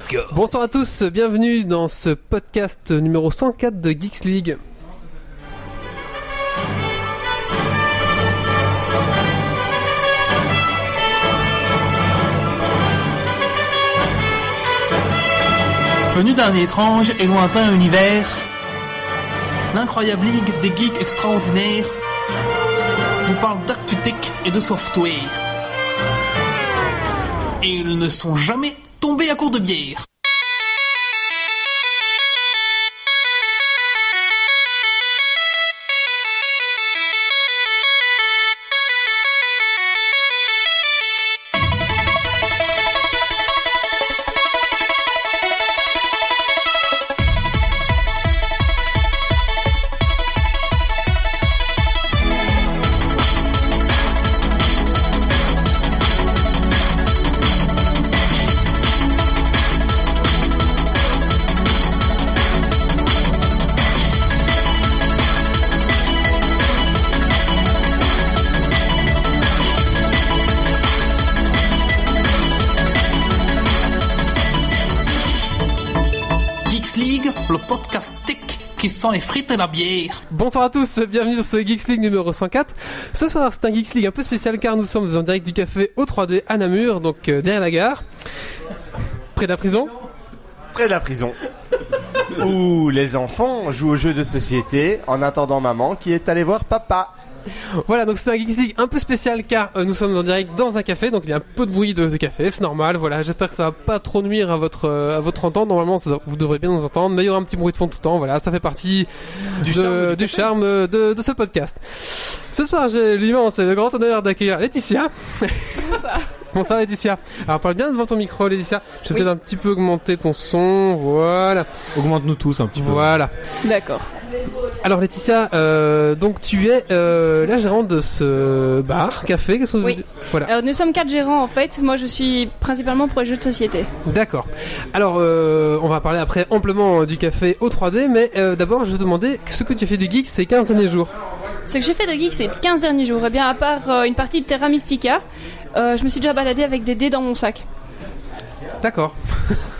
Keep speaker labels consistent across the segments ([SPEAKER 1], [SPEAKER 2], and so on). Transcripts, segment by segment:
[SPEAKER 1] Score.
[SPEAKER 2] Bonsoir à tous, bienvenue dans ce podcast numéro 104 de Geeks League.
[SPEAKER 3] Venu d'un étrange et lointain univers, l'incroyable ligue des geeks extraordinaires vous parle d'actu tech et de software. Et ils ne sont jamais tombés à court de bière. Geeks League, le podcast tech qui sent les frites et la bière.
[SPEAKER 2] Bonsoir à tous, bienvenue dans ce Geeks League numéro 104. Ce soir, c'est un Geeks League un peu spécial car nous sommes en direct du café au 3D à Namur, donc euh, derrière la gare, près de la prison.
[SPEAKER 1] Près de la prison. Où les enfants jouent aux jeux de société en attendant maman qui est allée voir papa.
[SPEAKER 2] Voilà, donc c'est un Geeks League un peu spécial car euh, nous sommes en direct dans un café, donc il y a un peu de bruit de, de café, c'est normal. Voilà, j'espère que ça va pas trop nuire à votre euh, à votre entente. Normalement, ça doit- vous devrez bien nous entendre, mais il y aura un petit bruit de fond tout le temps. Voilà, ça fait partie de- du charme, de, de ce podcast. Ce soir, j'ai l'immense et le grand honneur d'accueillir Laetitia. Bonsoir Laetitia. Alors parle bien devant ton micro Laetitia. Je vais peut-être un petit peu augmenter ton son. Voilà.
[SPEAKER 4] Augmente-nous tous un petit peu.
[SPEAKER 2] Voilà.
[SPEAKER 5] D'accord.
[SPEAKER 2] Alors Laetitia, euh, donc tu es euh, la gérante de ce bar, café, qu'est-ce que vous
[SPEAKER 5] Oui.
[SPEAKER 2] Voilà,
[SPEAKER 5] Alors, nous sommes quatre gérants en fait. Moi je suis principalement pour les jeux de société.
[SPEAKER 2] d'accord. Alors euh, on va parler après amplement euh, du café au 3D, mais euh, d'abord je vais te demander ce que tu as fait du geek ces 15 derniers jours.
[SPEAKER 5] Ce que j'ai fait de geek ces 15 derniers jours, eh bien à part euh, une partie de Terra Mystica, euh, je me suis déjà baladée avec des dés dans mon sac.
[SPEAKER 2] D'accord.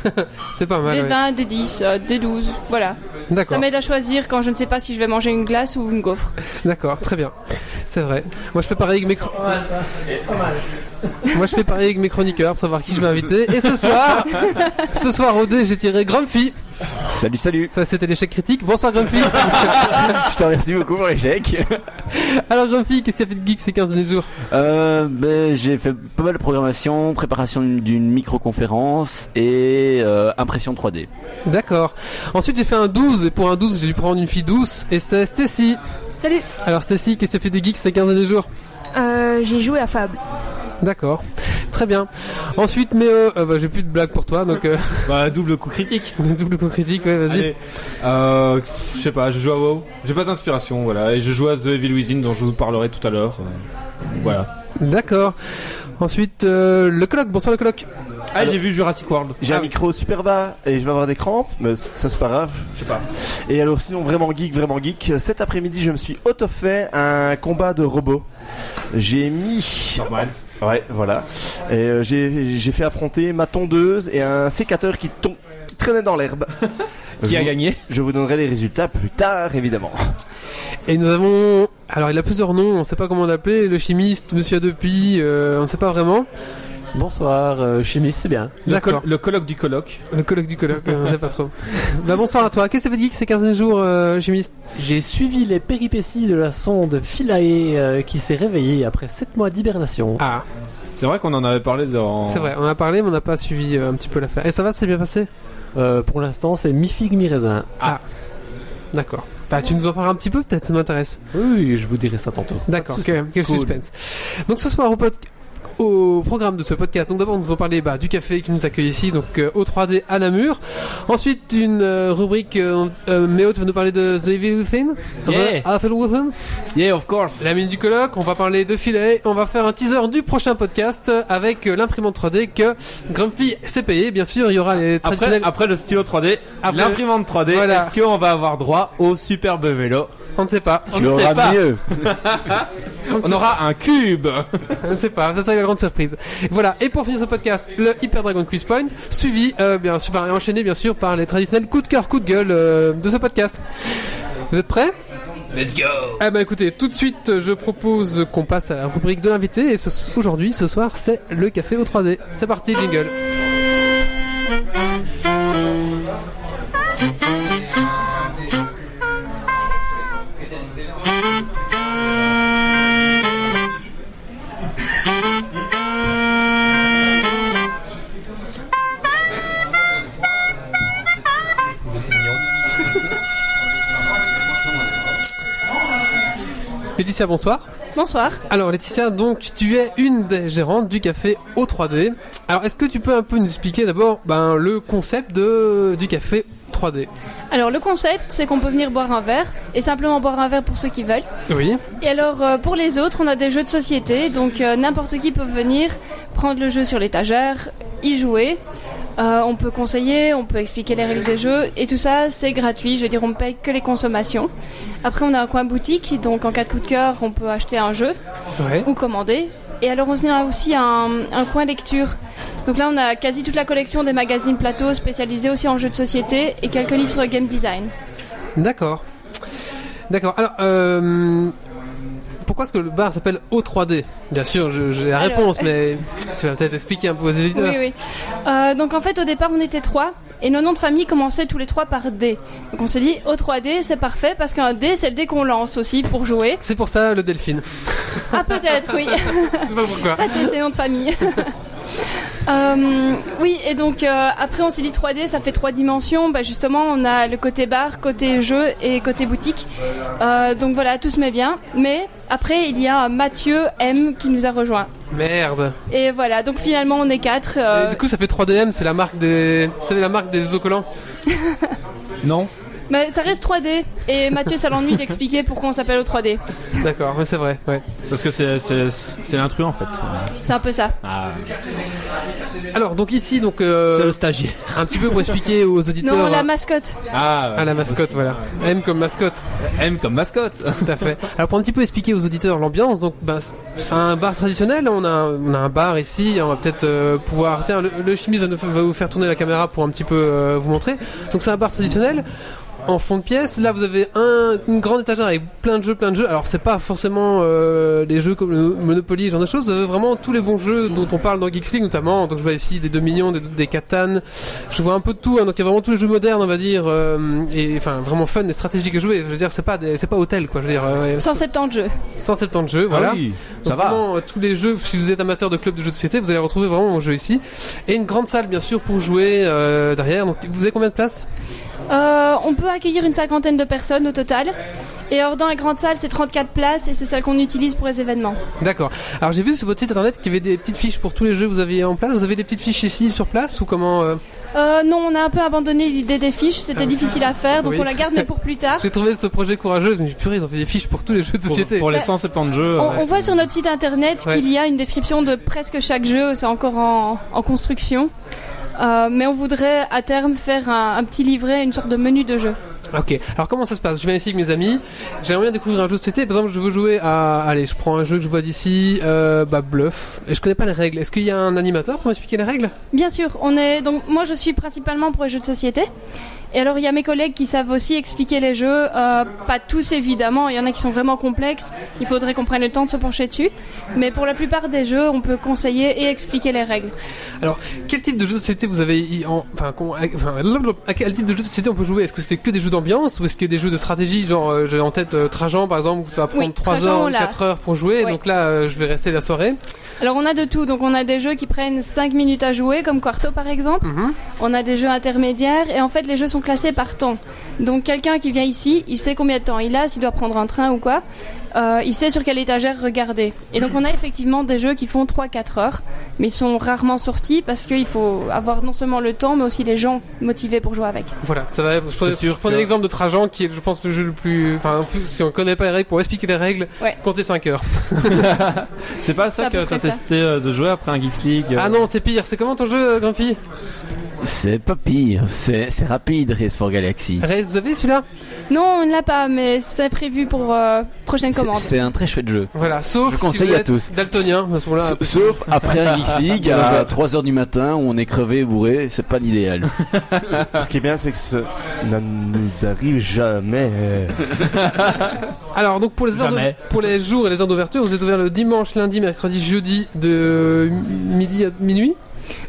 [SPEAKER 2] C'est pas mal.
[SPEAKER 5] des
[SPEAKER 2] ouais.
[SPEAKER 5] 20, des 10, euh, des 12, voilà. Ça
[SPEAKER 2] D'accord.
[SPEAKER 5] m'aide à choisir quand je ne sais pas si je vais manger une glace ou une gaufre.
[SPEAKER 2] D'accord, très bien. C'est vrai. Moi, je fais pareil avec mes. chron- Moi, je fais pareil avec mes chroniqueurs pour savoir qui je vais inviter. Et ce soir, ce soir au dé, j'ai tiré Grumpy.
[SPEAKER 1] Salut, salut.
[SPEAKER 2] Ça, c'était l'échec critique. Bonsoir Grumpy.
[SPEAKER 1] Je te remercie beaucoup pour l'échec.
[SPEAKER 2] Alors Grumpy, qu'est-ce que tu as fait de geek ces 15 derniers jours
[SPEAKER 6] Euh, ben, j'ai fait pas mal de programmation, préparation d'une- d'une micro-conférence et euh, impression 3D.
[SPEAKER 2] D'accord. Ensuite, j'ai fait un 12 et pour un 12, j'ai dû prendre une fille douce et c'est Stacy.
[SPEAKER 7] Salut,
[SPEAKER 2] Alors Stacy, qu'est-ce que tu as fait de geek ces 15 derniers jours
[SPEAKER 7] euh, j'ai joué à Fable.
[SPEAKER 2] D'accord. Très bien. Ensuite, mais bah, j'ai plus de blagues pour toi, donc euh,
[SPEAKER 4] Bah, double coup critique.
[SPEAKER 2] double coup critique, ouais, vas-y.
[SPEAKER 4] Allez. Euh, je sais pas, je joue à WoW. J'ai pas d'inspiration, voilà. Et je joue à The Evil Within, dont je vous parlerai tout à l'heure. Euh, Voilà.
[SPEAKER 2] D'accord. Ensuite, euh, le coloc. Bonsoir le coloc.
[SPEAKER 4] Ah, j'ai vu Jurassic World.
[SPEAKER 1] J'ai un micro super bas et je vais avoir des crampes, mais c- ça c'est pas grave.
[SPEAKER 4] Je sais pas.
[SPEAKER 1] Et alors sinon vraiment geek, vraiment geek, cet après-midi je me suis auto-fait un combat de robots. J'ai mis...
[SPEAKER 4] Normal.
[SPEAKER 1] Ouais, voilà. Et euh, j'ai j'ai fait affronter ma tondeuse et un sécateur qui, tom- qui traînait dans l'herbe.
[SPEAKER 4] Qui
[SPEAKER 1] Je
[SPEAKER 4] a
[SPEAKER 1] vous-
[SPEAKER 4] gagné
[SPEAKER 1] Je vous donnerai les résultats plus tard, évidemment.
[SPEAKER 2] Et nous avons. Alors, il a plusieurs noms, on sait pas comment l'appeler. Le chimiste, Monsieur Adepi, euh, on sait pas vraiment.
[SPEAKER 8] Bonsoir, euh, chimiste, c'est bien.
[SPEAKER 4] Le
[SPEAKER 2] D'accord.
[SPEAKER 4] col- Le colloque du colloque.
[SPEAKER 2] Le colloque du colloque, euh, on sait pas trop. bah, bonsoir à toi. Qu'est-ce que tu fait de geek ces 15 jours, euh, chimiste
[SPEAKER 8] J'ai suivi les péripéties de la sonde Philae euh, qui s'est réveillée après 7 mois d'hibernation.
[SPEAKER 2] Ah,
[SPEAKER 4] C'est vrai qu'on en avait parlé dans.
[SPEAKER 2] c'est vrai, on a parlé, mais on n'a pas suivi euh, un petit peu l'affaire. Et ça va, c'est bien passé Ah.
[SPEAKER 8] Euh, pour l'instant, c'est mi-figue, mi-raisin.
[SPEAKER 2] D'accord. Bah, tu nous en parles un petit peu, peut-être, ça m'intéresse.
[SPEAKER 8] Oui, oui, je vous dirai ça tantôt.
[SPEAKER 2] D'accord,
[SPEAKER 8] Pas de souci.
[SPEAKER 2] quel, quel
[SPEAKER 8] Cool.
[SPEAKER 2] suspense. Donc, ce soir, au pod- Au programme de ce podcast, donc d'abord on nous en parlé bah, du café qui nous accueille ici, donc euh, au 3D à Namur. Ensuite une euh, rubrique, euh, euh, Méo, tu vas nous parler de The Evil Within,
[SPEAKER 4] Yeah.
[SPEAKER 2] Raphaël Wilson.
[SPEAKER 4] Yeah, of course.
[SPEAKER 2] La mine du colloque, on va parler de filet, on va faire un teaser du prochain podcast avec euh, l'imprimante 3D que Grumpy s'est payé, bien sûr, il y aura les
[SPEAKER 4] Après,
[SPEAKER 2] traditionnels,
[SPEAKER 4] après le stylo 3D,
[SPEAKER 2] Après-
[SPEAKER 4] l'imprimante 3D,
[SPEAKER 2] Voilà.
[SPEAKER 4] est-ce qu'on va avoir droit au superbe vélo
[SPEAKER 2] on ne sait pas,
[SPEAKER 4] On ne sait pas.
[SPEAKER 6] mieux.
[SPEAKER 4] On aura un cube.
[SPEAKER 2] on ne sait pas, ça, ça il a le grande surprise. Voilà, et pour finir ce podcast, le Hyper Dragon Quiz Point, suivi, euh, bien sûr, enfin, enchaîné bien sûr par les traditionnels coups de cœur, coups de gueule euh, de ce podcast. Vous êtes prêts
[SPEAKER 3] Let's go
[SPEAKER 2] Eh ben écoutez, tout de suite, je propose qu'on passe à la rubrique de l'invité, et ce- aujourd'hui, ce soir, c'est le café au 3D. C'est parti, jingle Laetitia, bonsoir.
[SPEAKER 5] Bonsoir.
[SPEAKER 2] Alors Laetitia, donc tu es une des gérantes du café au 3D. Alors est-ce que tu peux un peu nous expliquer d'abord ben, le concept de, du café 3D
[SPEAKER 5] Alors le concept, c'est qu'on peut venir boire un verre et simplement boire un verre pour ceux qui veulent.
[SPEAKER 2] Oui.
[SPEAKER 5] Et alors euh, pour les autres, on a des jeux de société, donc euh, n'importe qui peut venir prendre le jeu sur l'étagère, y jouer. Euh, on peut conseiller, on peut expliquer les règles des jeux et tout ça c'est gratuit. Je veux dire, on paye que les consommations. Après, on a un coin boutique, donc en cas de coup de cœur, on peut acheter un jeu
[SPEAKER 2] Ouais.
[SPEAKER 5] ou commander. Et alors on a aussi un, un coin lecture. Donc là, on a quasi toute la collection des magazines plateaux spécialisés aussi en jeux de société et quelques livres sur le game design.
[SPEAKER 2] D'accord. D'accord. Alors euh, pourquoi est-ce que le bar s'appelle au 3D Bien sûr, je- j'ai la
[SPEAKER 5] Alors- euh,
[SPEAKER 2] réponse, mais tu vas peut-être expliquer un peu aux éditeurs.
[SPEAKER 5] Oui, oui. Euh, donc en fait, au départ, on était trois et nos noms de famille commençaient tous les trois par D. Donc on s'est dit, au 3D, c'est parfait parce qu'un D, c'est le dé qu'on lance aussi pour jouer.
[SPEAKER 2] C'est pour ça le delphine.
[SPEAKER 5] Ah, peut-être, oui.
[SPEAKER 2] Je sais pas pourquoi.
[SPEAKER 5] Ça, c'est ses noms de famille. Euh, oui, et donc euh, après, on s'est dit 3D, ça fait trois dimensions. Bah, justement, on a le côté bar, côté jeu et côté boutique. Euh, donc voilà, tout se met bien. Mais après, il y a Mathieu M qui nous a rejoint.
[SPEAKER 2] Merde.
[SPEAKER 5] Et voilà, donc finalement, on est quatre.
[SPEAKER 2] Et
[SPEAKER 5] euh,
[SPEAKER 2] du coup, ça fait 3DM, c'est la marque des, vous savez la marque des autocollants.
[SPEAKER 4] Non
[SPEAKER 5] Mais ça reste 3D et Mathieu ça l'ennuie d'expliquer pourquoi on s'appelle au 3D.
[SPEAKER 2] D'accord, mais c'est vrai. Ouais.
[SPEAKER 4] Parce que c'est- c'est c'est l'intrus en fait.
[SPEAKER 5] C'est un peu ça.
[SPEAKER 4] Ah.
[SPEAKER 2] Alors donc ici, donc euh,
[SPEAKER 9] C'est le stagiaire.
[SPEAKER 2] un petit peu pour expliquer aux auditeurs.
[SPEAKER 5] Non, la mascotte.
[SPEAKER 4] Ah,
[SPEAKER 2] Ah la mascotte voilà. M comme mascotte,
[SPEAKER 4] M comme mascotte.
[SPEAKER 2] tout à fait. Alors pour un petit peu expliquer aux auditeurs l'ambiance, donc ben, c'est un bar traditionnel, hein, on a, on a un bar ici, on va peut-être euh, pouvoir... Tiens, le, le chimiste va, nous- va vous faire tourner la caméra pour un petit peu euh, vous montrer. Donc c'est un bar traditionnel. En fond de pièce, là vous avez un, une grande étagère avec plein de jeux, plein de jeux. Alors c'est pas forcément euh, les jeux comme le Monopoly, ce genre de choses. Vous avez vraiment tous les bons jeux dont on parle dans Geeks League notamment. Donc je vois ici des Dominions, des, des Catan, je vois un peu de tout, hein, donc il y a vraiment tous les jeux modernes, on va dire, euh, et enfin vraiment fun et stratégique à jouer. Je veux dire, c'est pas des- c'est pas hôtel quoi. Je veux dire, euh, ouais,
[SPEAKER 5] 170 jeux.
[SPEAKER 2] 170 jeux, voilà.
[SPEAKER 4] Ah oui,
[SPEAKER 2] Donc
[SPEAKER 4] ça va.
[SPEAKER 2] vraiment, euh, tous les jeux, si vous êtes amateur de club de jeux de société, vous allez retrouver vraiment vos jeux ici. Et une grande salle, bien sûr, pour jouer euh, derrière. Donc, vous avez combien de places
[SPEAKER 5] Euh, on peut accueillir une cinquantaine de personnes au total. Et or dans la grande salle c'est 34 places et c'est celle qu'on utilise pour les événements.
[SPEAKER 2] D'accord. Alors, j'ai vu sur votre site internet qu'il y avait des petites fiches pour tous les jeux que vous aviez en place. Vous avez des petites fiches ici sur place ou comment euh
[SPEAKER 5] Euh, non on a un peu abandonné l'idée des fiches, c'était difficile à faire donc
[SPEAKER 2] Oui.
[SPEAKER 5] on la garde mais pour plus tard.
[SPEAKER 2] J'ai trouvé ce projet courageux. Je me suis dit, purée, ils ont fait des fiches pour tous les jeux de
[SPEAKER 4] Pour,
[SPEAKER 2] société. Bah,
[SPEAKER 4] pour les 170 jeux. euh,
[SPEAKER 5] On,
[SPEAKER 4] ouais,
[SPEAKER 5] on
[SPEAKER 4] c'est-
[SPEAKER 5] voit sur notre site internet
[SPEAKER 2] Ouais.
[SPEAKER 5] qu'il y a une description de presque chaque jeu, c'est encore en, en construction. Euh, mais on voudrait à terme faire un, un petit livret, une sorte de menu de jeu.
[SPEAKER 2] Ok, alors comment ça se passe Je viens ici avec mes amis, j'aimerais bien découvrir un jeu de société, par exemple je veux jouer à... Allez, je prends un jeu que je vois d'ici, euh, bah bluff, et je connais pas les règles. Est-ce qu'il y a un animateur pour m'expliquer les règles
[SPEAKER 5] Bien sûr, on est donc moi je suis principalement pour les jeux de société. Et alors il y a mes collègues qui savent aussi expliquer les jeux, euh, pas tous évidemment, il y en a qui sont vraiment complexes, il faudrait qu'on prenne le temps de se pencher dessus, mais pour la plupart des jeux, on peut conseiller et expliquer les règles.
[SPEAKER 2] Alors, quel type de jeu de société vous avez... i- en- Enfin, comment- enfin, à quel type de jeu de société on peut jouer Est-ce que c'est que des jeux d'ambiance ou est-ce que des jeux de stratégie Genre, euh, j'ai en tête euh, Trajan par exemple, où ça va prendre
[SPEAKER 5] Oui,
[SPEAKER 2] 3
[SPEAKER 5] Trajan, on
[SPEAKER 2] heures ou
[SPEAKER 5] l'a.
[SPEAKER 2] 4 heures pour jouer,
[SPEAKER 5] Oui.
[SPEAKER 2] donc là euh, je vais rester la soirée.
[SPEAKER 5] Alors on a de tout, donc on a des jeux qui prennent 5 minutes à jouer comme Quarto par exemple.
[SPEAKER 2] Mhm.
[SPEAKER 5] On a des jeux intermédiaires et en fait les jeux sont classés par temps. Donc quelqu'un qui vient ici, il sait combien de temps il a, s'il doit prendre un train ou quoi. Euh, il sait sur quelle étagère regarder. Et donc on a effectivement des jeux qui font 3-4 heures, mais ils sont rarement sortis parce qu'il faut avoir non seulement le temps mais aussi les gens motivés pour jouer avec.
[SPEAKER 2] Voilà, ça va. Je prenais,
[SPEAKER 4] sûr
[SPEAKER 2] je prenais
[SPEAKER 4] que-
[SPEAKER 2] l'exemple de Trajan, qui est, je pense, le jeu le plus. Enfin, en plus, si on connaît pas les règles, pour expliquer les règles,
[SPEAKER 5] Ouais.
[SPEAKER 2] comptez 5 heures.
[SPEAKER 4] C'est pas
[SPEAKER 5] C'est
[SPEAKER 4] ça
[SPEAKER 5] à peu
[SPEAKER 4] que t'as
[SPEAKER 5] près ça.
[SPEAKER 4] testé euh, de jouer après un Geeks League euh,
[SPEAKER 2] Ah non, c'est pire. C'est comment ton jeu, euh, Grumpy
[SPEAKER 6] C'est pas pire, c'est c'est rapide Race for Galaxy.
[SPEAKER 2] Race, vous avez celui-là
[SPEAKER 5] Non, on ne l'a pas, mais c'est prévu pour euh, prochaine commande.
[SPEAKER 6] C'est- C'est un très chouette jeu.
[SPEAKER 2] Voilà, sauf
[SPEAKER 6] Je
[SPEAKER 2] si
[SPEAKER 6] conseille
[SPEAKER 2] vous
[SPEAKER 6] à
[SPEAKER 2] êtes
[SPEAKER 6] tous.
[SPEAKER 2] daltonien à ce moment-là.
[SPEAKER 6] Sa- Sauf après un Geeks League à 3h du matin où on est crevé, bourré, c'est pas l'idéal.
[SPEAKER 1] Ce qui est bien, c'est que ce ne nous arrive jamais.
[SPEAKER 2] Alors donc pour les heures de-
[SPEAKER 3] Jamais.
[SPEAKER 2] pour les jours et les heures d'ouverture, vous êtes ouvert le dimanche, lundi, mercredi, jeudi de euh, midi à minuit.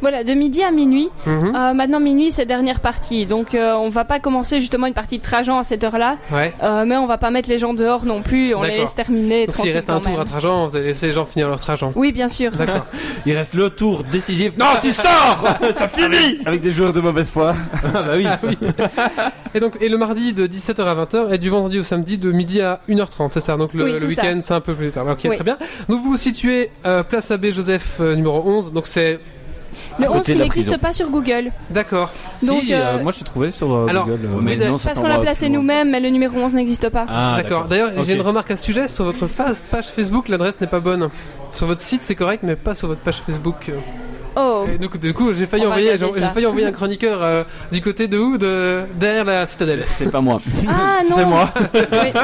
[SPEAKER 5] Voilà, de midi à minuit.
[SPEAKER 6] Mmh.
[SPEAKER 2] Mhm.
[SPEAKER 5] Euh, maintenant, minuit, c'est dernière partie. Donc, euh, on va pas commencer justement une partie de Trajan à cette heure-là.
[SPEAKER 2] Ouais.
[SPEAKER 5] Euh, mais on va pas mettre les gens dehors non plus. On les
[SPEAKER 2] D'accord.
[SPEAKER 5] laisse terminer.
[SPEAKER 2] Donc s'il
[SPEAKER 5] tranquille
[SPEAKER 2] reste un
[SPEAKER 5] quand
[SPEAKER 2] tour
[SPEAKER 5] même.
[SPEAKER 2] à Trajan, vous allez laisser les gens finir leur Trajan.
[SPEAKER 5] Oui, bien sûr.
[SPEAKER 2] D'accord.
[SPEAKER 6] Ah
[SPEAKER 4] Il reste le tour décisif. Non, tu sors Ça finit
[SPEAKER 1] Avec des joueurs de mauvaise foi.
[SPEAKER 4] Ah bah oui,
[SPEAKER 2] Ah oui. Et donc et le mardi de 17h à 20h et du vendredi au samedi de midi à 1h30, c'est ça. Donc le,
[SPEAKER 5] Oui,
[SPEAKER 2] le
[SPEAKER 5] c'est
[SPEAKER 2] week-end c'est un peu plus tard. Ok,
[SPEAKER 5] Oui.
[SPEAKER 2] très bien. Donc vous vous situez euh, place Abbé Joseph euh, numéro 11. Donc c'est
[SPEAKER 5] Le 11
[SPEAKER 6] côté
[SPEAKER 5] qui
[SPEAKER 6] de la
[SPEAKER 5] n'existe
[SPEAKER 6] prison.
[SPEAKER 5] pas sur Google.
[SPEAKER 2] d'accord.
[SPEAKER 5] Donc,
[SPEAKER 4] si,
[SPEAKER 5] euh,
[SPEAKER 4] euh, moi je l'ai trouvé sur
[SPEAKER 6] Oh,
[SPEAKER 4] euh,
[SPEAKER 2] Alors,
[SPEAKER 4] Google. euh,
[SPEAKER 2] mais-
[SPEAKER 6] non, ça
[SPEAKER 5] Parce qu'on
[SPEAKER 6] t'en
[SPEAKER 5] l'a
[SPEAKER 6] va
[SPEAKER 5] placé
[SPEAKER 6] plus loin.
[SPEAKER 5] nous-mêmes, mais le numéro 11 n'existe pas.
[SPEAKER 4] Ah,
[SPEAKER 2] D'accord. D'ailleurs,
[SPEAKER 4] Ok.
[SPEAKER 2] j'ai une remarque à ce sujet. Sur votre face- page Facebook, l'adresse n'est pas bonne. Sur votre site, c'est correct, mais pas sur votre page Facebook.
[SPEAKER 5] Oh.
[SPEAKER 2] Et donc, du coup, j'ai failli
[SPEAKER 5] On va
[SPEAKER 2] envoyer, j'ai
[SPEAKER 5] regarder
[SPEAKER 2] j'ai
[SPEAKER 5] ça.
[SPEAKER 2] failli envoyer un chroniqueur euh, du côté de où de derrière la citadelle.
[SPEAKER 6] C'est pas moi.
[SPEAKER 5] Ah non.
[SPEAKER 1] C'était moi.
[SPEAKER 5] Oui.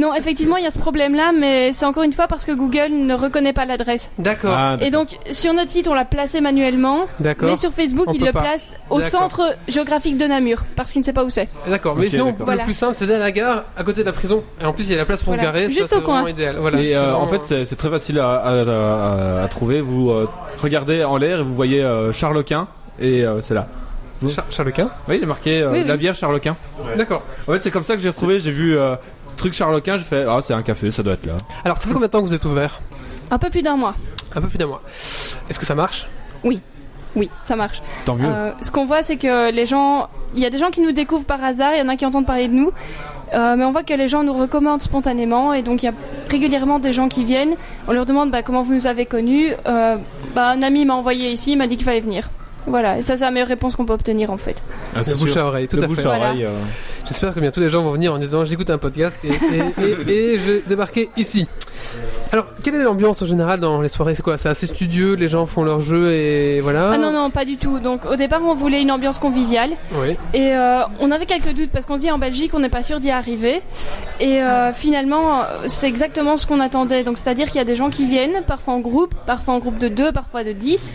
[SPEAKER 5] Non, effectivement, il y a ce problème-là, mais c'est encore une fois parce que Google ne reconnaît pas l'adresse.
[SPEAKER 2] D'accord.
[SPEAKER 4] Ah,
[SPEAKER 5] Et donc, sur notre site, on l'a placé manuellement, mais
[SPEAKER 2] D'accord.
[SPEAKER 5] sur Facebook,
[SPEAKER 2] On
[SPEAKER 5] il
[SPEAKER 2] peut
[SPEAKER 5] le
[SPEAKER 2] pas.
[SPEAKER 5] place au
[SPEAKER 2] D'accord.
[SPEAKER 5] centre géographique de Namur, parce qu'il ne sait pas où c'est.
[SPEAKER 2] D'accord. Mais
[SPEAKER 4] Ok,
[SPEAKER 2] sinon,
[SPEAKER 4] d'accord.
[SPEAKER 2] le
[SPEAKER 5] Voilà.
[SPEAKER 2] plus simple, c'est d'aller à la gare, à côté de la prison. Et en plus, il y a la place pour se
[SPEAKER 5] Voilà.
[SPEAKER 2] garer. ça,
[SPEAKER 5] Juste
[SPEAKER 2] c'est
[SPEAKER 5] au coin.
[SPEAKER 2] vraiment idéal. Voilà.
[SPEAKER 4] Et
[SPEAKER 2] C'est
[SPEAKER 4] euh,
[SPEAKER 2] vraiment-
[SPEAKER 4] en fait, c'est c'est très facile à, à- à- à- à trouver. Vous euh, regardez en l'air et vous voyez euh, Charlequin. Et euh, c'est là.
[SPEAKER 2] Char- Charlequin.
[SPEAKER 4] Oui, il est marqué euh,
[SPEAKER 5] Oui, oui.
[SPEAKER 4] la bière Charlequin.
[SPEAKER 2] D'accord.
[SPEAKER 4] En fait, c'est comme ça que j'ai retrouvé. J'ai vu euh, truc Charlequin. J'ai fait Ah, c'est un café, ça doit être là.
[SPEAKER 2] Alors, ça fait combien de temps que vous êtes ouvert
[SPEAKER 5] Un peu plus d'un mois.
[SPEAKER 2] Un peu plus d'un mois. Est-ce que ça marche
[SPEAKER 5] Oui, ça marche.
[SPEAKER 4] Tant mieux.
[SPEAKER 5] Euh, ce qu'on voit, c'est que les gens, il y a des gens qui nous découvrent par hasard, il y en a qui entendent parler de nous, euh, mais on voit que les gens nous recommandent spontanément, et donc il y a régulièrement des gens qui viennent. On leur demande bah, comment vous nous avez connus. Euh, bah, un ami m'a envoyé ici, il m'a dit qu'il fallait venir. Voilà, et ça c'est la meilleure réponse qu'on peut obtenir en fait.
[SPEAKER 4] Ah, c'est
[SPEAKER 2] Le bouche
[SPEAKER 4] sûr.
[SPEAKER 2] à oreille. Tout
[SPEAKER 4] Le
[SPEAKER 2] à
[SPEAKER 4] bouche
[SPEAKER 2] fait.
[SPEAKER 4] à
[SPEAKER 5] Voilà.
[SPEAKER 4] oreille, euh.
[SPEAKER 2] J'espère que bientôt les gens vont venir en disant j'écoute un podcast et, et, et, et je débarquais ici. Alors, quelle est l'ambiance en général dans les soirées C'est quoi C'est assez studieux, les gens font leurs jeux et voilà
[SPEAKER 5] Ah non, non, pas du tout. Donc au départ, on voulait une ambiance conviviale,
[SPEAKER 2] Oui.
[SPEAKER 5] et euh, on avait quelques doutes parce qu'on se dit en Belgique, on n'est pas sûr d'y arriver. Et euh, finalement, euh, c'est exactement ce qu'on attendait. Donc, c'est-à-dire qu'il y a des gens qui viennent, parfois en groupe, parfois en groupe de deux, parfois de 10.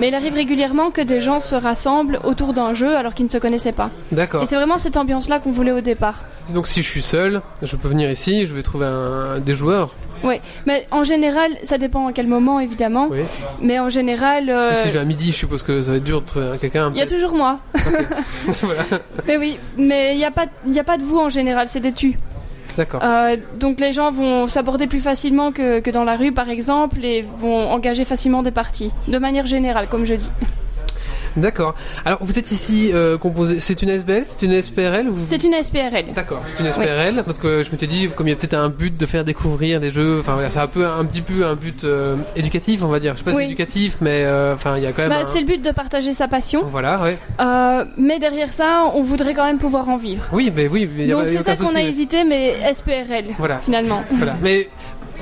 [SPEAKER 5] Mais il arrive régulièrement que des gens se rassemblent autour d'un jeu alors qu'ils ne se connaissaient pas.
[SPEAKER 2] D'accord.
[SPEAKER 5] Et c'est vraiment cette ambiance-là qu'on voulait au départ.
[SPEAKER 2] Donc si je suis seul, je peux venir ici, je vais trouver un, des joueurs.
[SPEAKER 5] Mais en général, ça dépend à quel moment, évidemment.
[SPEAKER 2] Oui.
[SPEAKER 5] Mais en général. euh,
[SPEAKER 2] Si je vais à midi, je suppose que ça va être dur de trouver quelqu'un.
[SPEAKER 5] Il y a toujours moi. Mais oui, mais il n'y a, pas- il y a pas de vous en général, c'est des tu.
[SPEAKER 2] D'accord.
[SPEAKER 5] Euh, donc les gens vont s'aborder plus facilement que, que dans la rue par exemple et vont engager facilement des parties, de manière générale comme je dis.
[SPEAKER 2] Mhm. D'accord. Alors vous êtes ici euh, composé. C'est une SBL C'est une SPRL vous...
[SPEAKER 5] C'est une SPRL.
[SPEAKER 2] D'accord, c'est une SPRL parce que je m'étais dit comme il y a peut-être un but de faire découvrir les jeux. Enfin voilà, c'est un peu un petit peu un but euh, éducatif, on va dire. Je sais pas si
[SPEAKER 5] Oui.
[SPEAKER 2] c'est éducatif, mais euh, enfin il y a quand même.
[SPEAKER 5] Bah,
[SPEAKER 2] un-
[SPEAKER 5] c'est le but de partager sa passion,
[SPEAKER 2] Voilà, ouais.
[SPEAKER 5] euh, mais derrière ça, on voudrait quand même pouvoir en vivre.
[SPEAKER 2] Oui, mais oui. mais il y a
[SPEAKER 5] Donc
[SPEAKER 2] pas- il y a
[SPEAKER 5] c'est ça
[SPEAKER 2] aucun
[SPEAKER 5] qu'on a
[SPEAKER 2] souci.
[SPEAKER 5] hésité, mais SPRL
[SPEAKER 2] Voilà,
[SPEAKER 5] finalement.
[SPEAKER 2] voilà. Mais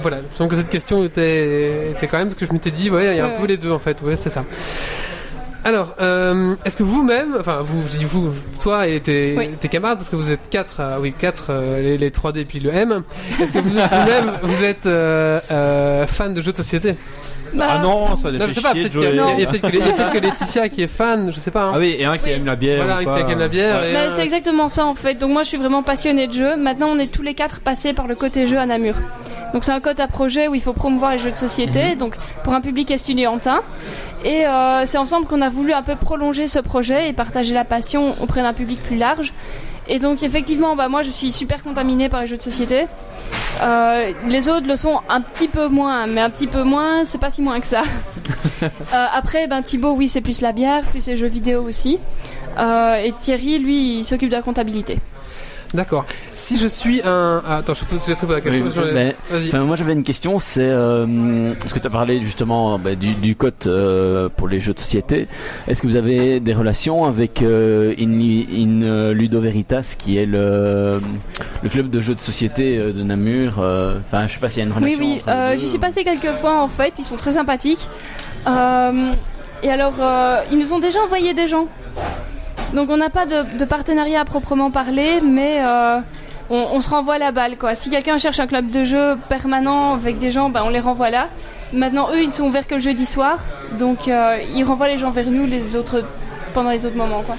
[SPEAKER 2] voilà, il me semble que cette question était, était quand même ce que je m'étais dit. Ouais, il y a un
[SPEAKER 5] Ouais,
[SPEAKER 2] peu
[SPEAKER 5] ouais.
[SPEAKER 2] les deux en fait. Ouais, c'est ça. Alors, euh, est-ce que vous-même, enfin vous, je dis vous, toi et tes,
[SPEAKER 5] Oui.
[SPEAKER 2] tes camarades, parce que vous êtes quatre, euh, oui quatre, euh, les, les 3D puis le M. Est-ce que vous, vous-même vous êtes euh, euh, fan de jeux de société
[SPEAKER 5] Bah,
[SPEAKER 4] Ah non, ça les
[SPEAKER 2] Non, je
[SPEAKER 4] fait
[SPEAKER 2] sais pas.
[SPEAKER 4] chier de
[SPEAKER 2] Peut-être qu'il y a-
[SPEAKER 4] jouer.
[SPEAKER 2] il y a,
[SPEAKER 5] Non.
[SPEAKER 2] il y a peut-être que, il y a peut-être que Laetitia qui est fan, je sais pas. hein.
[SPEAKER 4] Ah oui, et un qui
[SPEAKER 5] Oui.
[SPEAKER 4] aime la bière.
[SPEAKER 2] voilà,
[SPEAKER 4] ou
[SPEAKER 2] avec
[SPEAKER 4] pas.
[SPEAKER 2] quelqu'un de la bière. et euh,
[SPEAKER 5] bah,
[SPEAKER 2] un-
[SPEAKER 5] c'est exactement ça en fait. Donc moi je suis vraiment passionnée de jeu. Maintenant on est tous les quatre passés par le côté jeu à Namur. Donc c'est un code à projet où il faut promouvoir les jeux de société, donc pour un public estudiantin. Et euh, c'est ensemble qu'on a voulu un peu prolonger ce projet et partager la passion auprès d'un public plus large. Et donc effectivement, bah, moi je suis super contaminée par les jeux de société. Euh, les autres le sont un petit peu moins, mais un petit peu moins, c'est pas si moins que ça. Euh, après, ben Thibaut, oui, c'est plus la bière, plus les jeux vidéo aussi. Euh, et Thierry, lui, il s'occupe de la comptabilité.
[SPEAKER 2] D'accord. Si je suis un, ah, attends, je peux te laisser poser la question.
[SPEAKER 6] Oui, Ben,
[SPEAKER 2] je vais-
[SPEAKER 6] mais-
[SPEAKER 2] Vas-y.
[SPEAKER 6] Enfin, moi j'avais une question, c'est euh, parce que tu as parlé justement bah, du, du code euh, pour les jeux de société. Est-ce que vous avez des relations avec euh, In, In, euh, Ludo Veritas qui est le, le club de jeux de société euh, de Namur euh, Enfin, je sais pas s'il y a une
[SPEAKER 5] Oui,
[SPEAKER 6] relation.
[SPEAKER 5] oui,
[SPEAKER 6] entre les
[SPEAKER 5] euh,
[SPEAKER 6] deux.
[SPEAKER 5] j'y suis passée quelques fois en fait, ils sont très sympathiques. Euh, Et alors, euh, ils nous ont déjà envoyé des gens. Donc on n'a pas de, de partenariat à proprement parler, mais euh, on, on se renvoie la balle. Quoi. Si quelqu'un cherche un club de jeu permanent avec des gens, ben, on les renvoie là. Maintenant, eux, ils ne sont ouverts que le jeudi soir, donc euh, ils renvoient les gens vers nous les autres, pendant les autres moments. Quoi.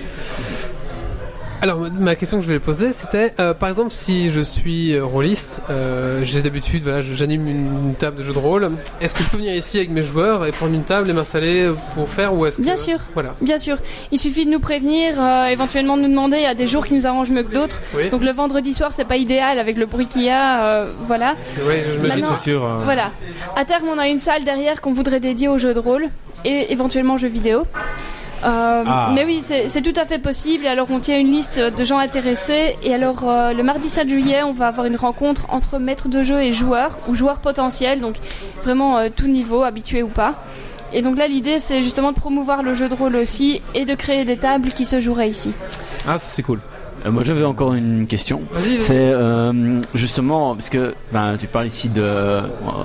[SPEAKER 2] Alors, ma- ma question que je voulais poser, c'était, euh, par exemple, si je suis euh, rôliste, euh, j'ai d'habitude, voilà, je- j'anime une, une table de jeu de rôle. Est-ce que je peux venir ici avec mes joueurs et prendre une table et m'installer pour faire ou est-ce que...
[SPEAKER 5] Bien sûr.
[SPEAKER 2] Voilà.
[SPEAKER 5] Bien sûr, il suffit de nous prévenir, euh, éventuellement de nous demander, il y a des jours qui nous arrangent mieux que d'autres.
[SPEAKER 2] Oui.
[SPEAKER 5] Donc le vendredi soir, c'est pas idéal avec le bruit qu'il y a, euh, voilà.
[SPEAKER 2] Oui, je me
[SPEAKER 5] Maintenant-
[SPEAKER 4] c'est sûr. euh,
[SPEAKER 5] Voilà. À terme, on a une salle derrière qu'on voudrait dédier aux jeux de rôle et éventuellement jeux vidéo. Euh,
[SPEAKER 4] Ah.
[SPEAKER 5] Mais oui, c'est c'est tout à fait possible. Et alors, on tient une liste de gens intéressés. Et alors, euh, le mardi 7 juillet, on va avoir une rencontre entre maîtres de jeu et joueurs ou joueurs potentiels, donc vraiment euh, tout niveau, habitués ou pas. Et donc là, l'idée, c'est justement de promouvoir le jeu de rôle aussi et de créer des tables qui se joueraient ici.
[SPEAKER 4] Ah, ça, c'est cool.
[SPEAKER 6] Euh, moi, j'avais encore une question.
[SPEAKER 2] Vas-y, vas-y.
[SPEAKER 6] C'est euh, justement parce que ben, tu parles ici de.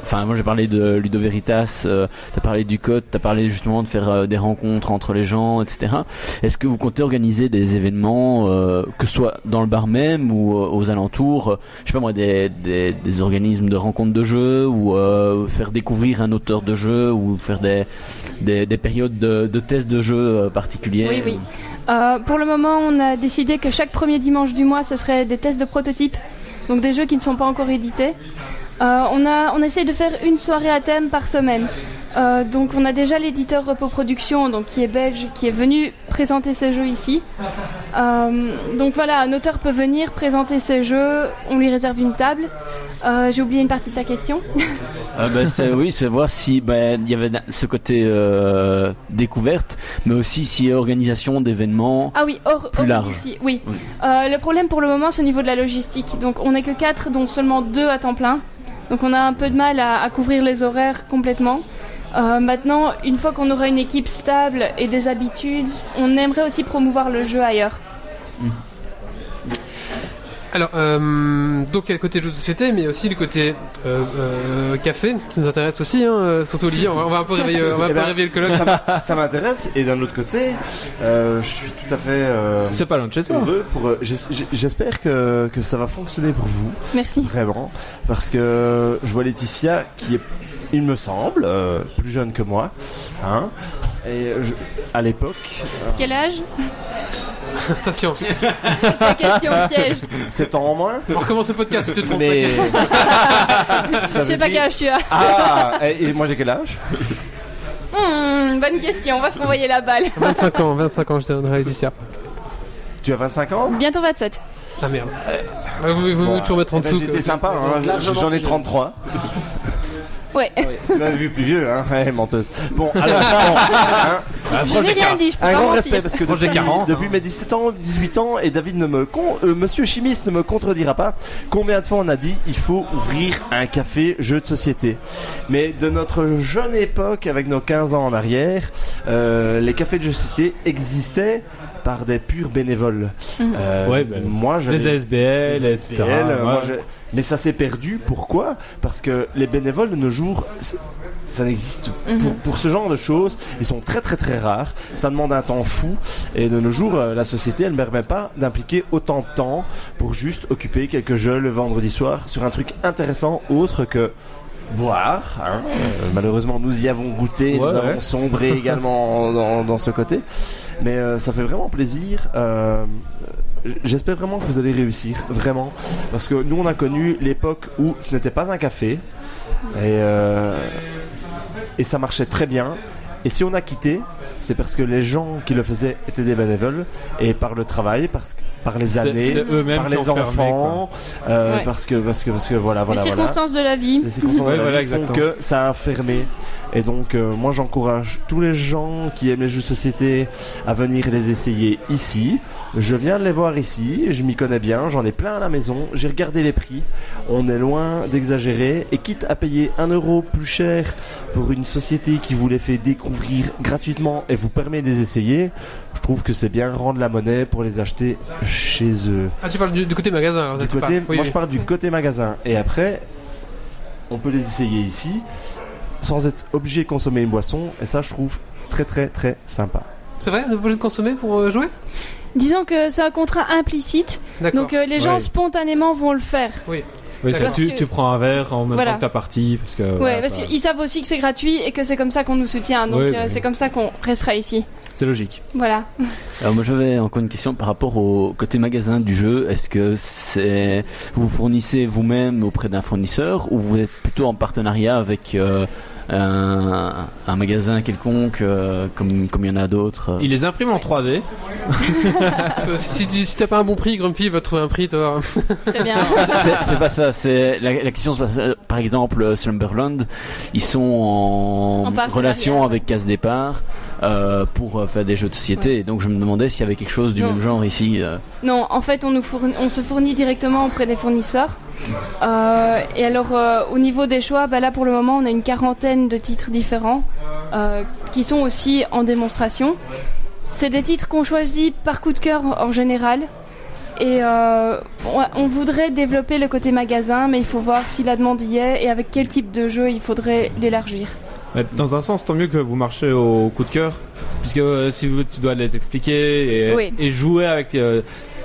[SPEAKER 6] Enfin, moi j'ai parlé de Ludo Veritas, euh, t'as parlé du code, t'as parlé justement de faire euh, des rencontres entre les gens, etc. Est-ce que vous comptez organiser des événements, euh, que ce soit dans le bar même ou euh, aux alentours, euh, je sais pas moi, des, des, des organismes de rencontres de jeux ou euh, faire découvrir un auteur de jeu ou faire des, des, des périodes de, de tests de jeux euh, particulières
[SPEAKER 5] Oui, oui. Euh, pour le moment, on a décidé que chaque premier dimanche du mois, ce serait des tests de prototypes, donc des jeux qui ne sont pas encore édités. Euh, on, a, on essaie de faire une soirée à thème par semaine. Euh, donc on a déjà l'éditeur Repos Productions, donc qui est belge, qui est venu présenter ses jeux ici. Euh, donc voilà, un auteur peut venir présenter ses jeux, on lui réserve une table. Euh, J'ai oublié une partie de ta question.
[SPEAKER 6] Ah ben, c'est- oui, c'est voir si ben, il y avait ce côté euh, découverte, mais aussi si organisation d'événements.
[SPEAKER 5] Ah oui, hors,
[SPEAKER 6] Plus
[SPEAKER 5] hors
[SPEAKER 6] large.
[SPEAKER 5] d'ici, oui.
[SPEAKER 6] Oui.
[SPEAKER 5] Euh, le problème pour le moment, c'est au niveau de la logistique. Donc, on n'est que 4, dont seulement 2 à temps plein. Donc, on a un peu de mal à, à couvrir les horaires complètement. Euh, maintenant, une fois qu'on aura une équipe stable et des habitudes, on aimerait aussi promouvoir le jeu ailleurs.
[SPEAKER 2] Alors, euh, donc il y a le côté jeu de société, mais il y a aussi le côté euh, euh, café qui nous intéresse aussi, hein, euh, surtout Olivier. On va, on va un peu réveiller, euh, on va un
[SPEAKER 1] Eh
[SPEAKER 2] peu
[SPEAKER 1] ben,
[SPEAKER 2] réveiller le colloque.
[SPEAKER 1] ça m'a- ça m'intéresse et d'un autre côté, euh, je suis tout à fait euh,
[SPEAKER 4] C'est pas loin de chez toi.
[SPEAKER 1] heureux pour. euh, j'es- j'es- J'espère que, que ça va fonctionner pour vous.
[SPEAKER 5] Merci.
[SPEAKER 1] Vraiment, parce que je vois Laetitia qui est, il me semble, euh, plus jeune que moi. Hein, et je- à l'époque,
[SPEAKER 5] Quel âge
[SPEAKER 2] Attention,
[SPEAKER 5] Ta question piège.
[SPEAKER 1] 7 ans en moins.
[SPEAKER 2] on recommence le podcast si tu te trompes.
[SPEAKER 1] Mais.
[SPEAKER 2] t'inquiète.
[SPEAKER 1] Ça
[SPEAKER 5] Je sais
[SPEAKER 1] veut
[SPEAKER 5] pas
[SPEAKER 1] dire-
[SPEAKER 5] quel âge tu as.
[SPEAKER 1] Ah, et, et moi j'ai quel âge
[SPEAKER 5] Hmm, bonne question, on va se renvoyer la balle.
[SPEAKER 2] 25 ans, 25 ans, je donnerai Laetitia.
[SPEAKER 1] Tu as 25 ans
[SPEAKER 5] Bientôt 27.
[SPEAKER 2] Ah merde. Bah, vous vous, vous
[SPEAKER 1] Bon,
[SPEAKER 2] tout remettre en
[SPEAKER 1] eh ben,
[SPEAKER 2] dessous.
[SPEAKER 1] J'étais
[SPEAKER 2] quoi.
[SPEAKER 1] sympa, hein, j'en ai 33.
[SPEAKER 5] Ouais,
[SPEAKER 1] Tu m'avais vu plus vieux, hein Ouais, menteuse. Bon, alors, bon, hein,
[SPEAKER 5] je n'ai rien dit, je peux
[SPEAKER 1] un
[SPEAKER 5] pas
[SPEAKER 1] grand
[SPEAKER 5] mentir.
[SPEAKER 1] respect parce que
[SPEAKER 4] Moi, j'ai
[SPEAKER 1] depuis,
[SPEAKER 4] 40,
[SPEAKER 1] depuis
[SPEAKER 4] hein.
[SPEAKER 1] mes 17 ans, 18 ans, et David ne me con, euh, Monsieur Chimiste ne me contredira pas. Combien de fois on a dit il faut ouvrir un café jeu de société Mais de notre jeune époque, avec nos 15 ans en arrière, euh, les cafés de jeu de société existaient par des purs bénévoles. Euh,
[SPEAKER 4] Ouais, ben,
[SPEAKER 1] moi, j'avais-
[SPEAKER 4] Les ASBL, les
[SPEAKER 1] SPL, euh, moi, je- Mais ça s'est perdu. Pourquoi Parce que les bénévoles de nos jours, c- ça n'existe pour, pour ce genre de choses. Ils sont très très très rares. Ça demande un temps fou. Et de nos jours, euh, la société, elle ne permet pas d'impliquer autant de temps pour juste occuper quelques jeux le vendredi soir sur un truc intéressant autre que boire. hein. Euh, malheureusement, nous y avons goûté,
[SPEAKER 4] Ouais,
[SPEAKER 1] nous
[SPEAKER 4] ouais.
[SPEAKER 1] avons sombré également dans, dans ce côté. Mais euh, ça fait vraiment plaisir. Euh, J'espère vraiment que vous allez réussir, vraiment. Parce que nous, on a connu l'époque où ce n'était pas un café. Et, euh, et ça marchait très bien. Et si on a quitté, c'est parce que les gens qui le faisaient étaient des bénévoles. Et par le travail, parce que, par les
[SPEAKER 4] C'est-
[SPEAKER 1] années,
[SPEAKER 4] c'est eux-mêmes
[SPEAKER 1] par
[SPEAKER 4] qui
[SPEAKER 1] les
[SPEAKER 4] ont fermé,
[SPEAKER 1] enfants, euh,
[SPEAKER 5] Ouais.
[SPEAKER 1] parce, que, parce, que, parce que voilà, voilà.
[SPEAKER 5] Les
[SPEAKER 1] voilà.
[SPEAKER 5] circonstances de la vie.
[SPEAKER 1] Les circonstances de
[SPEAKER 4] Ouais,
[SPEAKER 1] la
[SPEAKER 4] voilà,
[SPEAKER 1] vie font
[SPEAKER 4] exactement.
[SPEAKER 1] que ça a fermé. Et donc, euh, moi, j'encourage tous les gens qui aiment les jeux de société à venir les essayer ici. Je viens de les voir ici, je m'y connais bien, j'en ai plein à la maison, j'ai regardé les prix, on est loin d'exagérer, et quitte à payer un euro plus cher pour une société qui vous les fait découvrir gratuitement et vous permet de les essayer, je trouve que c'est bien rendre la monnaie pour les acheter chez eux
[SPEAKER 2] Ah, tu parles du, du côté magasin alors
[SPEAKER 1] du
[SPEAKER 2] tu
[SPEAKER 1] côté,
[SPEAKER 2] parles. Oui,
[SPEAKER 1] moi
[SPEAKER 2] oui.
[SPEAKER 1] je parle du côté magasin. Et après, on peut les essayer ici. sans être obligé de consommer une boisson. Et ça, je trouve très très très sympa.
[SPEAKER 2] C'est vrai, on est obligé de consommer pour euh, jouer
[SPEAKER 5] Disons que c'est un contrat implicite,
[SPEAKER 2] D'accord.
[SPEAKER 5] donc euh, les gens
[SPEAKER 4] Ouais.
[SPEAKER 5] spontanément vont le faire.
[SPEAKER 4] Oui, ça,
[SPEAKER 5] Parce
[SPEAKER 4] tu,
[SPEAKER 5] que-
[SPEAKER 4] tu prends un verre en même
[SPEAKER 5] Voilà.
[SPEAKER 4] temps que ta partie. Parce que,
[SPEAKER 5] Ouais,
[SPEAKER 4] voilà,
[SPEAKER 5] parce
[SPEAKER 4] bah,
[SPEAKER 5] qu'ils savent aussi que c'est gratuit et que c'est comme ça qu'on nous soutient, donc
[SPEAKER 4] Ouais,
[SPEAKER 5] euh,
[SPEAKER 4] bah oui.
[SPEAKER 5] c'est comme ça qu'on restera ici.
[SPEAKER 4] c'est logique.
[SPEAKER 5] Voilà.
[SPEAKER 6] Alors moi j'avais encore une question par rapport au côté magasin du jeu. Est-ce que c'est vous vous fournissez vous-même auprès d'un fournisseur ou vous êtes plutôt en partenariat avec euh, un, un magasin quelconque euh, comme comme il y en a d'autres euh.
[SPEAKER 4] Il les imprime en 3D.
[SPEAKER 2] Euh, Si, si- si t'as pas un bon prix, Grumpy va trouver un prix. toi.
[SPEAKER 5] Très bien.
[SPEAKER 6] C'est c'est pas ça. C'est la, la question. se passe, euh, Par exemple, euh, Slumberland, ils sont en,
[SPEAKER 5] En partenariat.
[SPEAKER 6] relation avec Casse Départ euh, pour euh, faire des jeux de société. Et donc je me demandais s'il y avait quelque chose du
[SPEAKER 5] Non.
[SPEAKER 6] même genre ici. euh.
[SPEAKER 5] Non, en fait, on, nous fourni- on se fournit directement auprès des fournisseurs. Euh, et alors, euh, au niveau des choix, bah là pour le moment, on a une quarantaine de titres différents euh, qui sont aussi en démonstration. C'est des titres qu'on choisit par coup de cœur en général. Et euh, on, on voudrait développer le côté magasin, mais il faut voir si la demande y est et avec quel type de jeu il faudrait l'élargir.
[SPEAKER 4] Ouais, Dans un sens, tant mieux que vous marchez au coup de cœur. Puisque euh, si vous, tu dois les expliquer et,
[SPEAKER 5] Oui.
[SPEAKER 4] et jouer avec. euh,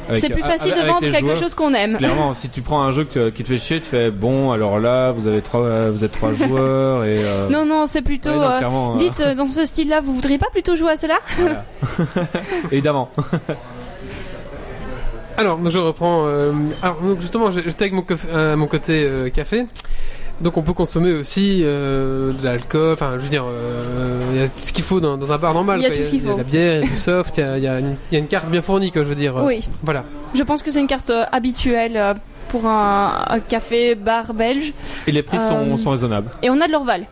[SPEAKER 4] avec-
[SPEAKER 5] C'est plus
[SPEAKER 4] avec-
[SPEAKER 5] facile de
[SPEAKER 4] avec
[SPEAKER 5] vendre
[SPEAKER 4] les
[SPEAKER 5] quelque
[SPEAKER 4] joueurs.
[SPEAKER 5] chose qu'on aime.
[SPEAKER 4] Clairement, si tu prends un jeu que- qui te fait chier, tu fais bon, alors là, vous avez trois, euh, vous êtes trois joueurs et. euh,
[SPEAKER 5] Non, non, c'est
[SPEAKER 4] ouais,
[SPEAKER 5] plutôt.
[SPEAKER 4] non,
[SPEAKER 5] euh,
[SPEAKER 4] clairement, euh,
[SPEAKER 5] dites, euh, dans ce style-là, vous voudriez pas plutôt jouer à cela
[SPEAKER 4] voilà. Évidemment.
[SPEAKER 2] Alors, donc je reprends. euh, alors, donc, justement, j'ai- j'étais avec mon, cof- euh, mon côté euh, café. Donc, on peut consommer aussi euh, de l'alcool. Enfin, je veux dire, euh, il y a tout ce qu'il faut dans, dans un bar normal.
[SPEAKER 5] Il y a
[SPEAKER 2] quoi.
[SPEAKER 5] tout ce qu'il
[SPEAKER 2] Il y a
[SPEAKER 5] faut.
[SPEAKER 2] de la bière, il y a du soft, il y a, il y a une, il y a une carte bien fournie, quoi, je veux dire.
[SPEAKER 5] Oui.
[SPEAKER 2] Voilà.
[SPEAKER 5] Je pense que c'est une carte euh, habituelle euh, pour un, un café bar belge
[SPEAKER 4] Et les prix sont,
[SPEAKER 5] Euh,
[SPEAKER 4] sont raisonnables.
[SPEAKER 5] et on a de l'Orval.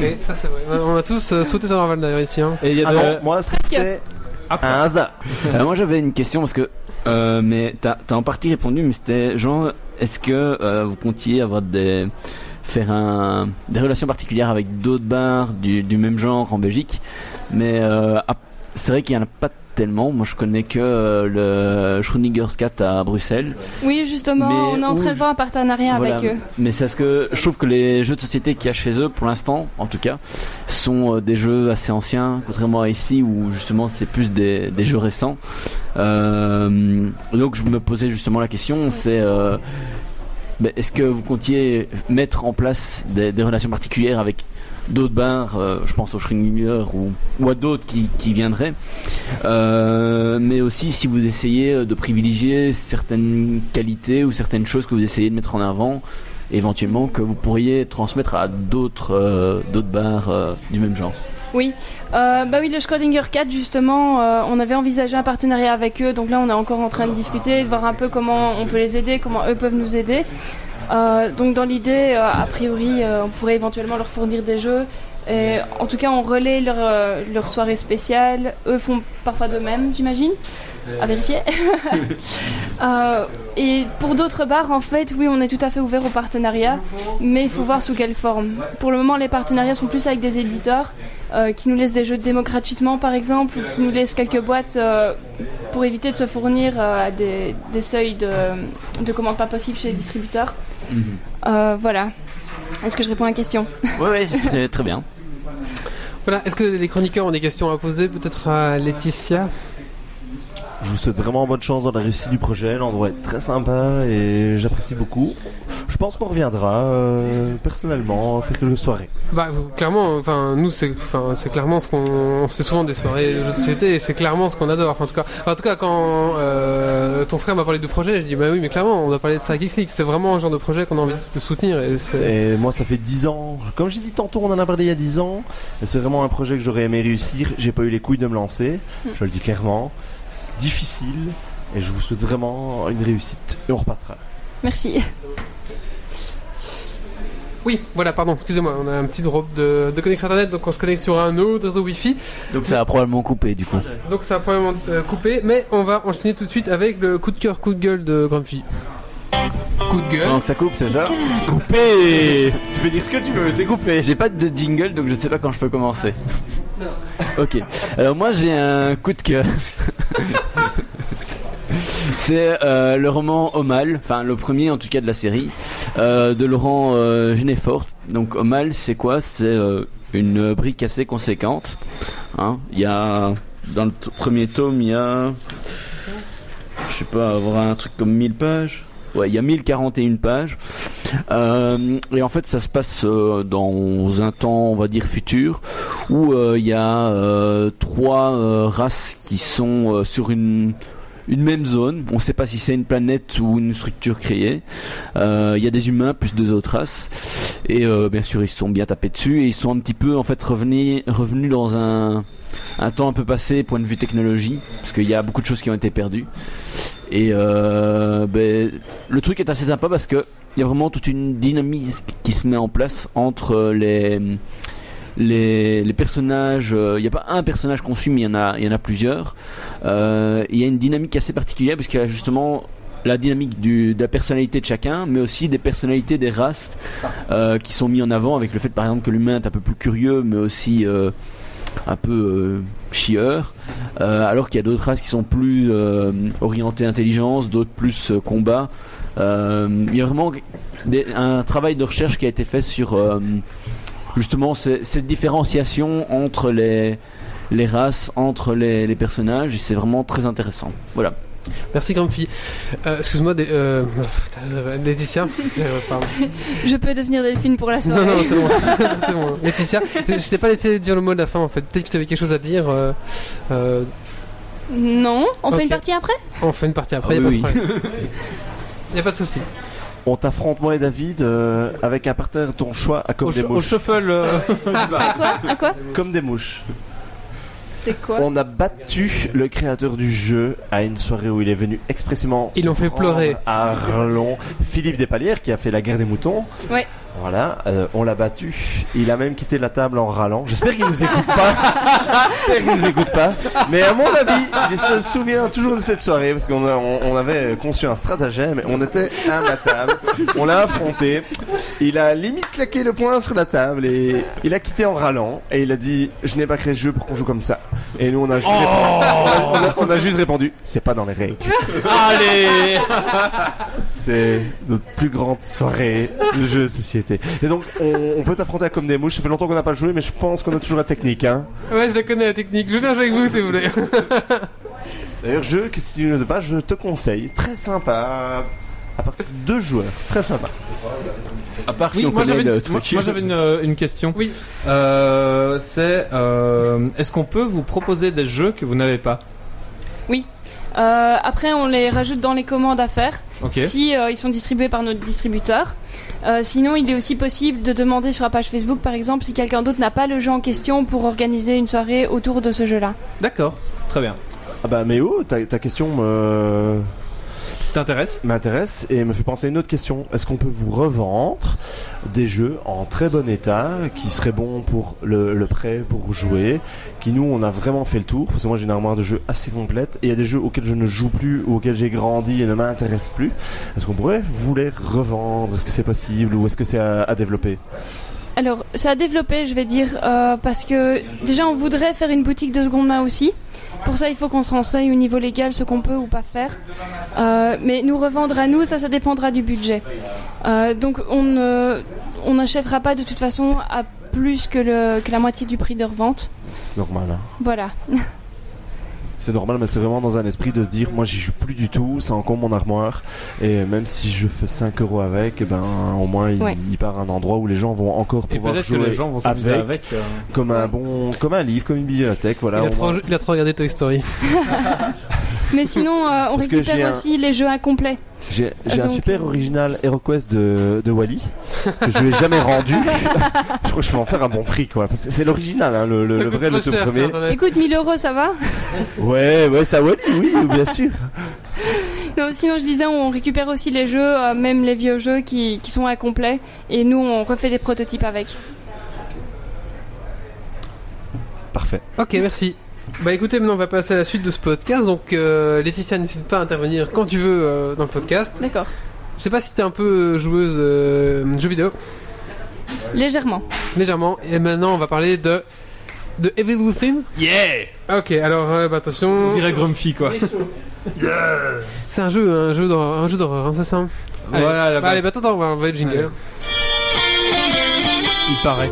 [SPEAKER 2] Et ça, c'est vrai. On a tous euh, sauté sur l'orval d'ailleurs ici. Hein.
[SPEAKER 4] Et il y a
[SPEAKER 1] Ah
[SPEAKER 4] de-
[SPEAKER 1] non, moi c'était
[SPEAKER 4] Ah,
[SPEAKER 1] un hasard.
[SPEAKER 6] Euh, moi j'avais une question parce que euh, mais t'as t'as en partie répondu, mais c'était genre est-ce que euh, vous comptiez avoir des faire un, des relations particulières avec d'autres bars du, du même genre en Belgique, mais euh, à- c'est vrai qu'il n'y en a pas tellement. Moi je connais que euh, le Schrödinger's Cat à Bruxelles.
[SPEAKER 5] Oui, justement,
[SPEAKER 6] Mais
[SPEAKER 5] on est en
[SPEAKER 6] où
[SPEAKER 5] train de
[SPEAKER 6] je-
[SPEAKER 5] voir un partenariat
[SPEAKER 6] Voilà.
[SPEAKER 5] avec euh, eux.
[SPEAKER 6] Mais c'est parce que je trouve que les jeux de société qu'il y a chez eux, pour l'instant, en tout cas, sont euh, des jeux assez anciens, contrairement à ici où justement c'est plus des, des jeux récents. Euh, donc je me posais justement la question, c'est euh, ben, est-ce que vous comptiez mettre en place des, des relations particulières avec d'autres bars, euh, je pense au Schrödinger ou, ou à d'autres qui, qui viendraient, Euh, mais aussi si vous essayez euh, de privilégier certaines qualités ou certaines choses que vous essayez de mettre en avant, éventuellement que vous pourriez transmettre à d'autres euh, d'autres bars euh, du même genre.
[SPEAKER 5] Oui, Euh, bah oui, le Schrödinger 4 justement, euh, on avait envisagé un partenariat avec eux, donc là on est encore en train de discuter, de voir un peu comment on peut les aider, comment eux peuvent nous aider. Euh, donc dans l'idée, euh, a priori, euh, on pourrait éventuellement leur fournir des jeux. Et en tout cas, on relaie leur, euh, leur soirée spéciale. Eux font parfois de même, j'imagine. À vérifier. Euh, et pour d'autres bars, en fait, oui, on est tout à fait ouvert au partenariat, mais il faut voir sous quelle forme. Pour le moment, les partenariats sont plus avec des éditeurs euh, qui nous laissent des jeux de démo gratuitement, par exemple, ou qui nous laissent quelques boîtes euh, pour éviter de se fournir euh, à des, des seuils de, de commandes pas possibles chez les distributeurs. Euh, voilà. Est-ce que je réponds à la question
[SPEAKER 6] Ouais, ouais, c'est très bien.
[SPEAKER 2] Voilà. Est-ce que les chroniqueurs ont des questions à poser, peut-être à Laetitia
[SPEAKER 1] Je vous souhaite vraiment bonne chance dans la réussite du projet. L'endroit est très sympa et j'apprécie beaucoup. Je pense qu'on reviendra euh, personnellement faire quelques soirées.
[SPEAKER 2] Bah vous- clairement, enfin nous c'est, enfin c'est clairement ce qu'on on se fait souvent des soirées de jeux de société et c'est clairement ce qu'on adore. Enfin, en tout cas, enfin, en tout cas quand euh, ton frère m'a parlé du projet, j'ai dit bah oui mais clairement on doit parler de ça à Geeks League. C'est vraiment un genre de projet qu'on a envie de, de soutenir et c'est,
[SPEAKER 1] Et moi, ça fait 10 ans. Comme j'ai dit tantôt, on en a parlé il y a 10 ans. Et C'est vraiment un projet que j'aurais aimé réussir. J'ai pas eu les couilles de me lancer.
[SPEAKER 4] Hmm.
[SPEAKER 1] Je le dis clairement. C'est difficile. Et je vous souhaite vraiment une réussite. Et on repassera.
[SPEAKER 5] Merci.
[SPEAKER 2] oui voilà pardon excusez-moi on a un petit drop de, de connexion internet donc on se connecte sur un autre réseau wifi
[SPEAKER 6] Donc ça va probablement couper du coup.
[SPEAKER 2] donc ça a probablement euh, coupé mais on va enchaîner tout de suite avec le coup de cœur coup de gueule de Grumpy.
[SPEAKER 3] Coup de gueule.
[SPEAKER 6] Donc ça coupe, c'est ça
[SPEAKER 1] Coupé Tu peux dire ce que tu veux, c'est coupé.
[SPEAKER 6] J'ai pas de jingle donc je sais pas quand je peux commencer. ok. Alors moi j'ai un coup de cœur. C'est euh, le roman Omal, enfin le premier en tout cas de la série, euh, de Laurent euh, Genefort. Donc Omal, c'est quoi C'est euh, une brique assez conséquente. Hein il y a dans le t- premier tome, il y a je sais pas, avoir un truc comme 1000 pages. Ouais, il y a 1041 pages. Euh, et en fait, ça se passe euh, dans un temps, on va dire, futur, où euh, il y a euh, trois euh, races qui sont euh, sur une, une même zone. On ne sait pas si c'est une planète ou une structure créée. Euh, il y a des humains plus deux autres races. Et euh, bien sûr, ils se sont bien tapés dessus. Et ils sont un petit peu, en fait, revenus, revenus dans un, un temps un peu passé, point de vue technologie, parce qu'il y a beaucoup de choses qui ont été perdues. Et euh, ben, le truc est assez sympa parce que il y a vraiment toute une dynamique qui se met en place entre euh, les les, les personnages. euh, Il n'y a pas un personnage conçu, mais il y en a il y en a plusieurs. Euh, Il y a une dynamique assez particulière parce qu'il y a justement la dynamique du, de la personnalité de chacun, mais aussi des personnalités des races euh, qui sont mis en avant avec le fait par exemple que l'humain est un peu plus curieux, mais aussi euh, un peu euh, chieur, euh, alors qu'il y a d'autres races qui sont plus euh, orientées intelligence, d'autres plus euh, combat. Euh, il y a vraiment des- un travail de recherche qui a été fait sur euh, justement ce- cette différenciation entre les, les races, entre les, les personnages, et c'est vraiment très intéressant. Voilà.
[SPEAKER 2] Merci Grumpy. Euh, Excuse-moi, des, euh, putain, Laetitia. J'ai- pardon.
[SPEAKER 5] Je peux devenir Delphine pour la soirée.
[SPEAKER 2] Non, non, c'est bon. c'est bon. Laetitia, je je t'ai pas laissé dire le mot de la fin en fait. Peut-être que tu avais quelque chose à dire. euh, euh,
[SPEAKER 5] Non, on
[SPEAKER 2] Ok.
[SPEAKER 5] fait une partie après
[SPEAKER 2] on fait une partie après.
[SPEAKER 6] Ah
[SPEAKER 2] il
[SPEAKER 6] oui,
[SPEAKER 2] n'y a pas de souci.
[SPEAKER 1] On t'affronte, moi et David, euh, avec un partenaire de ton choix à comme,
[SPEAKER 4] Au,
[SPEAKER 1] des
[SPEAKER 4] ch- au
[SPEAKER 1] mouches.
[SPEAKER 4] shuffle. euh,
[SPEAKER 5] À quoi À quoi
[SPEAKER 1] comme des mouches.
[SPEAKER 5] C'est quoi
[SPEAKER 1] On a battu le créateur du jeu à une soirée où il est venu expressément.
[SPEAKER 2] Ils
[SPEAKER 1] se
[SPEAKER 2] l'ont fait
[SPEAKER 1] rendre
[SPEAKER 2] pleurer.
[SPEAKER 1] À Arlon. Philippe Despalières qui a fait la guerre des moutons.
[SPEAKER 5] Ouais.
[SPEAKER 1] Voilà, euh, on l'a battu. Il a même quitté la table en râlant. J'espère qu'il nous écoute pas. J'espère qu'il nous écoute pas. Mais à mon avis, il se souvient toujours de cette soirée parce qu'on a- on, on avait conçu un stratagème. On était imbattable. On l'a affronté. Il a limite claqué le poing sur la table et il a quitté en râlant. Et il a dit Je n'ai pas créé ce jeu pour qu'on joue comme ça. Et nous, on a juste, répondu, on a- on a- on a juste répondu C'est pas dans les règles.
[SPEAKER 4] Allez
[SPEAKER 1] C'est notre plus grande soirée de jeux de société. Et donc, on, on peut t'affronter à comme des mouches. Ça fait longtemps qu'on n'a pas joué, mais je pense qu'on a toujours la technique. Hein.
[SPEAKER 2] Ouais, je la connais la technique. Je vais bien jouer avec vous si vous voulez.
[SPEAKER 1] D'ailleurs, jeu que si tu ne le pas, je te conseille. Très sympa. À partir de deux joueurs. Très sympa.
[SPEAKER 6] À part
[SPEAKER 4] Oui,
[SPEAKER 6] si on
[SPEAKER 4] moi
[SPEAKER 6] connaît
[SPEAKER 4] j'avais
[SPEAKER 6] le
[SPEAKER 4] une, moi-
[SPEAKER 6] truc.
[SPEAKER 4] moi, j'avais une, euh, une question.
[SPEAKER 2] Oui.
[SPEAKER 4] Euh, c'est euh, est-ce qu'on peut vous proposer des jeux que vous n'avez pas
[SPEAKER 5] Euh, Après, on les rajoute dans les commandes à faire.
[SPEAKER 4] Ok.
[SPEAKER 5] si euh, ils sont distribués par notre distributeur. Euh, sinon, il est aussi possible de demander sur la page Facebook, par exemple, si quelqu'un d'autre n'a pas le jeu en question pour organiser une soirée autour de ce jeu-là.
[SPEAKER 4] D'accord. Très bien.
[SPEAKER 1] Ah bah, mais oh, ta, ta question me-
[SPEAKER 4] T'intéresse
[SPEAKER 1] m'intéresse et me fait penser à une autre question. Est-ce qu'on peut vous revendre des jeux en très bon état, qui seraient bons pour le, le prêt, pour jouer, qui nous, on a vraiment fait le tour, parce que moi j'ai une armoire de jeux assez complète, et il y a des jeux auxquels je ne joue plus, ou auxquels j'ai grandi et ne m'intéressent plus. Est-ce qu'on pourrait vous les revendre Est-ce que c'est possible ou est-ce que c'est à, à développer
[SPEAKER 5] Alors, c'est à développer, je vais dire, euh, parce que déjà, on voudrait faire une boutique de seconde main aussi. Pour ça, il faut qu'on se renseigne au niveau légal ce qu'on peut ou pas faire. Euh, mais nous revendre à nous, ça, ça dépendra du budget. Euh, donc, on ne- on n'achètera pas de toute façon à plus que, le, que la moitié du prix de revente.
[SPEAKER 1] C'est normal. hein.
[SPEAKER 5] Voilà.
[SPEAKER 1] C'est normal, mais c'est vraiment dans un esprit de se dire, moi j'y joue plus du tout, ça encombre mon armoire, et même si je fais 5 euros avec, eh ben au moins il,
[SPEAKER 5] Ouais.
[SPEAKER 1] il part à un endroit où les gens vont encore
[SPEAKER 4] Et
[SPEAKER 1] pouvoir
[SPEAKER 4] peut-être que
[SPEAKER 1] jouer
[SPEAKER 4] les gens vont s'amuser
[SPEAKER 1] avec,
[SPEAKER 4] avec. euh.
[SPEAKER 1] comme un bon, comme un livre, comme une bibliothèque, voilà.
[SPEAKER 2] il, a
[SPEAKER 1] on
[SPEAKER 2] trop,
[SPEAKER 1] va-
[SPEAKER 2] il a trop regardé Toy Story.
[SPEAKER 5] Mais sinon, euh, on
[SPEAKER 1] Parce que j'ai
[SPEAKER 5] récupère
[SPEAKER 1] un-
[SPEAKER 5] aussi les jeux incomplets.
[SPEAKER 1] J'ai j'ai un
[SPEAKER 5] donc,
[SPEAKER 1] super
[SPEAKER 5] euh,
[SPEAKER 1] original HeroQuest de, de Wally que je lui ai jamais rendu. je crois que je vais en faire un bon prix, quoi. Parce que c'est l'original, hein, le, le-
[SPEAKER 2] Ça
[SPEAKER 1] le
[SPEAKER 2] coûte
[SPEAKER 1] vrai,
[SPEAKER 2] trop
[SPEAKER 1] le tout
[SPEAKER 2] cher, sur
[SPEAKER 1] premier.
[SPEAKER 2] Internet.
[SPEAKER 5] Écoute, 1000 euros, ça va
[SPEAKER 1] Ouais, ouais, ça Wally, oui, bien sûr.
[SPEAKER 5] Non, sinon je disais, on récupère aussi les jeux, euh, même les vieux jeux qui, qui sont incomplets, et nous on refait des prototypes avec.
[SPEAKER 1] Parfait.
[SPEAKER 2] Ok, merci. Bah écoutez, maintenant on va passer à la suite de ce podcast. Donc euh, Laetitia, n'hésite pas à intervenir quand tu veux euh, dans le podcast.
[SPEAKER 5] D'accord.
[SPEAKER 2] Je sais pas si t'es un peu joueuse euh, jeux vidéo,
[SPEAKER 5] Légèrement.
[SPEAKER 2] légèrement. Et maintenant on va parler de de Evil Within
[SPEAKER 4] Yeah
[SPEAKER 2] Ok, alors euh, bah, attention.
[SPEAKER 4] On dirait Grumpy quoi.
[SPEAKER 2] C'est un jeu, un jeu d'horreur, un jeu d'horreur, hein, c'est ça Allez,
[SPEAKER 4] Voilà la
[SPEAKER 2] bah, Allez,
[SPEAKER 4] base.
[SPEAKER 2] bah attends, attends, on va enlever le jingle.
[SPEAKER 4] Allez. Il paraît.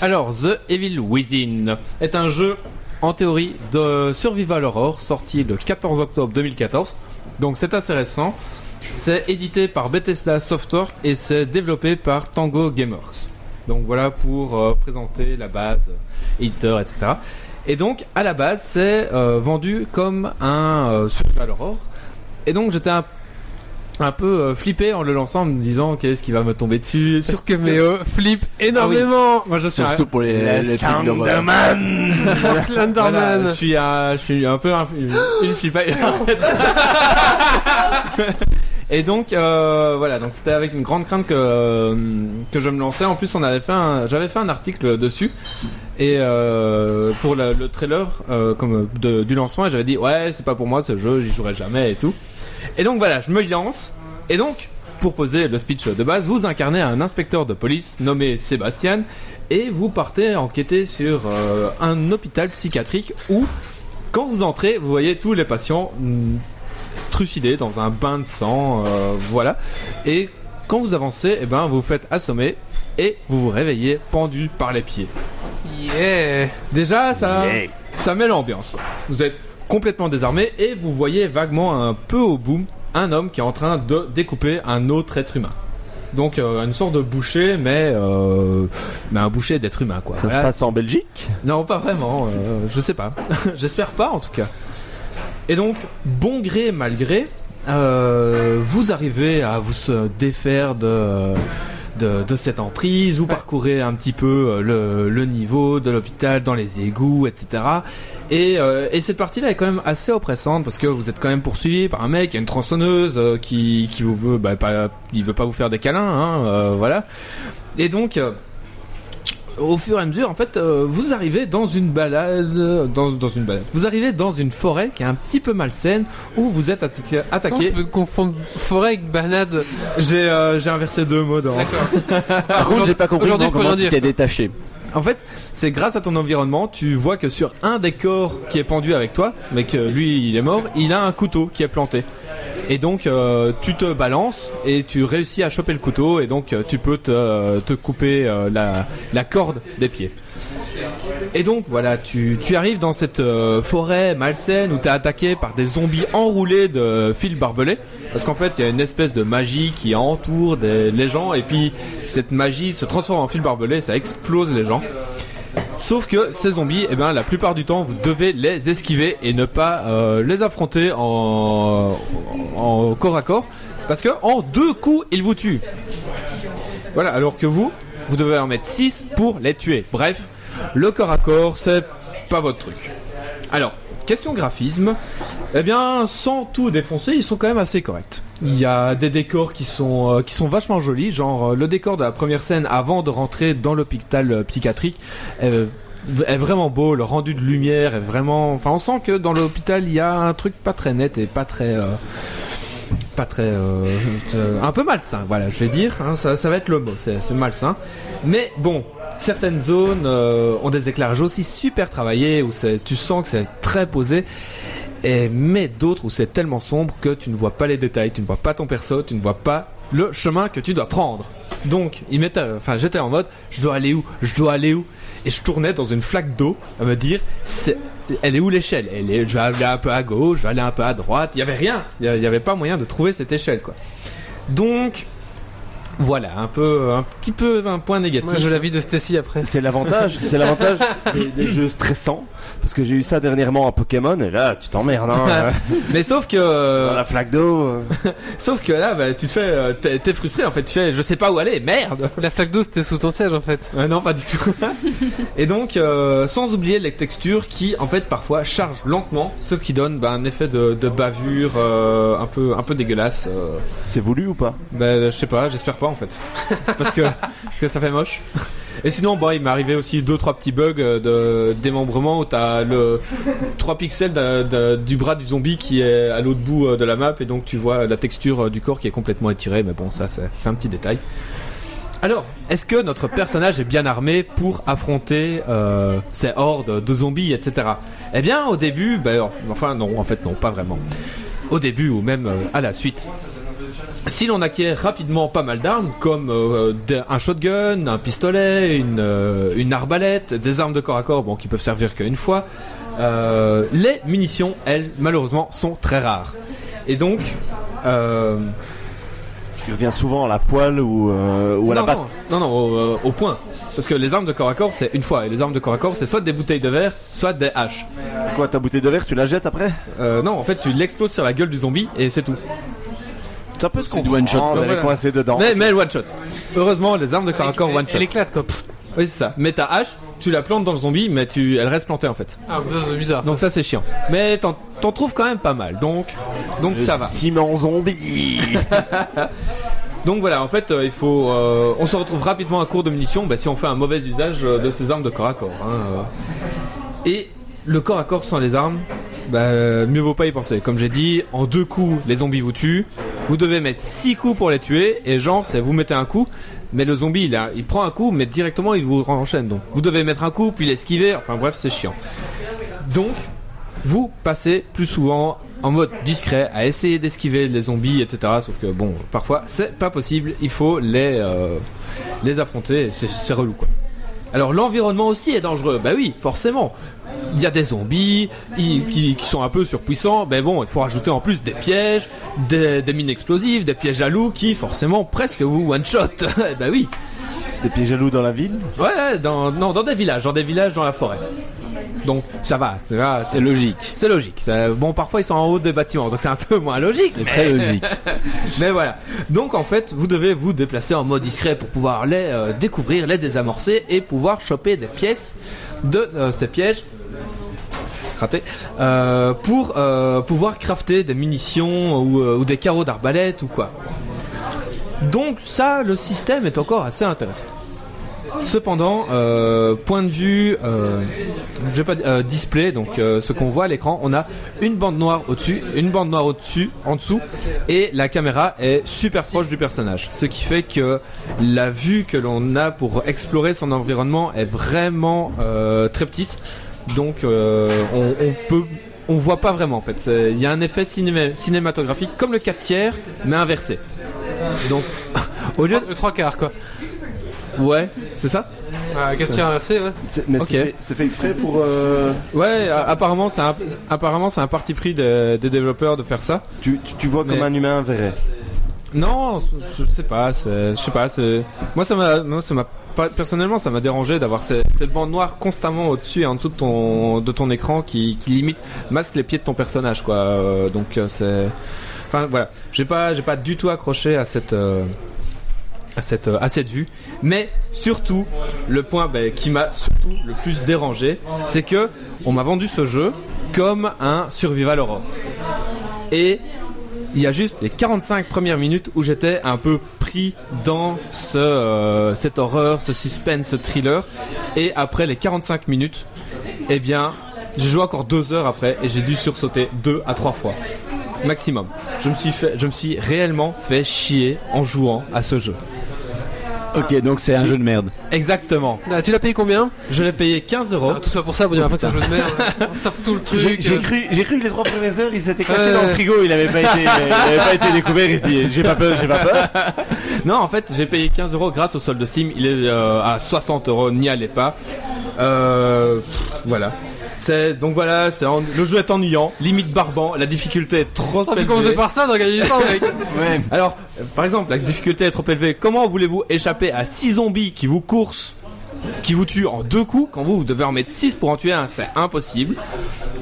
[SPEAKER 4] Alors, The Evil Within est un jeu en théorie de survival horror sorti le 14 octobre 2014. Donc c'est assez récent. C'est édité par Bethesda Software et c'est développé par Tango Gameworks. Donc voilà pour euh, présenter la base, euh, éditeur, etc. Et donc à la base c'est euh, vendu comme un euh, survival horror. Et donc j'étais un, un peu euh, flippé en le lançant en me disant qu'est-ce qui va me tomber dessus.
[SPEAKER 2] Parce que Méo flippe énormément
[SPEAKER 4] Moi je suis
[SPEAKER 6] Surtout pour les, les trucs d'horreur.
[SPEAKER 2] pour Slenderman.
[SPEAKER 4] Voilà, je suis un, je suis un peu un, une fille pas- Et donc euh, voilà, donc c'était avec une grande crainte que euh, que je me lançais. En plus, on avait fait, un- j'avais fait un article dessus et euh, pour la- le trailer euh, comme de- du lancement, et j'avais dit ouais, c'est pas pour moi ce jeu, j'y jouerai jamais et tout. Et donc voilà, je me lance. Et donc pour poser le speech de base, vous incarnez un inspecteur de police nommé Sébastien et vous partez enquêter sur euh, un hôpital psychiatrique où, quand vous entrez, vous voyez tous les patients mm, trucidés dans un bain de sang, euh, voilà. Et quand vous avancez, eh ben, vous vous faites assommer et vous vous réveillez pendu par les pieds.
[SPEAKER 2] Yeah.
[SPEAKER 4] Déjà, ça, ça met l'ambiance. quoi. Vous êtes complètement désarmé et vous voyez vaguement un peu au bout un homme qui est en train de découper un autre être humain. Donc euh, une sorte de boucher, mais, euh, mais un boucher d'être humain quoi.
[SPEAKER 1] Ça se
[SPEAKER 4] Voilà.
[SPEAKER 1] passe en Belgique
[SPEAKER 4] Non, pas vraiment. euh, je sais pas. J'espère pas, en tout cas. Et donc, bon gré malgré, euh, vous arrivez à vous se défaire de, de, de cette emprise. Vous parcourez un petit peu euh, le, le niveau de l'hôpital, dans les égouts, etc. Et, euh, et cette partie-là est quand même assez oppressante parce que vous êtes quand même poursuivi par un mec, il y a une tronçonneuse euh, qui, qui vous veut, bah, pas, il veut pas vous faire des câlins, hein, euh, voilà. Et donc. euh, au fur et à mesure, en fait, euh, vous arrivez dans une balade, euh, dans, dans une balade. Vous arrivez dans une forêt qui est un petit peu malsaine où vous êtes atta-
[SPEAKER 2] Comment tu
[SPEAKER 4] attaqué.
[SPEAKER 2] peux confondre forêt avec banade
[SPEAKER 4] J'ai euh, j'ai inversé deux mots dans.
[SPEAKER 2] D'accord.
[SPEAKER 6] Par contre, j'ai pas compris
[SPEAKER 2] Aujourd'hui, je peux
[SPEAKER 6] comment,
[SPEAKER 2] rien
[SPEAKER 6] comment tu
[SPEAKER 2] dire.
[SPEAKER 6] t'es détaché.
[SPEAKER 4] En fait, c'est grâce à ton environnement, tu vois que sur un des corps qui est pendu avec toi, mais que lui il est mort, il a un couteau qui est planté. Et donc euh, tu te balances et tu réussis à choper le couteau et donc euh, tu peux te, te couper euh, la, la corde des pieds. Et donc voilà, tu, tu arrives dans cette euh, forêt malsaine où t'es attaqué par des zombies enroulés de fils barbelés. Parce qu'en fait, il y a une espèce de magie qui entoure des- les gens et puis cette magie se transforme en fils barbelés, ça explose les gens. Sauf que ces zombies, eh ben, la plupart du temps, vous devez les esquiver et ne pas euh, les affronter en, en corps à corps. Parce que en deux coups, ils vous tuent. Voilà, alors que vous, vous devez en mettre 6 pour les tuer. Bref, le corps à corps, c'est pas votre truc. Alors, question graphisme, eh bien, sans tout défoncer, ils sont quand même assez corrects. Il y a des décors qui sont, euh, qui sont vachement jolis, genre euh, le décor de la première scène avant de rentrer dans l'hôpital euh, psychiatrique euh, v- est vraiment beau, le rendu de lumière est vraiment... Enfin, on sent que dans l'hôpital, il y a un truc pas très net et pas très... euh, pas très euh, euh, un peu malsain voilà je vais dire hein, ça, ça va être le mot c'est c'est malsain mais bon certaines zones euh, ont des éclairages aussi super travaillés où c'est- tu sens que c'est très posé et mais d'autres où c'est tellement sombre que tu ne vois pas les détails tu ne vois pas ton perso tu ne vois pas le chemin que tu dois prendre donc il m'était enfin j'étais en mode je dois aller où je dois aller où et je tournais dans une flaque d'eau à me dire c'est- elle est où l'échelle elle est je vais aller un peu à gauche je vais aller un peu à droite il y avait rien il y a- il y avait pas moyen de trouver cette échelle quoi donc Voilà, un peu, un petit peu un point négatif.
[SPEAKER 2] Moi, je l'avis de Stacy après.
[SPEAKER 1] C'est l'avantage, c'est l'avantage des, des jeux stressants, parce que j'ai eu ça dernièrement à Pokémon, et là, tu t'emmerdes, hein, euh,
[SPEAKER 4] Mais sauf que, euh,
[SPEAKER 1] dans la flaque d'eau. euh.
[SPEAKER 4] sauf que là, bah, tu te fais, euh, t'es t'es frustré en fait. Tu fais, je sais pas où aller, merde.
[SPEAKER 2] La flaque d'eau, c'était sous ton siège en fait.
[SPEAKER 4] Ouais, non, pas du tout. et donc, euh, sans oublier les textures qui, en fait, parfois chargent lentement, ce qui donne bah, un effet de, de bavure euh, un peu, un peu dégueulasse. euh.
[SPEAKER 1] C'est voulu ou pas
[SPEAKER 4] Bah, je sais pas, j'espère pas en fait, parce que, parce que ça fait moche. Et sinon, bah, il m'est arrivé aussi deux trois petits bugs euh, de démembrement où t'as le 3 pixels d'un- d'un- du bras du zombie qui est à l'autre bout euh, de la map et donc tu vois la texture euh, du corps qui est complètement étirée. Mais bon, ça c'est c'est un petit détail. Alors, est-ce que notre personnage est bien armé pour affronter euh, ces hordes de zombies, etc. Eh bien, au début, bah, enfin non, en fait non, pas vraiment. Au début ou même euh, à la suite, si l'on acquiert rapidement pas mal d'armes, comme euh, des- un shotgun, un pistolet, une, euh, une arbalète, des armes de corps à corps, bon, qui peuvent servir qu'une fois, euh, les munitions, elles, malheureusement, sont très rares. Et donc, euh,
[SPEAKER 1] Tu viens souvent à la poêle ou, euh, ou à la
[SPEAKER 4] non,
[SPEAKER 1] batte.
[SPEAKER 4] Non, non, au, euh, au point. Parce que les armes de corps à corps, c'est une fois. Et les armes de corps à corps, c'est soit des bouteilles de verre, soit des haches.
[SPEAKER 1] Quoi, ta bouteille de verre, tu la jettes après
[SPEAKER 4] Euh, non, en fait, tu l'exploses sur la gueule du zombie et c'est tout.
[SPEAKER 1] Ça peut se
[SPEAKER 6] C'est du one-shot.
[SPEAKER 1] comprendre, elle
[SPEAKER 4] Voilà.
[SPEAKER 1] est coincée dedans.
[SPEAKER 4] Mais, mais le one shot. Heureusement, les armes de corps à corps, one shot.
[SPEAKER 2] Elle éclate quoi. Pff.
[SPEAKER 4] Oui, c'est ça. Mais ta hache, tu la plantes dans le zombie, mais tu, elle reste plantée en fait.
[SPEAKER 2] Ah, ça, c'est bizarre.
[SPEAKER 4] Donc ça, c'est chiant. Mais t'en, t'en trouves quand même pas mal. Donc, donc
[SPEAKER 1] Le
[SPEAKER 4] ça va.
[SPEAKER 1] Ciment zombie
[SPEAKER 4] Donc voilà, en fait, euh, il faut, euh, on se retrouve rapidement à court de munitions bah, si on fait un mauvais usage euh, de ces armes de corps à corps. hein, euh. Et le corps à corps sans les armes, bah, euh, mieux vaut pas y penser. Comme j'ai dit, en deux coups, les zombies vous tuent. Vous devez mettre six coups pour les tuer. Et genre, c'est vous mettez un coup, mais le zombie, il, a- il prend un coup, mais directement, il vous enchaîne. Donc, vous devez mettre un coup, puis l'esquiver. Enfin bref, c'est chiant. Donc, vous passez plus souvent en mode discret à essayer d'esquiver les zombies, etc. Sauf que bon, parfois c'est pas possible, il faut les, euh, les affronter, c'est- c'est relou quoi. Alors l'environnement aussi est dangereux, bah oui, forcément. Il y a des zombies ils- qui, qui sont un peu surpuissants, mais bon, il faut rajouter en plus des pièges, des, des mines explosives, des pièges à loups qui forcément presque vous one-shot. bah oui.
[SPEAKER 1] Des pieds jaloux dans la ville
[SPEAKER 4] Ouais, Ouais, dans, non, dans des villages, dans des villages dans la forêt. Donc ça va, ça va, c'est
[SPEAKER 6] logique.
[SPEAKER 4] c'est logique. Ça- bon, parfois ils sont en haut des bâtiments, donc c'est un peu moins logique.
[SPEAKER 6] C'est très logique.
[SPEAKER 4] Mais voilà. Donc en fait, vous devez vous déplacer en mode discret pour pouvoir les euh, découvrir, les désamorcer et pouvoir choper des pièces de euh, ces pièges. Raté. Euh, pour euh, pouvoir crafter des munitions ou, euh, ou des carreaux d'arbalète ou quoi. Donc ça, le système est encore assez intéressant. Cependant, euh, point de vue, euh, je vais pas dire- euh, display, donc euh, ce qu'on voit à l'écran, on a une bande noire au-dessus, une bande noire au-dessus, en dessous, et la caméra est super proche du personnage, ce qui fait que la vue que l'on a pour explorer son environnement est vraiment euh, très petite, donc euh, on, on peut, on voit pas vraiment en fait. C'est- Il y a un effet cinéma- cinématographique comme le 4 tiers, mais inversé. Donc, au lieu
[SPEAKER 2] Le Euh, trois quarts quoi.
[SPEAKER 4] de... ouais, c'est ça.
[SPEAKER 2] Ah, 4 tirs inversés, ouais.
[SPEAKER 1] C'est- Mais
[SPEAKER 4] Ok.
[SPEAKER 1] c'est fait- c'est fait exprès pour. euh,
[SPEAKER 4] Ouais, a- apparemment c'est un, apparemment c'est un parti pris des, des développeurs de faire ça.
[SPEAKER 1] Tu, tu, tu vois comme
[SPEAKER 4] Mais-
[SPEAKER 1] un humain vrai.
[SPEAKER 4] Non, je je sais pas, c'est- je sais pas, c'est moi ça m'a moi, ça m'a pas- personnellement ça m'a dérangé d'avoir ces- cette bande noire constamment au-dessus et en dessous de ton de ton écran qui, qui limite masque les pieds de ton personnage quoi. Euh, donc euh, c'est enfin voilà, j'ai pas j'ai pas du tout accroché à cette euh, à cette, euh, à cette vue. Mais surtout, le point bah, qui m'a surtout le plus dérangé, c'est que on m'a vendu ce jeu comme un survival horror. Et il y a juste les 45 premières minutes où j'étais un peu pris dans ce, euh, cette horreur, ce suspense, ce thriller. Et après les 45 minutes, eh bien, j'ai joué encore deux heures après et j'ai dû sursauter deux à trois fois. Maximum. Je me suis, fait, je me suis réellement fait chier en jouant à ce jeu.
[SPEAKER 6] ok, donc c'est un jeu de merde.
[SPEAKER 4] Exactement.
[SPEAKER 2] Ah, tu l'as payé combien
[SPEAKER 4] Je l'ai payé 15 euros.
[SPEAKER 2] Ah, Tout ça pour ça, pour dire la fois que c'est un jeu de merde. On se tape tout le
[SPEAKER 1] J'ai
[SPEAKER 2] truc.
[SPEAKER 1] j'ai
[SPEAKER 2] euh.
[SPEAKER 1] cru, j'ai cru que les trois premières heures, il s'était caché
[SPEAKER 2] Ouais.
[SPEAKER 1] dans le frigo, il n'avait pas, été- il avait pas été découvert, il se dit j'ai pas peur, j'ai pas peur.
[SPEAKER 4] Non, en fait, j'ai payé 15 euros grâce au solde Steam. Il est euh, à 60 euros, n'y allez pas. Euh, pff, voilà. C'est donc voilà, c'est en- le jeu est ennuyant, limite barbant, la difficulté est
[SPEAKER 2] Oh,
[SPEAKER 4] trop
[SPEAKER 2] On peut
[SPEAKER 4] élevée.
[SPEAKER 2] commencer par ça, donc il y a du temps, mec.
[SPEAKER 4] Alors, euh, par exemple, la difficulté est trop élevée. Comment voulez-vous échapper à 6 zombies qui vous coursent, qui vous tuent en deux coups quand vous, vous devez en mettre 6 pour en tuer un C'est impossible.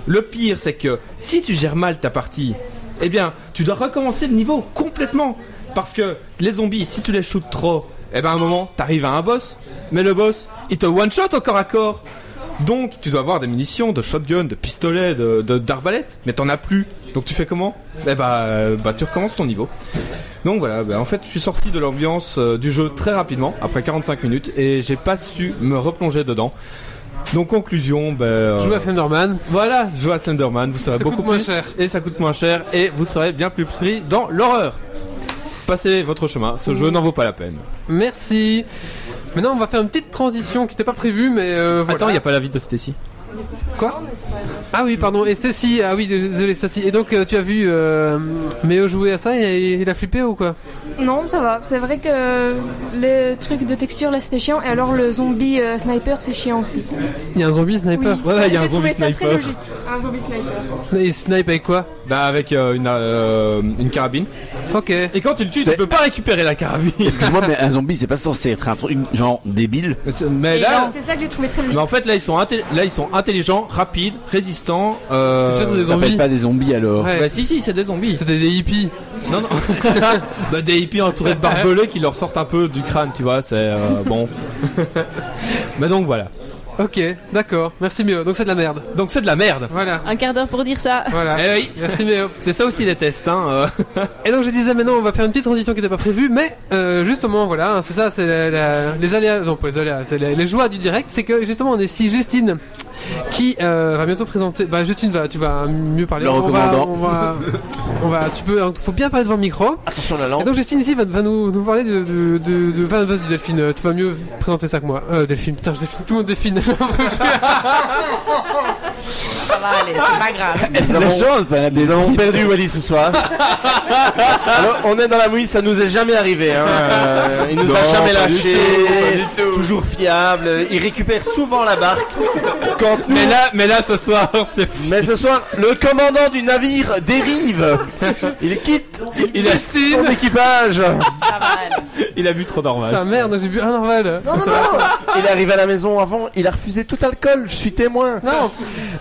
[SPEAKER 4] Le pire, c'est que si tu gères mal ta partie, eh bien, tu dois recommencer le niveau complètement. Parce que les zombies, si tu les shootes trop, eh ben à un moment, t'arrives à un boss, mais le boss, il te one-shot au corps à corps. Donc, tu dois avoir des munitions de shotgun, de pistolet, de de- d'arbalète, mais t'en as plus. Donc, tu fais comment Eh ben, euh, bah, tu recommences ton niveau. Donc voilà, bah, en fait, je suis sorti de l'ambiance euh, du jeu très rapidement, après 45 minutes, et j'ai pas su me replonger dedans. Donc conclusion, bah, euh,
[SPEAKER 2] Joue à Thunderman.
[SPEAKER 4] voilà, jouez à Slenderman, vous serez
[SPEAKER 2] Ça
[SPEAKER 4] beaucoup
[SPEAKER 2] coûte moins
[SPEAKER 4] plus
[SPEAKER 2] cher.
[SPEAKER 4] et ça coûte moins cher et vous serez bien plus pris dans l'horreur. Passez votre chemin, ce jeu n'en vaut pas la peine.
[SPEAKER 2] Merci. Maintenant, on va faire une petite transition qui n'était pas prévue, mais euh, voilà.
[SPEAKER 4] Attends, il y a pas la vie de Stacy.
[SPEAKER 2] Ah oui, pardon. Et Stacy, ah oui, désolé Stacy. Et donc, euh, tu as vu euh, Méo jouer à ça il a, il a flippé ou quoi
[SPEAKER 7] Non, ça va. C'est vrai que le truc de texture là c'était chiant. Et alors le zombie euh, sniper c'est chiant aussi.
[SPEAKER 2] Il y a un zombie sniper.
[SPEAKER 7] Oui,
[SPEAKER 4] Ouais,
[SPEAKER 7] ça,
[SPEAKER 4] il y a un
[SPEAKER 7] j'ai trouvé
[SPEAKER 4] zombie
[SPEAKER 7] ça
[SPEAKER 4] sniper.
[SPEAKER 7] Très logique. Un zombie sniper.
[SPEAKER 2] Et il snipe avec quoi
[SPEAKER 4] Bah avec euh, une, euh, une carabine.
[SPEAKER 2] Ok.
[SPEAKER 4] Et quand tu le tues, tu
[SPEAKER 6] C'est-
[SPEAKER 4] peux pas récupérer la carabine.
[SPEAKER 6] Excuse-moi, mais un zombie, c'est pas censé être un truc genre débile.
[SPEAKER 4] Mais
[SPEAKER 7] Et
[SPEAKER 4] là,
[SPEAKER 7] alors, c'est ça que j'ai trouvé très
[SPEAKER 4] mais
[SPEAKER 7] logique.
[SPEAKER 4] en fait là ils sont inté- là ils sont intelligents, rapides, résistants. Euh...
[SPEAKER 2] C'est sûr, c'est des
[SPEAKER 6] Ça s'appelle
[SPEAKER 2] zombies.
[SPEAKER 6] pas des zombies alors.
[SPEAKER 2] Ouais.
[SPEAKER 4] Bah si si, c'est des zombies.
[SPEAKER 2] C'était des hippies.
[SPEAKER 4] Non, non. bah, des hippies entourés de barbelés qui leur sortent un peu du crâne, tu vois, c'est euh, bon. Mais donc voilà.
[SPEAKER 2] Ok, d'accord. Merci Méo. Donc, c'est de la merde.
[SPEAKER 4] Donc c'est de la merde.
[SPEAKER 2] Voilà.
[SPEAKER 5] Un quart d'heure pour dire ça.
[SPEAKER 2] Voilà.
[SPEAKER 4] Eh oui.
[SPEAKER 2] Merci Méo.
[SPEAKER 4] C'est ça aussi les tests, hein. euh.
[SPEAKER 2] Et donc je disais maintenant on va faire une petite transition qui n'était pas prévue, mais euh, justement voilà, hein, c'est ça, c'est la- la- les aléas, non pas les aléas, c'est les, les joies du direct, c'est que justement on est ici Justine qui euh, va bientôt présenter, bah Justine va, tu vas mieux parler,
[SPEAKER 6] Le
[SPEAKER 2] on va,
[SPEAKER 6] recommandant.
[SPEAKER 2] on va, on va, tu peux, hein, faut bien parler devant le micro.
[SPEAKER 1] Attention la
[SPEAKER 2] Et
[SPEAKER 1] lampe.
[SPEAKER 2] donc Justine ici va, va nous, nous parler de, de, de, de- vas- vas-y Delphine, euh, tu vas mieux présenter ça que moi, euh, Delphine, putain je Delphine, tout le monde Delphine.
[SPEAKER 8] Ça va aller, Bah, c'est pas grave.
[SPEAKER 6] La chance, hein, des
[SPEAKER 1] Nous avons perdu Wally ce soir. Alors, on est dans la mouille, ça nous est jamais arrivé. Hein. Euh, il nous a
[SPEAKER 6] Non,
[SPEAKER 1] jamais
[SPEAKER 6] pas du
[SPEAKER 1] lâché. Toujours fiable. Il récupère souvent la barque. Quand
[SPEAKER 4] mais là, mais là ce soir, c'est
[SPEAKER 1] Mais ce soir, le commandant du navire dérive. Il quitte
[SPEAKER 4] il a
[SPEAKER 1] son équipage.
[SPEAKER 8] Ça va aller.
[SPEAKER 4] il a bu trop normal.
[SPEAKER 1] Ah,
[SPEAKER 2] Putain merde, j'ai bu un normal.
[SPEAKER 1] Non, non, non. Il est arrivé à la maison avant. Il a refusé tout alcool. Je suis témoin.
[SPEAKER 2] Non,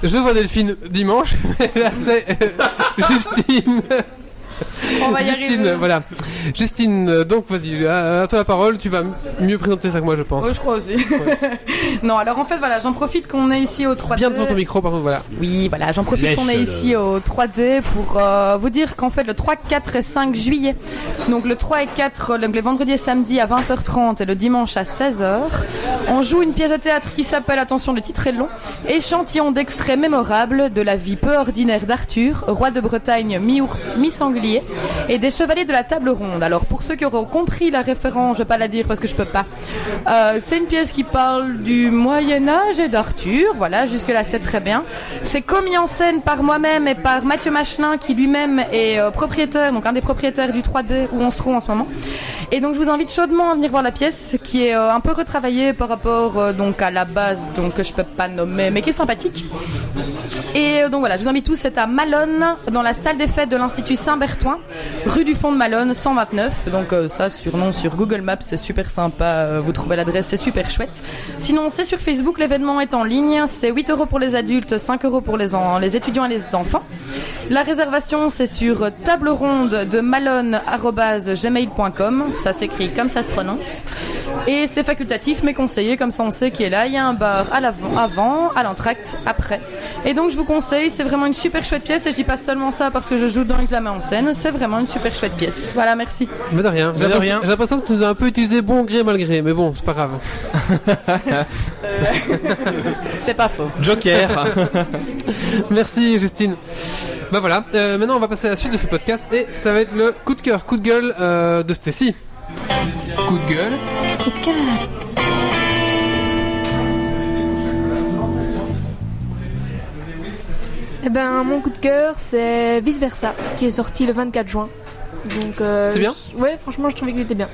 [SPEAKER 2] je vois Delphine dimanche, mais là c'est euh, Justine.
[SPEAKER 5] On va y
[SPEAKER 2] Justine,
[SPEAKER 5] arriver.
[SPEAKER 2] voilà. Justine, euh, donc vas-y, à, à toi la parole, tu vas m- mieux présenter ça que moi, je pense.
[SPEAKER 8] Oh, je crois aussi. non, alors en fait, voilà, j'en profite qu'on est ici au 3D.
[SPEAKER 2] Bien devant ton micro, par contre, voilà.
[SPEAKER 8] Oui, voilà, j'en profite qu'on est ici au 3D pour euh, vous dire qu'en fait, le 3, 4 et 5 juillet, donc le 3 et 4, donc les vendredis et samedis à 20h30 et le dimanche à 16h, on joue une pièce de théâtre qui s'appelle, attention, le titre est long, Échantillon d'extraits mémorables de la vie peu ordinaire d'Arthur, roi de Bretagne, mi-ours, mi-sanglier, et des chevaliers de la table ronde. Alors, pour ceux qui auront compris la référence, je vais pas la dire parce que je peux pas. Euh, c'est une pièce qui parle du Moyen-Âge et d'Arthur. Voilà, jusque-là, c'est très bien. C'est commis en scène par moi-même et par Mathieu Machelin, qui lui-même est euh, propriétaire, donc un des propriétaires du 3D où on se trouve en ce moment. Et donc, je vous invite chaudement à venir voir la pièce, qui est euh, un peu retravaillée par rapport euh, donc à la base, donc que je peux pas nommer, mais qui est sympathique. Et euh, donc voilà, je vous invite tous, c'est à Malone, dans la salle des fêtes de l'Institut Saint-Bertoin, rue du Fond de Malone, 129. Donc euh, ça, surnom sur Google Maps, c'est super sympa, euh, vous trouvez l'adresse, c'est super chouette. Sinon, c'est sur Facebook, l'événement est en ligne, c'est 8 euros pour les adultes, 5 euros pour les, en- les étudiants et les enfants. La réservation, c'est sur table ronde de malone.gmail.com, ça s'écrit comme ça se prononce. Et c'est facultatif, mais conseillé, comme ça on sait qui est là. Il y a un bar à l'avant, avant, à l'entracte, après. Et donc je vous conseille, c'est vraiment une super chouette pièce. Et je dis pas seulement ça parce que je joue dans la main en scène. C'est vraiment une super chouette pièce. Voilà, merci.
[SPEAKER 2] Mais de rien. J'ai
[SPEAKER 4] de
[SPEAKER 2] l'impression-
[SPEAKER 4] rien.
[SPEAKER 2] j'ai l'impression que tu nous as un peu utilisé bon gré, malgré, mais bon, c'est pas grave.
[SPEAKER 8] C'est pas faux.
[SPEAKER 4] Joker.
[SPEAKER 2] Merci, Justine. Bah voilà, euh, maintenant on va passer à la suite de ce podcast et ça va être le coup de cœur, coup de gueule euh, de Stacy. Coup de gueule.
[SPEAKER 7] Eh ben mon coup de cœur c'est Vice Versa qui est sorti le 24 juin. Donc euh,
[SPEAKER 2] C'est bien
[SPEAKER 7] je- Ouais franchement je trouvais qu'il était bien.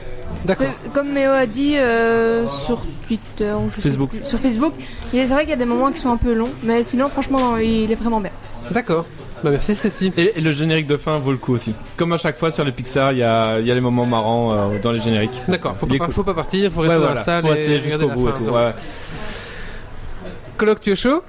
[SPEAKER 2] D'accord.
[SPEAKER 7] C'est- Comme Méo a dit euh, sur Twitter ou je sais
[SPEAKER 4] Facebook.
[SPEAKER 7] plus, sur Facebook, il est- c'est vrai qu'il y a des moments qui sont un peu longs, mais sinon franchement il est vraiment bien.
[SPEAKER 2] D'accord. Bah merci Cécile.
[SPEAKER 4] Et, et le générique de fin vaut le coup aussi. Comme à chaque fois sur les Pixar, il y a, il y a les moments marrants euh, dans les génériques.
[SPEAKER 2] D'accord, faut
[SPEAKER 4] Il est
[SPEAKER 2] pas,
[SPEAKER 4] cool.
[SPEAKER 2] faut pas partir, faut rester
[SPEAKER 4] Ouais,
[SPEAKER 2] dans
[SPEAKER 4] voilà.
[SPEAKER 2] la salle
[SPEAKER 4] Faut
[SPEAKER 2] et
[SPEAKER 4] rester
[SPEAKER 2] regarder
[SPEAKER 4] jusqu'au
[SPEAKER 2] la
[SPEAKER 4] bout et
[SPEAKER 2] fin.
[SPEAKER 4] tout.
[SPEAKER 2] vraiment.
[SPEAKER 4] ouais.
[SPEAKER 2] Coloc, tu es chaud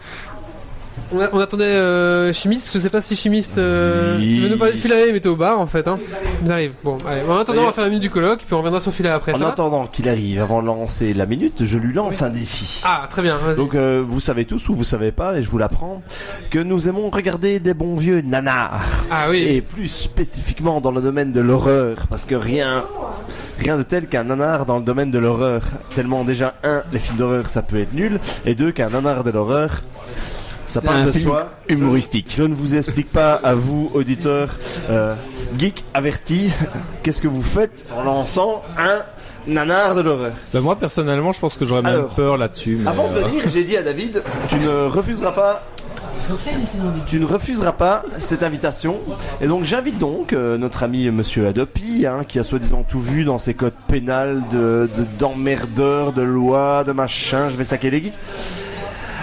[SPEAKER 2] on, a- on attendait euh, chimiste, je sais pas si chimiste. euh,
[SPEAKER 1] Oui.
[SPEAKER 2] Tu veux nous parler de Philae, mais t'es au bar en fait. Hein. J'arrive. Bon, allez. En attendant, on va faire la minute du colloque, puis on reviendra sur Philae après.
[SPEAKER 1] En
[SPEAKER 2] ça va
[SPEAKER 1] attendant qu'il arrive, avant de lancer la minute, je lui lance un défi.
[SPEAKER 2] ah, très bien. vas-y.
[SPEAKER 1] Donc euh, vous savez tous ou vous savez pas, et je vous l'apprends, que nous aimons regarder des bons vieux nanars.
[SPEAKER 2] Ah oui.
[SPEAKER 1] Et plus spécifiquement dans le domaine de l'horreur, parce que rien, rien de tel qu'un nanar dans le domaine de l'horreur. Tellement déjà, un, les films d'horreur ça peut être nul, et deux, qu'un nanar de l'horreur, ça
[SPEAKER 6] un
[SPEAKER 1] parle de
[SPEAKER 6] film
[SPEAKER 1] soi.
[SPEAKER 6] Humoristique.
[SPEAKER 1] Je ne vous explique pas à vous, auditeurs euh, geek avertis, qu'est-ce que vous faites en lançant un nanar de l'horreur.
[SPEAKER 4] Bah, moi personnellement, je pense que j'aurais même
[SPEAKER 1] Alors.
[SPEAKER 4] peur là-dessus. mais,
[SPEAKER 1] Avant de
[SPEAKER 4] euh,
[SPEAKER 1] venir, j'ai dit à David, tu ne refuseras pas. Tu ne refuseras pas cette invitation. Et donc j'invite donc euh, notre ami Monsieur Adopi, hein, qui a soi-disant tout vu dans ses codes pénals de de- d'emmerdeur, de, loi, de machin, je vais saquer les geeks,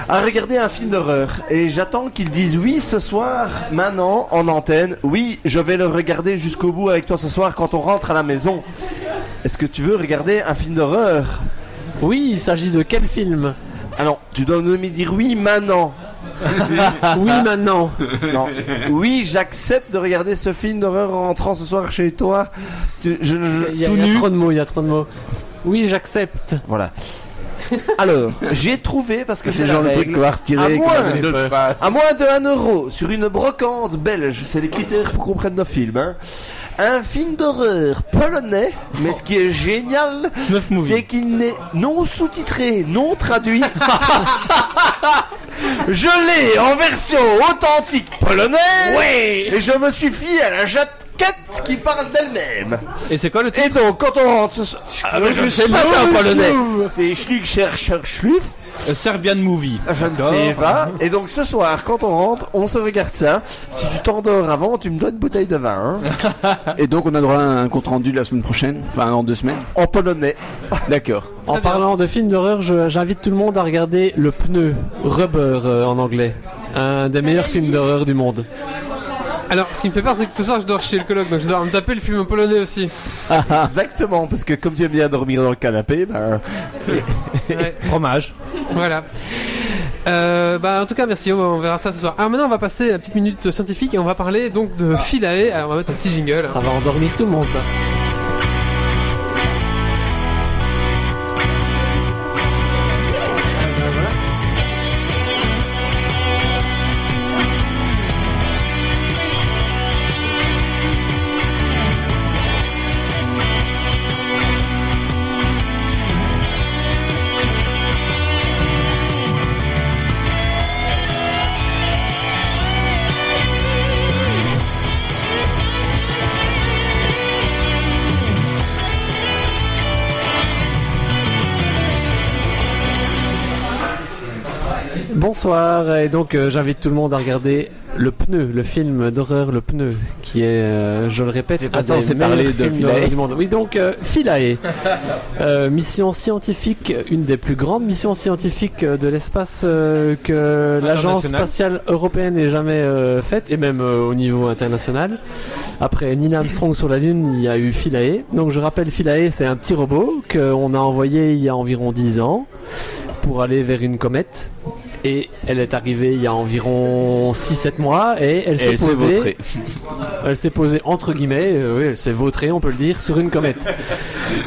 [SPEAKER 1] à regarder un film d'horreur. Et j'attends qu'il dise oui ce soir, maintenant, en antenne. Oui, je vais le regarder jusqu'au bout avec toi ce soir quand on rentre à la maison. Est-ce que tu veux regarder un film d'horreur
[SPEAKER 8] Oui, il s'agit de quel film
[SPEAKER 1] Ah non, tu dois me dire oui maintenant.
[SPEAKER 2] Ah,
[SPEAKER 8] Oui, maintenant.
[SPEAKER 1] Non. Oui, j'accepte de regarder ce film d'horreur en rentrant ce soir chez toi. Tu- je, je-
[SPEAKER 8] Il y a,
[SPEAKER 1] tout
[SPEAKER 8] il y a
[SPEAKER 1] nu.
[SPEAKER 8] trop de mots, il y a trop de mots. Oui, j'accepte.
[SPEAKER 1] Voilà. Alors, j'ai trouvé parce que c'est
[SPEAKER 6] C'est
[SPEAKER 1] la
[SPEAKER 6] genre le truc
[SPEAKER 1] règle,
[SPEAKER 6] qu'on va
[SPEAKER 1] Ah,
[SPEAKER 6] retirer. qu'on
[SPEAKER 1] moi
[SPEAKER 6] a donné deux, trois.
[SPEAKER 1] À moins de 1 euro sur une brocante belge, c'est les critères pour qu'on prenne nos films. hein. Un film d'horreur polonais, mais ce qui est génial,
[SPEAKER 4] Snuff Movie.
[SPEAKER 1] c'est qu'il n'est non sous-titré, non traduit. je l'ai en version authentique polonaise. Et je me suis fié à la jaquette qui parle d'elle-même.
[SPEAKER 4] Et c'est quoi le titre
[SPEAKER 1] Et donc, quand on rentre ce soir. Ah, mais je ne sais pas ça en polonais. C'est Schluck, Schercher, Schluff.
[SPEAKER 4] A Euh, Serbian Movie.
[SPEAKER 1] Je ne sais pas. Et donc ce soir, quand on rentre, on se regarde ça. Si tu t'endors avant, tu me dois une bouteille de vin. hein.
[SPEAKER 6] Et donc on a droit à un compte rendu la semaine prochaine, enfin en deux semaines.
[SPEAKER 1] en polonais.
[SPEAKER 6] D'accord.
[SPEAKER 8] En parlant de films d'horreur, je- j'invite tout le monde à regarder Le Pneu, Rubber euh, en anglais. Un des meilleurs films d'horreur du monde.
[SPEAKER 2] Alors, ce qui me fait peur, c'est que ce soir je dors chez le colloque, donc je dois me taper le film polonais aussi.
[SPEAKER 1] Exactement, parce que comme tu aimes bien dormir dans le canapé, ben,
[SPEAKER 2] Ouais.
[SPEAKER 4] Fromage.
[SPEAKER 2] Voilà. Euh, bah, en tout cas, merci. On va- on verra ça ce soir. Alors maintenant, on va passer à la petite minute scientifique et on va parler donc de Philae. Alors, on va mettre un petit jingle.
[SPEAKER 8] Ah. Ça va endormir tout le monde, ça. Bonsoir, et donc euh, j'invite tout le monde à regarder Le Pneu, le film d'horreur Le Pneu, qui est, euh, je le répète,
[SPEAKER 6] pas
[SPEAKER 8] un
[SPEAKER 6] ça, on
[SPEAKER 8] des
[SPEAKER 6] s'est
[SPEAKER 8] meilleurs
[SPEAKER 6] parlé de
[SPEAKER 8] films
[SPEAKER 6] Philae.
[SPEAKER 8] d'horreur du monde. Oui, donc euh, Philae, Euh, mission scientifique, une des plus grandes missions scientifiques euh, de l'espace euh, que l'agence
[SPEAKER 4] Internationale.
[SPEAKER 8] spatiale européenne ait jamais euh, faite, et même euh, au niveau international. Après Neil Armstrong sur la Lune, il y a eu Philae. Donc je rappelle, Philae, c'est un petit robot qu'on a envoyé il y a environ 10 ans pour aller vers une comète. Et elle est arrivée il y a environ 6-7 mois et elle
[SPEAKER 6] Et
[SPEAKER 8] s'est
[SPEAKER 6] elle s'est
[SPEAKER 8] posée,
[SPEAKER 6] vautrée.
[SPEAKER 8] elle s'est posée entre guillemets, euh, oui, elle s'est vautrée, on peut le dire, sur une comète.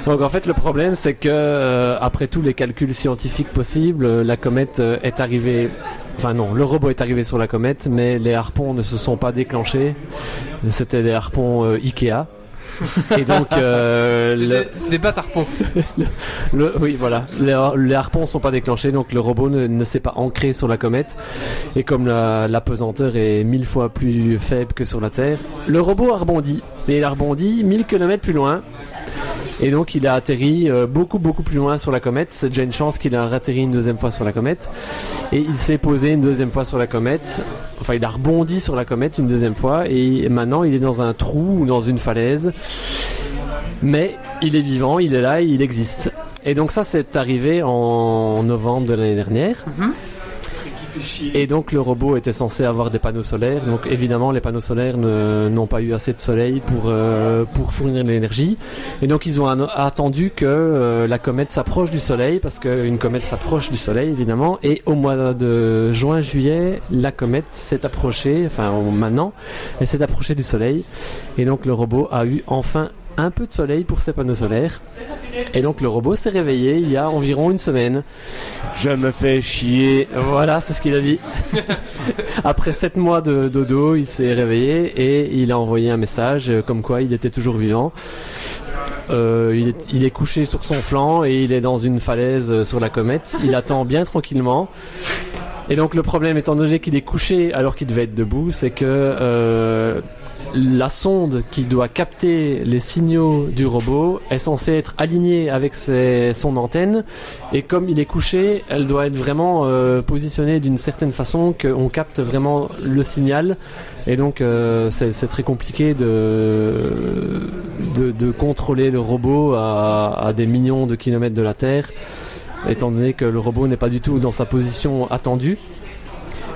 [SPEAKER 8] Donc en fait le problème c'est que euh, après tous les calculs scientifiques possibles, euh, la comète euh, est arrivée, enfin non, le robot est arrivé sur la comète, mais les harpons ne se sont pas déclenchés. C'était des harpons euh, Ikea. Et donc euh, le-
[SPEAKER 2] Des, des bâtards ponts.
[SPEAKER 8] le, oui, voilà. Les, har- les harpons sont pas déclenchés, donc le robot ne, ne s'est pas ancré sur la comète. Et comme la, la pesanteur est mille fois plus faible que sur la Terre, le robot a rebondi. Et il a rebondi 1000 km plus loin. Et donc il a atterri euh, beaucoup beaucoup plus loin sur la comète. C'est déjà une chance qu'il a atterri une deuxième fois sur la comète. Et il s'est posé une deuxième fois sur la comète. Enfin il a rebondi sur la comète une deuxième fois. Et maintenant il est dans un trou ou dans une falaise. Mais il est vivant, il est là, il existe. Et donc ça, c'est arrivé en novembre de l'année dernière. Et donc le robot était censé avoir des panneaux solaires. Donc évidemment les panneaux solaires ne- n'ont pas eu assez de soleil pour, euh, pour fournir de l'énergie. Et donc ils ont an- attendu que euh, la comète s'approche du soleil, parce qu'une comète s'approche du soleil évidemment. Et au mois de juin-juillet, la comète s'est approchée, enfin au- maintenant, elle s'est approchée du soleil. Et donc le robot a eu enfin un peu de soleil pour ses panneaux solaires. Et donc le robot s'est réveillé il y a environ une semaine.
[SPEAKER 1] Je me fais chier.
[SPEAKER 8] Voilà, c'est ce qu'il a dit. Après 7 mois de dodo, il s'est réveillé et il a envoyé un message euh, comme quoi il était toujours vivant. Euh, il, est, il est couché sur son flanc et il est dans une falaise euh, sur la comète. Il attend bien tranquillement. Et donc le problème, étant donné qu'il est couché alors qu'il devait être debout, c'est que euh, la sonde qui doit capter les signaux du robot est censée être alignée avec ses- son antenne. Et comme il est couché, elle doit être vraiment euh, positionnée d'une certaine façon qu'on capte vraiment le signal. Et donc euh, c'est c'est très compliqué de, de, de contrôler le robot à, à des millions de kilomètres de la Terre, étant donné que le robot n'est pas du tout dans sa position attendue.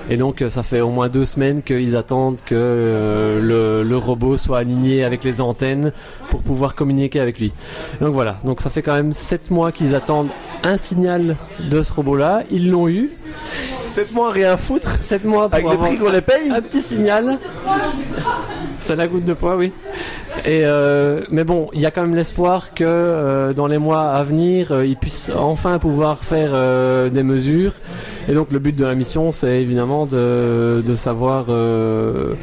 [SPEAKER 8] Et donc euh, ça fait au moins deux semaines qu'ils attendent que euh, le, le robot soit aligné avec les antennes pour pouvoir communiquer avec lui. Donc voilà, donc ça fait quand même sept mois qu'ils attendent un signal de ce robot-là. Ils l'ont eu.
[SPEAKER 1] 7 mois, rien à foutre.
[SPEAKER 8] Sept mois pour
[SPEAKER 1] Avec les
[SPEAKER 8] avoir
[SPEAKER 1] prix qu'on les paye.
[SPEAKER 8] un petit signal. C'est la goutte de poids, oui. Et euh, mais bon, il y a quand même l'espoir que euh, dans les mois à venir, euh, ils puissent enfin pouvoir faire euh, des mesures. Et donc le but de la mission, c'est évidemment de, de savoir euh,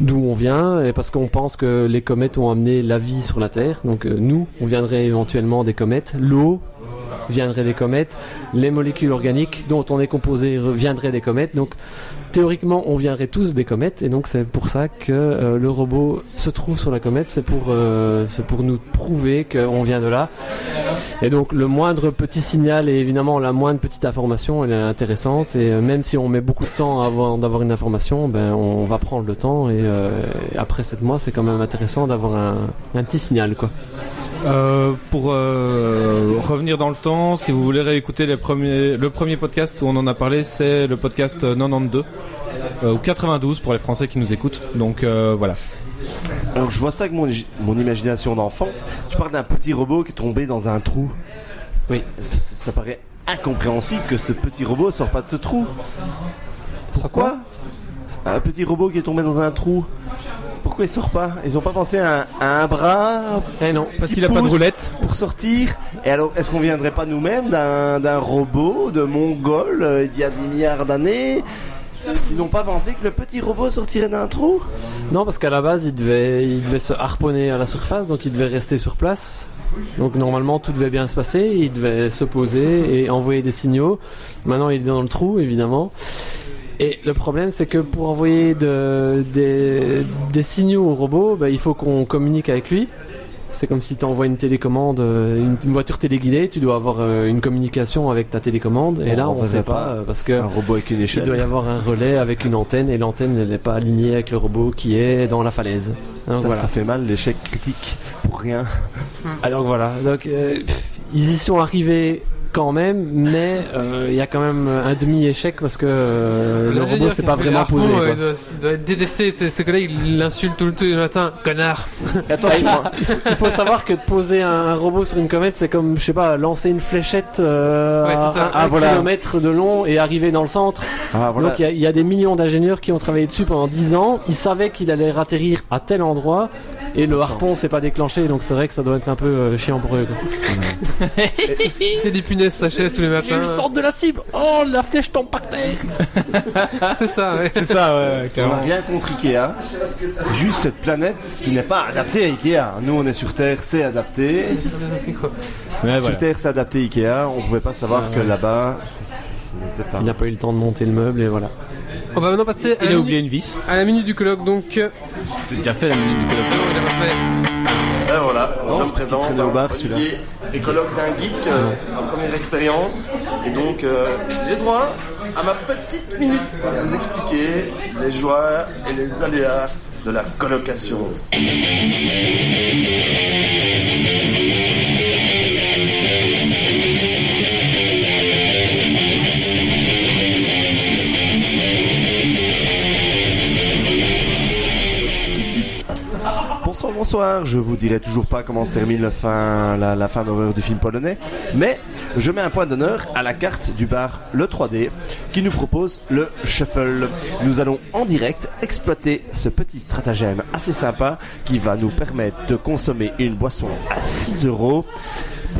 [SPEAKER 8] d'où on vient, et parce qu'on pense que les comètes ont amené la vie sur la Terre. Donc euh, nous, on viendrait éventuellement des comètes. L'eau viendrait des comètes. Les molécules organiques dont on est composé re- viendraient des comètes. Donc théoriquement, on viendrait tous des comètes, et donc c'est pour ça que euh, le robot se trouve sur la comète, c'est pour, euh, c'est pour nous prouver qu'on vient de là. Et donc le moindre petit signal et évidemment la moindre petite information, elle est intéressante, et euh, même si on met beaucoup de temps avant d'avoir une information, ben, on va prendre le temps, et euh, après 7 mois, c'est quand même intéressant d'avoir un, un petit signal. quoi.
[SPEAKER 4] Euh, pour euh, revenir dans le temps, si vous voulez réécouter les premiers, le premier podcast où on en a parlé, c'est le podcast euh, 92 euh, ou 92 pour les Français qui nous écoutent. Donc euh, voilà.
[SPEAKER 1] Alors je vois ça avec mon, mon imagination d'enfant. Tu parles d'un petit robot qui est tombé dans un trou.
[SPEAKER 8] Oui.
[SPEAKER 1] Ça, ça- ça paraît incompréhensible que ce petit robot sorte pas de ce trou. Pourquoi Un petit robot qui est tombé dans un trou. Pourquoi il sort pas Ils ont pas pensé à un, à un bras
[SPEAKER 8] Eh non,
[SPEAKER 4] Parce qu'il a pas de
[SPEAKER 1] pousse
[SPEAKER 4] roulette.
[SPEAKER 1] pour sortir Et alors, est-ce qu'on viendrait pas nous-mêmes d'un d'un robot de Mongol euh, d'il y a des milliards d'années qui n'ont pas pensé que le petit robot sortirait d'un trou
[SPEAKER 8] Non, parce qu'à la base, il devait, il devait se harponner à la surface, donc il devait rester sur place. Donc normalement, tout devait bien se passer. Il devait se poser et envoyer des signaux. Maintenant, il est dans le trou, évidemment. Et le problème, c'est que pour envoyer de- des, des signaux au robot, bah, il faut qu'on communique avec lui. C'est comme si tu envoies une télécommande, euh, une, une voiture téléguidée, tu dois avoir euh, une communication avec ta télécommande. Et
[SPEAKER 1] On
[SPEAKER 8] là,
[SPEAKER 1] en
[SPEAKER 8] on ne
[SPEAKER 1] faisait
[SPEAKER 8] sait pas,
[SPEAKER 1] pas.
[SPEAKER 8] euh, parce que...
[SPEAKER 1] Un robot avec une
[SPEAKER 8] Il
[SPEAKER 1] échelle.
[SPEAKER 8] doit y avoir un relais avec une antenne et l'antenne elle n'est pas alignée avec le robot qui est dans la falaise. Donc
[SPEAKER 1] Ça,
[SPEAKER 8] voilà.
[SPEAKER 1] ça fait mal l'échec critique pour rien.
[SPEAKER 8] Ah, donc voilà. Donc euh, pff, ils y sont arrivés quand même, mais euh, il y a quand même un demi échec parce que euh, le robot s'est pas vraiment posé. quoi.
[SPEAKER 2] euh, Il doit, il doit être détesté. Ses, ses collègues ils l'insultent tout le, tout le matin. Connard.
[SPEAKER 1] Et attention,
[SPEAKER 6] Ah,
[SPEAKER 1] hein,
[SPEAKER 8] Il faut savoir que de poser un, un robot sur une comète, c'est comme je sais pas lancer une fléchette euh,
[SPEAKER 2] Ouais, c'est
[SPEAKER 8] à
[SPEAKER 2] ça.
[SPEAKER 8] un,
[SPEAKER 1] Ah,
[SPEAKER 8] un
[SPEAKER 1] voilà.
[SPEAKER 8] kilomètre de long et arriver dans le centre.
[SPEAKER 1] Ah, voilà.
[SPEAKER 8] Donc il y a- il y, a des millions d'ingénieurs qui ont travaillé dessus pendant 10 ans. Ils savaient qu'il allait atterrir à tel endroit et le harpon s'est pas déclenché. Donc c'est vrai que ça doit être un peu euh, chiant pour eux. quoi.
[SPEAKER 2] Il y a des punaises sa chaise tous les matins.
[SPEAKER 8] de la cible. Oh la flèche tombe par terre.
[SPEAKER 2] Ah, C'est ça, ouais.
[SPEAKER 4] C'est ça, Ah, ouais,
[SPEAKER 1] on n'a rien contre Ikea. C'est juste cette planète qui n'est pas adaptée à Ikea. Nous, on est sur Terre, c'est adapté. Sur Terre, c'est adapté à Ikea. On pouvait pas savoir que là-bas, c'est- c'est- ce n'était pas.
[SPEAKER 8] Il n'a pas eu le temps de monter le meuble et voilà.
[SPEAKER 2] On va maintenant passer à la,
[SPEAKER 4] Il a
[SPEAKER 2] minute,
[SPEAKER 4] oublié une vis.
[SPEAKER 2] à la minute du colloque. Donc, euh,
[SPEAKER 4] C'est déjà fait la minute du
[SPEAKER 2] ah non, il a pas fait.
[SPEAKER 10] Alors voilà,
[SPEAKER 1] Non,
[SPEAKER 10] je
[SPEAKER 1] c'est
[SPEAKER 10] me
[SPEAKER 1] parce qu'il
[SPEAKER 10] présente
[SPEAKER 1] traînait au
[SPEAKER 10] hein,
[SPEAKER 1] bar, celui-là.
[SPEAKER 10] Olivier, écologue d'un geek, euh, ma première expérience. Et donc, euh, j'ai droit à ma petite minute pour vous expliquer les joies et les aléas de la colocation.
[SPEAKER 1] bonsoir. Je vous dirai toujours pas comment se termine la fin, la, la fin d'horreur du film polonais, mais je mets un point d'honneur à la carte du bar Le 3D qui nous propose le shuffle. Nous allons en direct exploiter ce petit stratagème assez sympa qui va nous permettre de consommer une boisson à 6 euros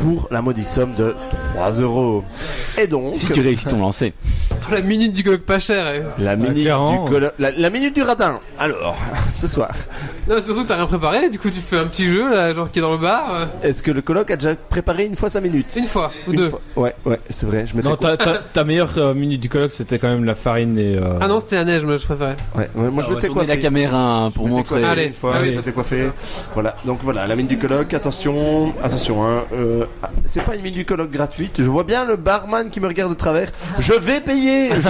[SPEAKER 1] pour la modique somme de 3 euros. Et donc,
[SPEAKER 6] Si tu réussis ton Ah, lancer.
[SPEAKER 2] Oh, la minute du colloque pas cher. eh.
[SPEAKER 1] la minute, du
[SPEAKER 4] clairement.
[SPEAKER 1] colo- la- la minute du radin. Alors, ce soir,
[SPEAKER 2] Non, mais surtout que t'as rien préparé, du coup tu fais un petit jeu là, genre qui est dans le bar. euh,
[SPEAKER 1] est-ce que le colloque a déjà préparé une fois sa minute
[SPEAKER 2] une fois ou
[SPEAKER 1] Une
[SPEAKER 2] deux.
[SPEAKER 1] fois. Ouais, ouais, c'est vrai. Je m'étais
[SPEAKER 4] Non, ta, ta- ta meilleure euh, minute du colloque, c'était quand même la farine et. euh,
[SPEAKER 2] Ah non, c'était la neige, moi je préférais.
[SPEAKER 1] Ouais, ouais, moi je
[SPEAKER 6] Ah, On va
[SPEAKER 1] m'étais
[SPEAKER 6] tourner la
[SPEAKER 1] coiffé.
[SPEAKER 6] caméra hein, pour
[SPEAKER 1] Je m'étais
[SPEAKER 6] montrer.
[SPEAKER 1] coiffé
[SPEAKER 2] Allez,
[SPEAKER 1] une fois,
[SPEAKER 2] allez.
[SPEAKER 1] je m'étais coiffé. Voilà, donc voilà, la mine du colloque, attention, attention, hein, euh, ah, c'est pas une mine du colloque gratuite, je vois bien le barman qui me regarde de travers, je vais payer je- je-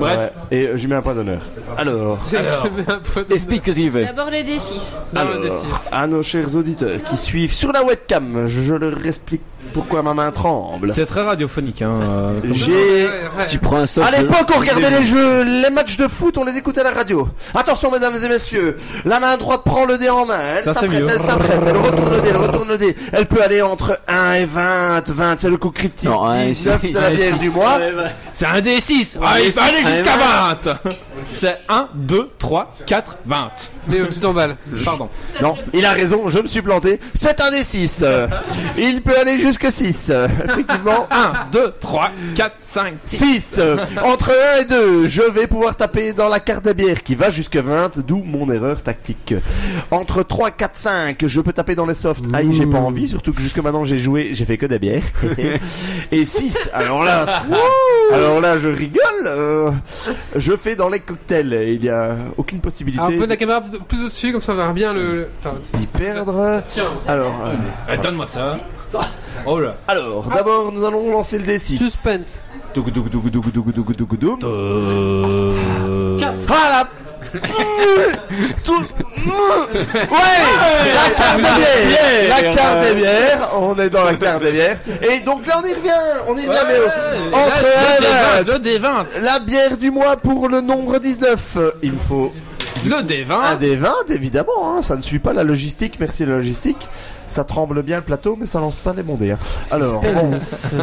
[SPEAKER 4] Bref.
[SPEAKER 1] Ouais, et euh, j'y mets un point d'honneur. Alors,
[SPEAKER 2] J'ai mis un point de-
[SPEAKER 6] Explique ce que tu veux.
[SPEAKER 5] D'abord les D6.
[SPEAKER 2] dans le
[SPEAKER 1] alors,
[SPEAKER 2] D6.
[SPEAKER 1] à nos chers auditeurs qui suivent sur la webcam, je leur explique pourquoi ma main tremble.
[SPEAKER 4] C'est très radiophonique, hein. euh, comme-
[SPEAKER 1] J'ai...
[SPEAKER 2] Ouais, ouais.
[SPEAKER 6] Si tu prends un soft.
[SPEAKER 1] À l'époque, on regardait les jeux, les matchs de foot, on les écoutait à la radio. Attention, mesdames et messieurs, la main droite prend le dé en main. Elle
[SPEAKER 4] Ça, c'est
[SPEAKER 1] s'apprête,
[SPEAKER 4] mieux.
[SPEAKER 1] elle s'apprête, elle retourne le dé, elle retourne le dé. Elle peut aller entre 1 et 20. 20, c'est le coup critique.
[SPEAKER 6] Non, un et
[SPEAKER 1] 19,
[SPEAKER 6] six.
[SPEAKER 1] c'est la bière du mois.
[SPEAKER 4] C'est un D6 Ah, il va aller jusqu'à 20 C'est 1, 2, 3, 4, 20.
[SPEAKER 2] Léo, tu t'emballes.
[SPEAKER 4] Pardon.
[SPEAKER 1] Non, il a raison, je me suis planté. C'est un des 6. Il peut aller jusque 6. Effectivement.
[SPEAKER 4] 1, 2, 3, 4, 5, 6.
[SPEAKER 1] 6 Entre 1 et 2, je vais pouvoir taper dans la carte à bière qui va jusque 20, d'où mon erreur tactique. Entre 3, 4, 5, je peux taper dans les softs. Aïe, j'ai pas envie, surtout que jusque maintenant j'ai joué, j'ai fait que des bières. et 6, alors là, alors là je rigole. euh, je fais dans les cocktails, il y a aucune possibilité
[SPEAKER 2] Alors, pose la caméra plus au-dessus, comme ça on verra bien le. le- Attends,
[SPEAKER 1] d'y perdre. Alors, euh,
[SPEAKER 4] Donne-moi ça. Oh là.
[SPEAKER 1] alors d'abord nous allons lancer le D6.
[SPEAKER 2] Suspense.
[SPEAKER 1] Doug, doug, doug, doug, doug, doug, doug, doug. Ah la Tout- Ouais La carte des bières La carte des bières On est dans la carte des bières Et donc là on y revient On y revient mais euh, Entre un et
[SPEAKER 4] Le D20
[SPEAKER 1] vingt. La bière du mois pour le nombre 19 Euh, Il me faut
[SPEAKER 4] Le
[SPEAKER 1] un
[SPEAKER 6] Hein
[SPEAKER 4] D20
[SPEAKER 1] des 20 évidemment hein. Ça ne suit pas la logistique Merci la logistique ça tremble bien le plateau, mais ça lance pas les bondés. hein. Alors, bon,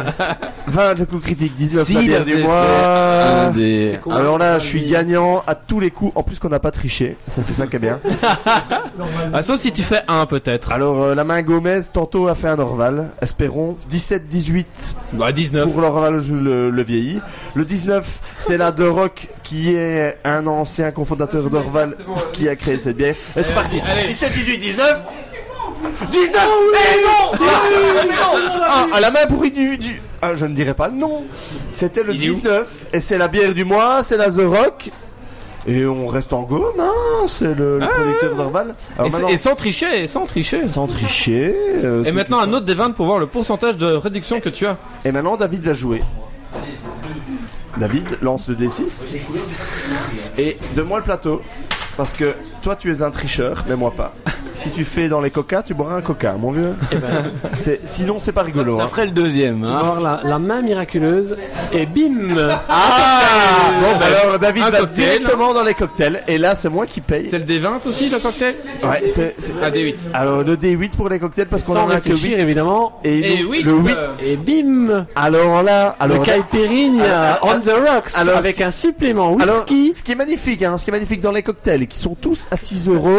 [SPEAKER 1] 20 le coup critique, 19 la
[SPEAKER 6] S'il
[SPEAKER 1] bière du
[SPEAKER 6] avait
[SPEAKER 1] mois. euh,
[SPEAKER 6] Un des. ah,
[SPEAKER 1] Alors là, je suis gagnant à tous les coups. En plus qu'on n'a pas triché, ça c'est ça qui est bien.
[SPEAKER 4] Ah, sauf si tu fais 1 peut-être.
[SPEAKER 1] Alors euh, la main Gomez tantôt a fait un Orval. Espérons 17-18
[SPEAKER 4] Bah, 19.
[SPEAKER 1] pour l'Orval je le, le vieilli. Le 19, c'est la De Rock qui est un ancien
[SPEAKER 4] Ah,
[SPEAKER 1] cofondateur d'Orval qui a créé cette bière. Et c'est parti. 17-18-19.
[SPEAKER 4] Ah,
[SPEAKER 1] 19 Eh non Ah, mais non Ah, à la main pourrie du... du... Ah, je ne dirais pas le nom. C'était le 19, et c'est la bière du mois, c'est la The Rock. Et on reste en gomme, hein, c'est le, le producteur d'Orval. Alors
[SPEAKER 4] Ah. Et,
[SPEAKER 1] maintenant,
[SPEAKER 4] et sans tricher, et sans tricher.
[SPEAKER 1] sans tricher... euh,
[SPEAKER 4] Et
[SPEAKER 1] tout-
[SPEAKER 4] maintenant un autre D20 pour voir le pourcentage de réduction que tu as.
[SPEAKER 1] Et maintenant, David va jouer. David lance le D6. Et donne-moi le plateau. Parce que toi, tu es un tricheur, mais moi pas. Si tu fais dans les coca, tu boiras un coca, mon vieux.
[SPEAKER 4] Eh ben,
[SPEAKER 1] C'est- Sinon, c'est pas rigolo.
[SPEAKER 6] Ça
[SPEAKER 1] hein.
[SPEAKER 6] ferait le deuxième,
[SPEAKER 8] On va
[SPEAKER 6] hein.
[SPEAKER 8] voir la, la main miraculeuse et bim
[SPEAKER 1] Ah Bon, bah alors David
[SPEAKER 4] Un
[SPEAKER 1] va
[SPEAKER 4] cocktail.
[SPEAKER 1] directement dans les cocktails. Et là, c'est moi qui paye.
[SPEAKER 4] C'est le D20 aussi le cocktail
[SPEAKER 1] Ouais, c'est. c'est-
[SPEAKER 4] Ah D8.
[SPEAKER 1] Alors, le D8 pour les cocktails, parce qu'on
[SPEAKER 8] Sans
[SPEAKER 1] en a que 8.
[SPEAKER 8] réfléchir évidemment.
[SPEAKER 1] Et,
[SPEAKER 4] Et
[SPEAKER 1] donc,
[SPEAKER 4] huit,
[SPEAKER 1] le 8.
[SPEAKER 4] euh,
[SPEAKER 8] Et bim
[SPEAKER 1] Alors là, alors
[SPEAKER 8] Le
[SPEAKER 1] là-
[SPEAKER 8] caipirinha
[SPEAKER 1] Ah, ah,
[SPEAKER 8] on the rocks
[SPEAKER 1] alors-
[SPEAKER 8] avec un supplément
[SPEAKER 1] Alors,
[SPEAKER 8] whisky.
[SPEAKER 1] ce qui est magnifique, hein, ce qui est magnifique dans les cocktails, qui sont tous à 6 euros.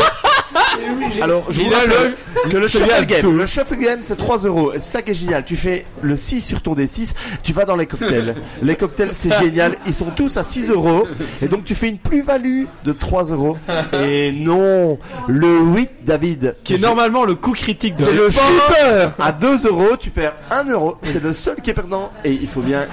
[SPEAKER 4] Eh
[SPEAKER 1] Alors, je vous
[SPEAKER 4] Il a
[SPEAKER 1] rappelle que le shuffle game, le shuffle game, c'est 3 euros. C'est ça qui est génial. Tu fais le 6 sur ton D6, tu vas dans les cocktails. les cocktails, c'est génial. Ils sont tous à 6 euros. Et donc, tu fais une plus-value de 3 euros. Et non, le 8, David.
[SPEAKER 4] Qui est normalement le coup critique de
[SPEAKER 1] C'est
[SPEAKER 4] le
[SPEAKER 1] le shooter à 2 euros, tu perds 1 euro. C'est le seul qui est perdant. Et il faut bien.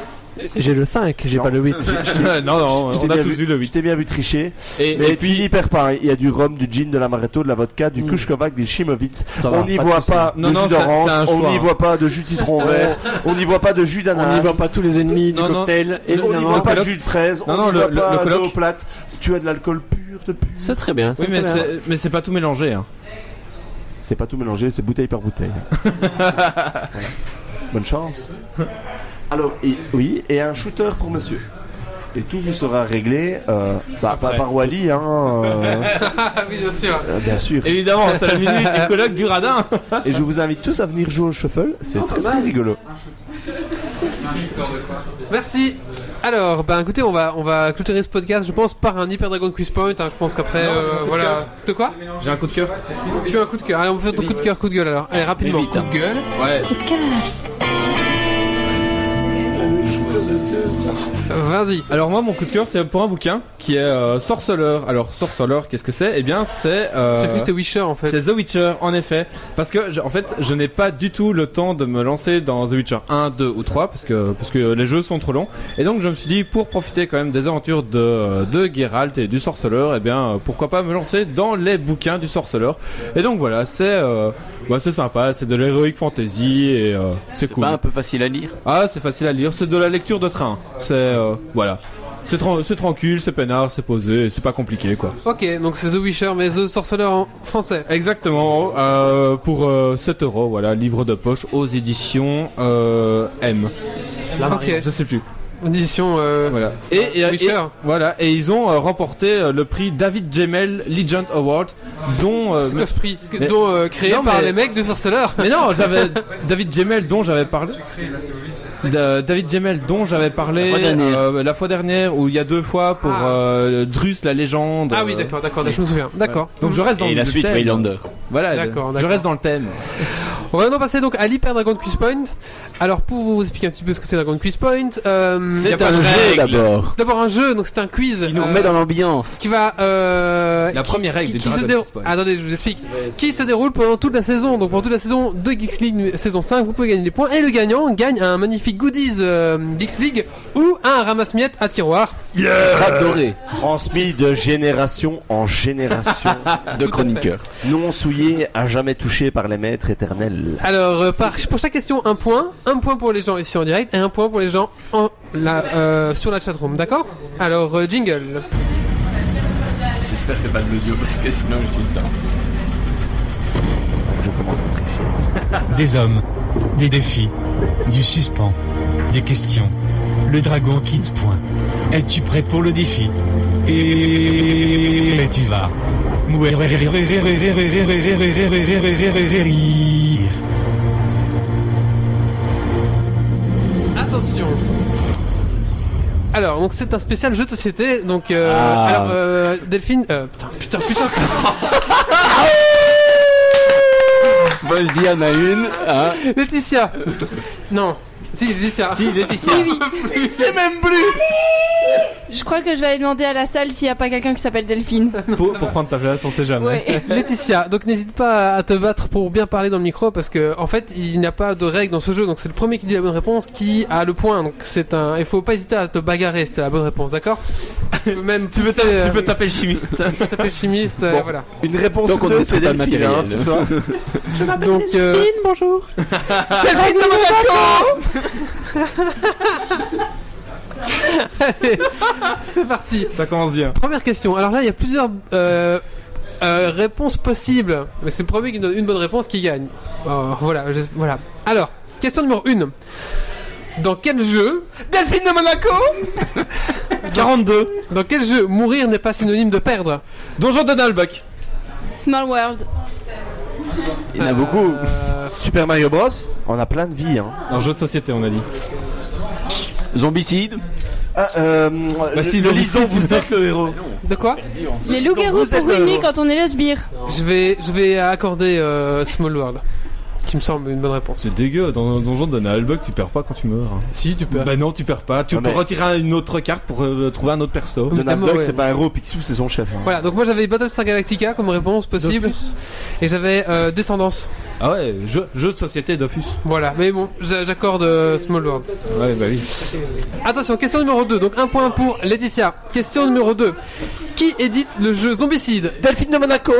[SPEAKER 8] J'ai le 5, j'ai
[SPEAKER 1] Non.
[SPEAKER 8] pas le 8.
[SPEAKER 4] Non non,
[SPEAKER 1] je t'ai
[SPEAKER 4] on a
[SPEAKER 1] bien
[SPEAKER 4] tous
[SPEAKER 1] vu-
[SPEAKER 4] vu le
[SPEAKER 1] Je
[SPEAKER 4] 8.
[SPEAKER 1] t'ai bien vu tricher.
[SPEAKER 4] Et,
[SPEAKER 1] Mais
[SPEAKER 4] et
[SPEAKER 1] tu n'y
[SPEAKER 4] puis Mm.
[SPEAKER 1] perds pas, hein. il y a du rhum, du gin, de l'amaretto, de la vodka, du Kushkovac, des Chimovitz. On n'y voit pas
[SPEAKER 4] Non,
[SPEAKER 1] de
[SPEAKER 4] non,
[SPEAKER 1] jus
[SPEAKER 4] c'est- c'est un
[SPEAKER 1] d'orange,
[SPEAKER 4] choix,
[SPEAKER 1] on n'y
[SPEAKER 4] hein.
[SPEAKER 1] voit pas de jus de citron vert, on n'y voit pas de jus
[SPEAKER 8] On n'y voit
[SPEAKER 1] d'ananas,
[SPEAKER 8] pas tous les ennemis du
[SPEAKER 4] Non, non.
[SPEAKER 8] cocktail. Et
[SPEAKER 1] on n'y
[SPEAKER 8] finalement,
[SPEAKER 1] voit pas de
[SPEAKER 4] colloque.
[SPEAKER 1] jus de fraise,
[SPEAKER 4] Non,
[SPEAKER 1] on
[SPEAKER 4] non,
[SPEAKER 1] n'y
[SPEAKER 4] le-
[SPEAKER 1] voit
[SPEAKER 4] le- le
[SPEAKER 1] pas d'eau
[SPEAKER 4] colloque.
[SPEAKER 1] plate. Tu as de l'alcool pur de pur.
[SPEAKER 8] C'est très bien. c'est
[SPEAKER 4] oui, mais
[SPEAKER 8] très bien.
[SPEAKER 4] c'est- mais c'est pas tout mélangé. Hein.
[SPEAKER 1] C'est pas tout mélangé, c'est bouteille par bouteille. Voilà. Bonne chance. Alors, et- oui, et un shooter pour monsieur. et tout vous sera réglé, euh, bah, pas par Wally, hein, euh,
[SPEAKER 2] Ah oui, bien sûr.
[SPEAKER 1] euh, bien sûr.
[SPEAKER 4] Évidemment, c'est la minute du colloque du radin.
[SPEAKER 1] Et je vous invite tous à venir jouer au shuffle, c'est très très rigolo.
[SPEAKER 2] Merci. Alors, ben écoutez, on va, on va clôturer ce podcast, je pense, par un Hyper Dragon Quiz Point. hein, je pense qu'après, euh, voilà. De quoi
[SPEAKER 4] J'ai un coup de cœur.
[SPEAKER 2] Tu as un coup de cœur. Allez, on fait ton coup de cœur, coup de gueule alors. Allez, rapidement.
[SPEAKER 4] Mais vite,
[SPEAKER 2] coup
[SPEAKER 4] hein.
[SPEAKER 2] de gueule.
[SPEAKER 4] Ouais.
[SPEAKER 2] Vas-y.
[SPEAKER 4] Alors moi, mon coup de cœur, c'est pour un bouquin qui est euh, Sorceller. Alors Sorceller, qu'est-ce que c'est Eh bien, c'est euh,
[SPEAKER 2] J'ai cru que c'était Wisher en fait.
[SPEAKER 4] C'est The Witcher, en effet. Parce que, je- en fait, je n'ai pas du tout le temps de me lancer dans The Witcher 1, 2 ou 3, parce que, parce que les jeux sont trop longs. Et donc, je me suis dit, pour profiter quand même des aventures de, de Geralt et du Sorceleur, eh bien, euh, pourquoi pas me lancer dans les bouquins du Sorceleur. Et donc, voilà, c'est, euh, bah, c'est sympa, c'est de l'héroïque fantasy et euh, c'est cool.
[SPEAKER 6] Pas un peu facile à lire.
[SPEAKER 4] Ah, c'est facile à lire, c'est de la lecture de train. C'est, euh, voilà. C'est tran- c'est tranquille, c'est peinard, c'est posé, c'est pas compliqué, quoi.
[SPEAKER 2] Ok, donc c'est The Wisher, mais The Sorceller en français.
[SPEAKER 4] Exactement, euh, pour euh, 7 euros, voilà, livre de poche aux éditions euh, M.
[SPEAKER 2] Ok.
[SPEAKER 4] Je sais plus.
[SPEAKER 2] Ah, Une édition. euh,
[SPEAKER 4] Voilà. Et, et-
[SPEAKER 2] Witcher.
[SPEAKER 4] et- voilà, et ils ont euh, remporté euh, le prix David Gemmell Legend Award, dont. euh,
[SPEAKER 2] C'est
[SPEAKER 4] mais,
[SPEAKER 2] quoi ce prix que-
[SPEAKER 4] mais-
[SPEAKER 2] dont, euh, créé
[SPEAKER 4] Non,
[SPEAKER 2] par
[SPEAKER 4] mais- Euh,
[SPEAKER 2] les mecs de Sorceller
[SPEAKER 4] mais non, j'avais David Gemmell dont j'avais parlé. Da- David Gemmell dont j'avais parlé
[SPEAKER 6] La fois dernière.
[SPEAKER 4] euh, la fois dernière, ou il y a deux fois pour
[SPEAKER 2] Ah.
[SPEAKER 4] euh, Drus la légende.
[SPEAKER 2] Ah oui,
[SPEAKER 4] euh,
[SPEAKER 2] d'accord, d'accord, je me souviens. D'accord.
[SPEAKER 4] Donc je reste dans
[SPEAKER 6] Et
[SPEAKER 4] le
[SPEAKER 6] la
[SPEAKER 4] le
[SPEAKER 6] suite,
[SPEAKER 4] thème.
[SPEAKER 6] Waylander.
[SPEAKER 4] Voilà,
[SPEAKER 2] D'accord,
[SPEAKER 4] je
[SPEAKER 2] d'accord.
[SPEAKER 4] reste dans le thème.
[SPEAKER 2] On va maintenant passer donc à l'Hyper Dragon Quiz Point. Alors pour vous expliquer un petit peu ce que c'est Dragon Quiz Point, euh,
[SPEAKER 6] C'est un jeu d'abord.
[SPEAKER 2] c'est d'abord un jeu, donc c'est un quiz.
[SPEAKER 6] Qui nous
[SPEAKER 2] euh,
[SPEAKER 6] remet dans l'ambiance.
[SPEAKER 2] qui va euh,
[SPEAKER 4] La
[SPEAKER 2] qui-
[SPEAKER 4] première règle
[SPEAKER 2] qui,
[SPEAKER 4] du
[SPEAKER 2] qui se
[SPEAKER 4] Dragon
[SPEAKER 2] déroule
[SPEAKER 4] Quest Point.
[SPEAKER 2] attendez je vous explique qui se déroule pendant toute la saison donc pendant toute la saison de Geeks League saison 5 vous pouvez gagner des points et le gagnant gagne un magnifique goodies euh, Geeks League ou un ramasse-miettes à tiroir
[SPEAKER 6] Frappe dorée
[SPEAKER 1] Euh, Transmis de génération en génération,
[SPEAKER 6] de chroniqueur.
[SPEAKER 1] non souillé, à jamais touché par les maîtres éternels.
[SPEAKER 2] alors euh, par, pour chaque question un point un point pour les gens ici en direct et un point pour les gens en, la, euh, sur la chatroom d'accord alors euh, jingle
[SPEAKER 11] J'espère que c'est pas de l'audio parce que sinon je suis dedans.
[SPEAKER 1] Je commence à tricher.
[SPEAKER 11] Des hommes, des défis, du suspens, des questions. Le dragon kids point. Es-tu prêt pour le défi Et tu vas.
[SPEAKER 2] attention alors donc c'est un spécial jeu de société donc euh,
[SPEAKER 6] Ah.
[SPEAKER 2] alors euh, Delphine euh, putain putain putain
[SPEAKER 6] Bah, je dis, il y en a une. hein.
[SPEAKER 2] Laetitia Non. Si, Laetitia. Si, Laetitia.
[SPEAKER 5] Oui, Je crois que je vais aller demander à la salle s'il n'y a pas quelqu'un qui s'appelle Delphine.
[SPEAKER 4] Pour, pour prendre ta place, on sait jamais.
[SPEAKER 5] Ouais.
[SPEAKER 2] Laetitia, donc n'hésite pas à te battre pour bien parler dans le micro parce que en fait il n'y a pas de règle dans ce jeu donc c'est le premier qui dit la bonne réponse qui a le point donc c'est un il faut pas hésiter à te bagarrer c'était la bonne réponse d'accord tu peux même
[SPEAKER 4] Tu peux,
[SPEAKER 2] pousser,
[SPEAKER 4] taper,
[SPEAKER 2] euh,
[SPEAKER 4] tu peux taper le chimiste.
[SPEAKER 2] tu peux taper le chimiste euh,
[SPEAKER 1] Bon.
[SPEAKER 2] voilà
[SPEAKER 1] Une réponse
[SPEAKER 6] Donc,
[SPEAKER 1] Donc
[SPEAKER 6] on ne
[SPEAKER 1] deux,
[SPEAKER 6] sait
[SPEAKER 1] c'est
[SPEAKER 6] pas le
[SPEAKER 1] Delphine,
[SPEAKER 6] matériel.
[SPEAKER 1] hein, ce soir.
[SPEAKER 2] donc euh,
[SPEAKER 1] Delphine de Monaco
[SPEAKER 2] c'est parti
[SPEAKER 4] Ça commence bien.
[SPEAKER 2] première question alors là il y a plusieurs euh, euh, réponses possibles mais c'est le premier qui donne une bonne réponse qui gagne Oh, voilà je- voilà alors question numéro 1 dans quel jeu
[SPEAKER 1] Delphine de Monaco
[SPEAKER 4] 42.
[SPEAKER 2] Dans quel jeu mourir n'est pas synonyme de perdre
[SPEAKER 4] Donjon d'Analbuck.
[SPEAKER 5] Small World.
[SPEAKER 6] Il y en a beaucoup.
[SPEAKER 2] Euh,
[SPEAKER 1] Super Mario Bros On a plein de vies, hein.
[SPEAKER 4] Un jeu de société, on a dit.
[SPEAKER 6] Zombicide.
[SPEAKER 1] Ah, euh, le-
[SPEAKER 4] si,
[SPEAKER 1] le
[SPEAKER 4] Zombicide,
[SPEAKER 1] Lison,
[SPEAKER 4] vous
[SPEAKER 1] vous êtes le héros.
[SPEAKER 2] De quoi
[SPEAKER 5] Les loups-garous
[SPEAKER 1] vous êtes
[SPEAKER 5] pour
[SPEAKER 1] le-
[SPEAKER 5] Rumi quand on est le sbire.
[SPEAKER 2] Je vais, je vais accorder euh, Small World, qui me semble une bonne réponse.
[SPEAKER 4] C'est dégueu, dans Donjon d'Analbuck, tu perds pas quand tu meurs.
[SPEAKER 2] Si, tu peux.
[SPEAKER 4] Bah non, tu perds pas. Tu
[SPEAKER 1] Non,
[SPEAKER 4] peux
[SPEAKER 1] mais-
[SPEAKER 4] retirer une autre carte pour euh, trouver un autre perso.
[SPEAKER 2] Oui.
[SPEAKER 1] Donald
[SPEAKER 2] Notamment,
[SPEAKER 1] Duck,
[SPEAKER 2] ouais.
[SPEAKER 1] c'est pas un héros, Picsou, c'est son chef. hein.
[SPEAKER 2] Voilà, donc moi j'avais Battlestar Galactica comme réponse possible, et j'avais euh, Descendance.
[SPEAKER 4] Ah ouais, jeu, jeu de société Dofus.
[SPEAKER 2] Voilà, mais bon, j'a- j'accorde euh, Small World.
[SPEAKER 4] Ouais, bah oui.
[SPEAKER 2] Attention, question numéro 2, donc un point pour Laetitia. Question numéro 2. Qui édite le jeu Zombicide
[SPEAKER 1] Delphine de Monaco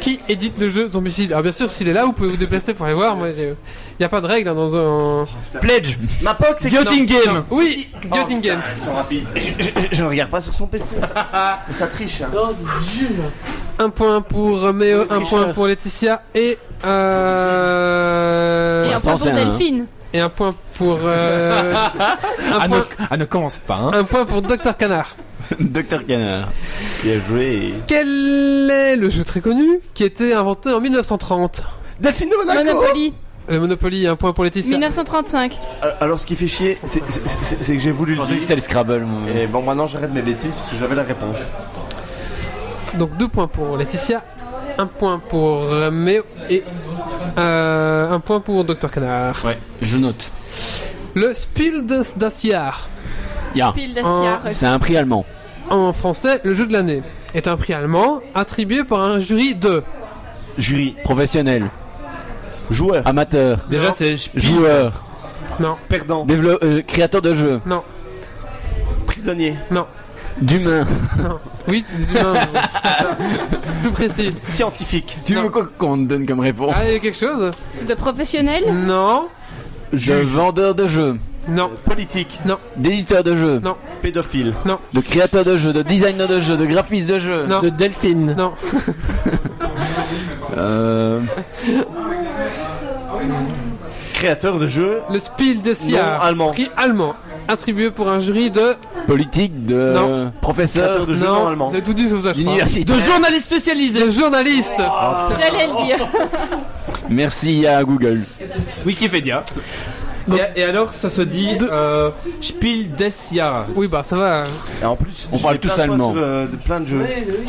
[SPEAKER 2] Qui édite le jeu Zombicide Alors bien sûr, s'il est là, vous pouvez vous déplacer pour aller voir. Moi, il n'y a pas de règle hein, dans un...
[SPEAKER 1] Pledge Ma poque, c'est Oh,
[SPEAKER 4] Guillotine Game.
[SPEAKER 2] Oui, Guillotine Games.
[SPEAKER 1] Ils sont rapides. Je, je- je ne regarde pas sur son PC, ça, ça- ça triche. hein.
[SPEAKER 2] Un point pour Roméo, un point pour Laetitia et euh...
[SPEAKER 5] Et un
[SPEAKER 6] l'instant,
[SPEAKER 5] peu pour
[SPEAKER 6] c'est un,
[SPEAKER 8] Euh,
[SPEAKER 6] hein.
[SPEAKER 5] Delphine.
[SPEAKER 2] Et un point pour. euh, un,
[SPEAKER 4] Ah,
[SPEAKER 2] point,
[SPEAKER 4] ne, ah, ne commence pas, hein.
[SPEAKER 2] un point pour Docteur Canard.
[SPEAKER 6] Docteur Canard. Bien joué.
[SPEAKER 2] Quel est le jeu très connu qui était inventé en 1930
[SPEAKER 1] Delphine Monaco
[SPEAKER 5] Monopoly,
[SPEAKER 2] Le Monopoly, un point pour Laetitia.
[SPEAKER 1] Alors,
[SPEAKER 5] 1935.
[SPEAKER 1] Euh, Alors, ce qui fait chier, c'est c'est- c'est- c'est que j'ai voulu
[SPEAKER 6] Je
[SPEAKER 1] le
[SPEAKER 6] pensais que
[SPEAKER 1] dire.
[SPEAKER 6] c'était le Scrabble. moi.
[SPEAKER 1] Et bon, maintenant j'arrête mes bêtises parce que j'avais la réponse.
[SPEAKER 2] Donc deux points pour Laetitia, un point pour euh, Méo et euh, un point pour Docteur Canard.
[SPEAKER 6] Ouais, je note.
[SPEAKER 2] Le Spiel des Daciar,
[SPEAKER 6] Ya.
[SPEAKER 5] Pile euh, d'acier.
[SPEAKER 6] C'est un prix allemand.
[SPEAKER 2] en français le jeu de l'année, est un prix allemand attribué par un jury de.
[SPEAKER 1] Jury,
[SPEAKER 6] Professionnel,
[SPEAKER 1] joueur,
[SPEAKER 6] amateur,
[SPEAKER 2] Déjà c'est
[SPEAKER 6] joueur,
[SPEAKER 2] non
[SPEAKER 1] perdant,
[SPEAKER 6] dévelop- euh, créateur de jeux,
[SPEAKER 2] non
[SPEAKER 1] prisonnier,
[SPEAKER 2] non
[SPEAKER 6] d'humains.
[SPEAKER 2] oui c'est des humains, mais- plus précis.
[SPEAKER 1] scientifique,
[SPEAKER 6] Tu
[SPEAKER 2] Non.
[SPEAKER 6] veux quoi qu'on te donne comme réponse
[SPEAKER 2] Ah il y a quelque chose
[SPEAKER 5] De professionnel
[SPEAKER 2] Non
[SPEAKER 6] De vendeur de jeux,
[SPEAKER 2] non
[SPEAKER 1] politique,
[SPEAKER 6] d'éditeur de jeux,
[SPEAKER 2] Non.
[SPEAKER 1] pédophile,
[SPEAKER 6] de créateur de jeux, de designer de jeux, de graphiste Euh, de jeux.
[SPEAKER 2] non
[SPEAKER 8] De Delphine.
[SPEAKER 2] non
[SPEAKER 6] Euh,
[SPEAKER 1] créateur de jeux,
[SPEAKER 2] le Spiel des
[SPEAKER 1] non
[SPEAKER 2] Jahres,
[SPEAKER 1] allemand,
[SPEAKER 2] prix allemand attribué pour un jury de
[SPEAKER 6] politique, de
[SPEAKER 2] Non.
[SPEAKER 1] créateur
[SPEAKER 6] professeur,
[SPEAKER 1] de jeux non
[SPEAKER 2] non
[SPEAKER 1] allemand.
[SPEAKER 2] de tout dit sauf ça je crois.
[SPEAKER 6] d'universitaire.
[SPEAKER 2] journaliste spécialisé de journaliste
[SPEAKER 5] J'allais le dire.
[SPEAKER 6] Merci à Google.
[SPEAKER 4] Wikipédia.
[SPEAKER 2] Donc-
[SPEAKER 4] et, et alors, ça se dit
[SPEAKER 2] De-
[SPEAKER 4] euh, Spiel des Jahres.
[SPEAKER 2] oui bah ça va
[SPEAKER 1] Et en plus,
[SPEAKER 6] On
[SPEAKER 1] j'ai
[SPEAKER 6] parle
[SPEAKER 1] fait plein
[SPEAKER 6] tous
[SPEAKER 1] de fois
[SPEAKER 6] allemand.
[SPEAKER 1] sur, euh, de plein de jeux.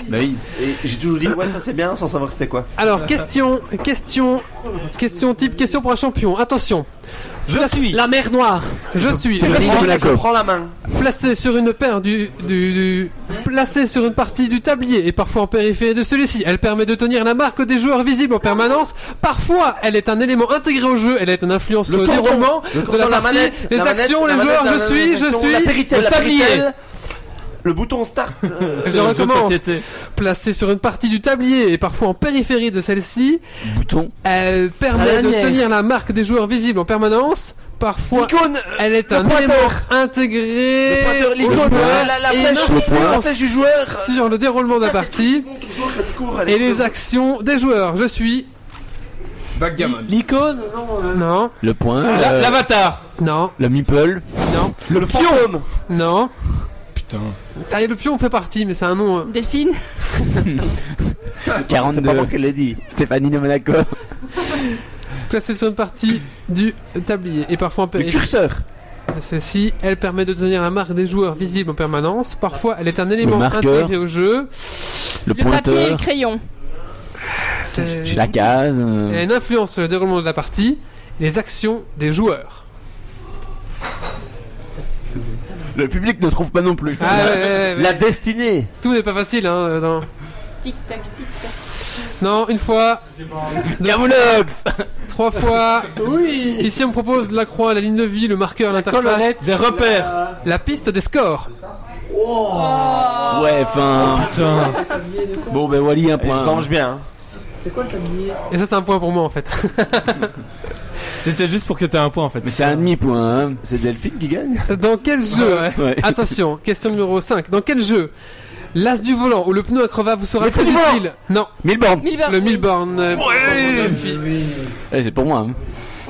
[SPEAKER 6] Bah oui.
[SPEAKER 1] Et j'ai toujours dit, ouais, ça c'est bien sans savoir c'était quoi.
[SPEAKER 2] Alors, question, question, question type question pour un champion. Attention,
[SPEAKER 4] Je suis.
[SPEAKER 8] La mer noire.
[SPEAKER 2] je suis
[SPEAKER 6] Je
[SPEAKER 2] placé,
[SPEAKER 6] prends la
[SPEAKER 1] Je
[SPEAKER 6] coupe.
[SPEAKER 1] prends la main.
[SPEAKER 2] placé sur une paire du, du, du- placé sur une partie du tablier et parfois en périphérie de celui-ci. Elle permet de tenir la marque des joueurs visibles en permanence. Parfois, elle est un élément intégré au jeu. Elle est une influence sur le
[SPEAKER 1] cordon.
[SPEAKER 2] déroulement
[SPEAKER 1] Le
[SPEAKER 2] de la
[SPEAKER 1] cordon, la
[SPEAKER 2] partie,
[SPEAKER 1] manette,
[SPEAKER 2] les
[SPEAKER 1] la manette,
[SPEAKER 2] actions,
[SPEAKER 1] la
[SPEAKER 2] les
[SPEAKER 1] manette,
[SPEAKER 2] joueurs.
[SPEAKER 1] la
[SPEAKER 2] Je
[SPEAKER 1] manette,
[SPEAKER 2] suis,
[SPEAKER 1] la
[SPEAKER 2] je
[SPEAKER 1] action,
[SPEAKER 2] suis
[SPEAKER 1] la péritelle,
[SPEAKER 2] le
[SPEAKER 1] la
[SPEAKER 2] sablier.
[SPEAKER 1] péritelle, Le bouton start. euh,
[SPEAKER 2] Je
[SPEAKER 1] c'est-
[SPEAKER 2] recommence. Placé sur une partie du tablier et parfois en périphérie de celle-ci,
[SPEAKER 6] Bouton.
[SPEAKER 2] elle permet de tenir la marque des joueurs visibles en permanence. Parfois,
[SPEAKER 1] L'icône,
[SPEAKER 2] Elle est
[SPEAKER 1] euh, Le
[SPEAKER 2] un
[SPEAKER 1] pointeur.
[SPEAKER 2] élément intégré
[SPEAKER 1] le pointeur,
[SPEAKER 2] au
[SPEAKER 1] l'icône,
[SPEAKER 2] joueur
[SPEAKER 1] la, la, la
[SPEAKER 2] et
[SPEAKER 1] flèche,
[SPEAKER 2] une
[SPEAKER 1] la
[SPEAKER 2] influence
[SPEAKER 1] flèche du joueur.
[SPEAKER 2] sur le déroulement de la
[SPEAKER 1] Ça, c'est
[SPEAKER 2] partie
[SPEAKER 1] techniquement quand il court, elle
[SPEAKER 2] et
[SPEAKER 1] est-
[SPEAKER 2] les actions des joueurs. Je suis
[SPEAKER 4] Backgammon.
[SPEAKER 2] l'icône. Non,
[SPEAKER 6] Le point. euh,
[SPEAKER 4] L'avatar.
[SPEAKER 2] non,
[SPEAKER 6] le meeple.
[SPEAKER 2] non,
[SPEAKER 1] le fantôme.
[SPEAKER 2] non.
[SPEAKER 4] Putain.
[SPEAKER 2] Ah, et le pion fait partie, mais c'est un nom. hein.
[SPEAKER 5] Delphine
[SPEAKER 6] 42.
[SPEAKER 1] C'est pas moi qui l'ai dit.
[SPEAKER 6] Stéphanie de Monaco.
[SPEAKER 2] Placé sur une partie du tablier et parfois en
[SPEAKER 1] Le
[SPEAKER 2] périphérie.
[SPEAKER 1] curseur.
[SPEAKER 2] de Celle-ci, elle permet de tenir la marque des joueurs visible en permanence. Parfois, elle est un élément
[SPEAKER 6] marqueur.
[SPEAKER 2] intégré au jeu.
[SPEAKER 5] Le
[SPEAKER 6] Le
[SPEAKER 5] papier et le
[SPEAKER 6] pointeur.
[SPEAKER 5] crayon.
[SPEAKER 2] C'est-
[SPEAKER 6] La case. euh,
[SPEAKER 2] Elle a une influence sur le déroulement de la partie, les actions des joueurs.
[SPEAKER 6] Le public ne trouve pas non plus.
[SPEAKER 2] Ah, ouais, ouais, ouais,
[SPEAKER 1] La
[SPEAKER 2] ouais.
[SPEAKER 1] destinée.
[SPEAKER 2] Tout n'est pas facile, hein. euh, dans-
[SPEAKER 5] Tic tac tic tac.
[SPEAKER 2] Non, une fois,
[SPEAKER 6] Camoulox
[SPEAKER 2] trois fois. Oui. Ici, on me propose la croix, la ligne de vie, le marqueur, l'interface,
[SPEAKER 4] Des repères.
[SPEAKER 2] la piste des scores.
[SPEAKER 6] Ouais, enfin.
[SPEAKER 4] Putain.
[SPEAKER 6] Bon, ben Wally, un
[SPEAKER 1] Elle se
[SPEAKER 6] point.
[SPEAKER 1] range bien. hein.
[SPEAKER 2] Et ça, c'est un point pour moi, en fait.
[SPEAKER 4] C'était juste pour que t'aies un point en fait.
[SPEAKER 6] Mais c'est un demi-point. hein.
[SPEAKER 1] C'est Delphine qui gagne.
[SPEAKER 2] Dans quel jeu
[SPEAKER 6] Ouais.
[SPEAKER 2] Attention, question numéro 5. Dans quel jeu L'as du volant ou le pneu acrobat vous sera
[SPEAKER 6] Le
[SPEAKER 2] très
[SPEAKER 6] fou du
[SPEAKER 2] utile Non,
[SPEAKER 6] Milborn.
[SPEAKER 5] Milburn.
[SPEAKER 2] le Milborn. euh,
[SPEAKER 4] Ouais.
[SPEAKER 2] pour mon ami.
[SPEAKER 6] Eh, c'est pour moi. hein.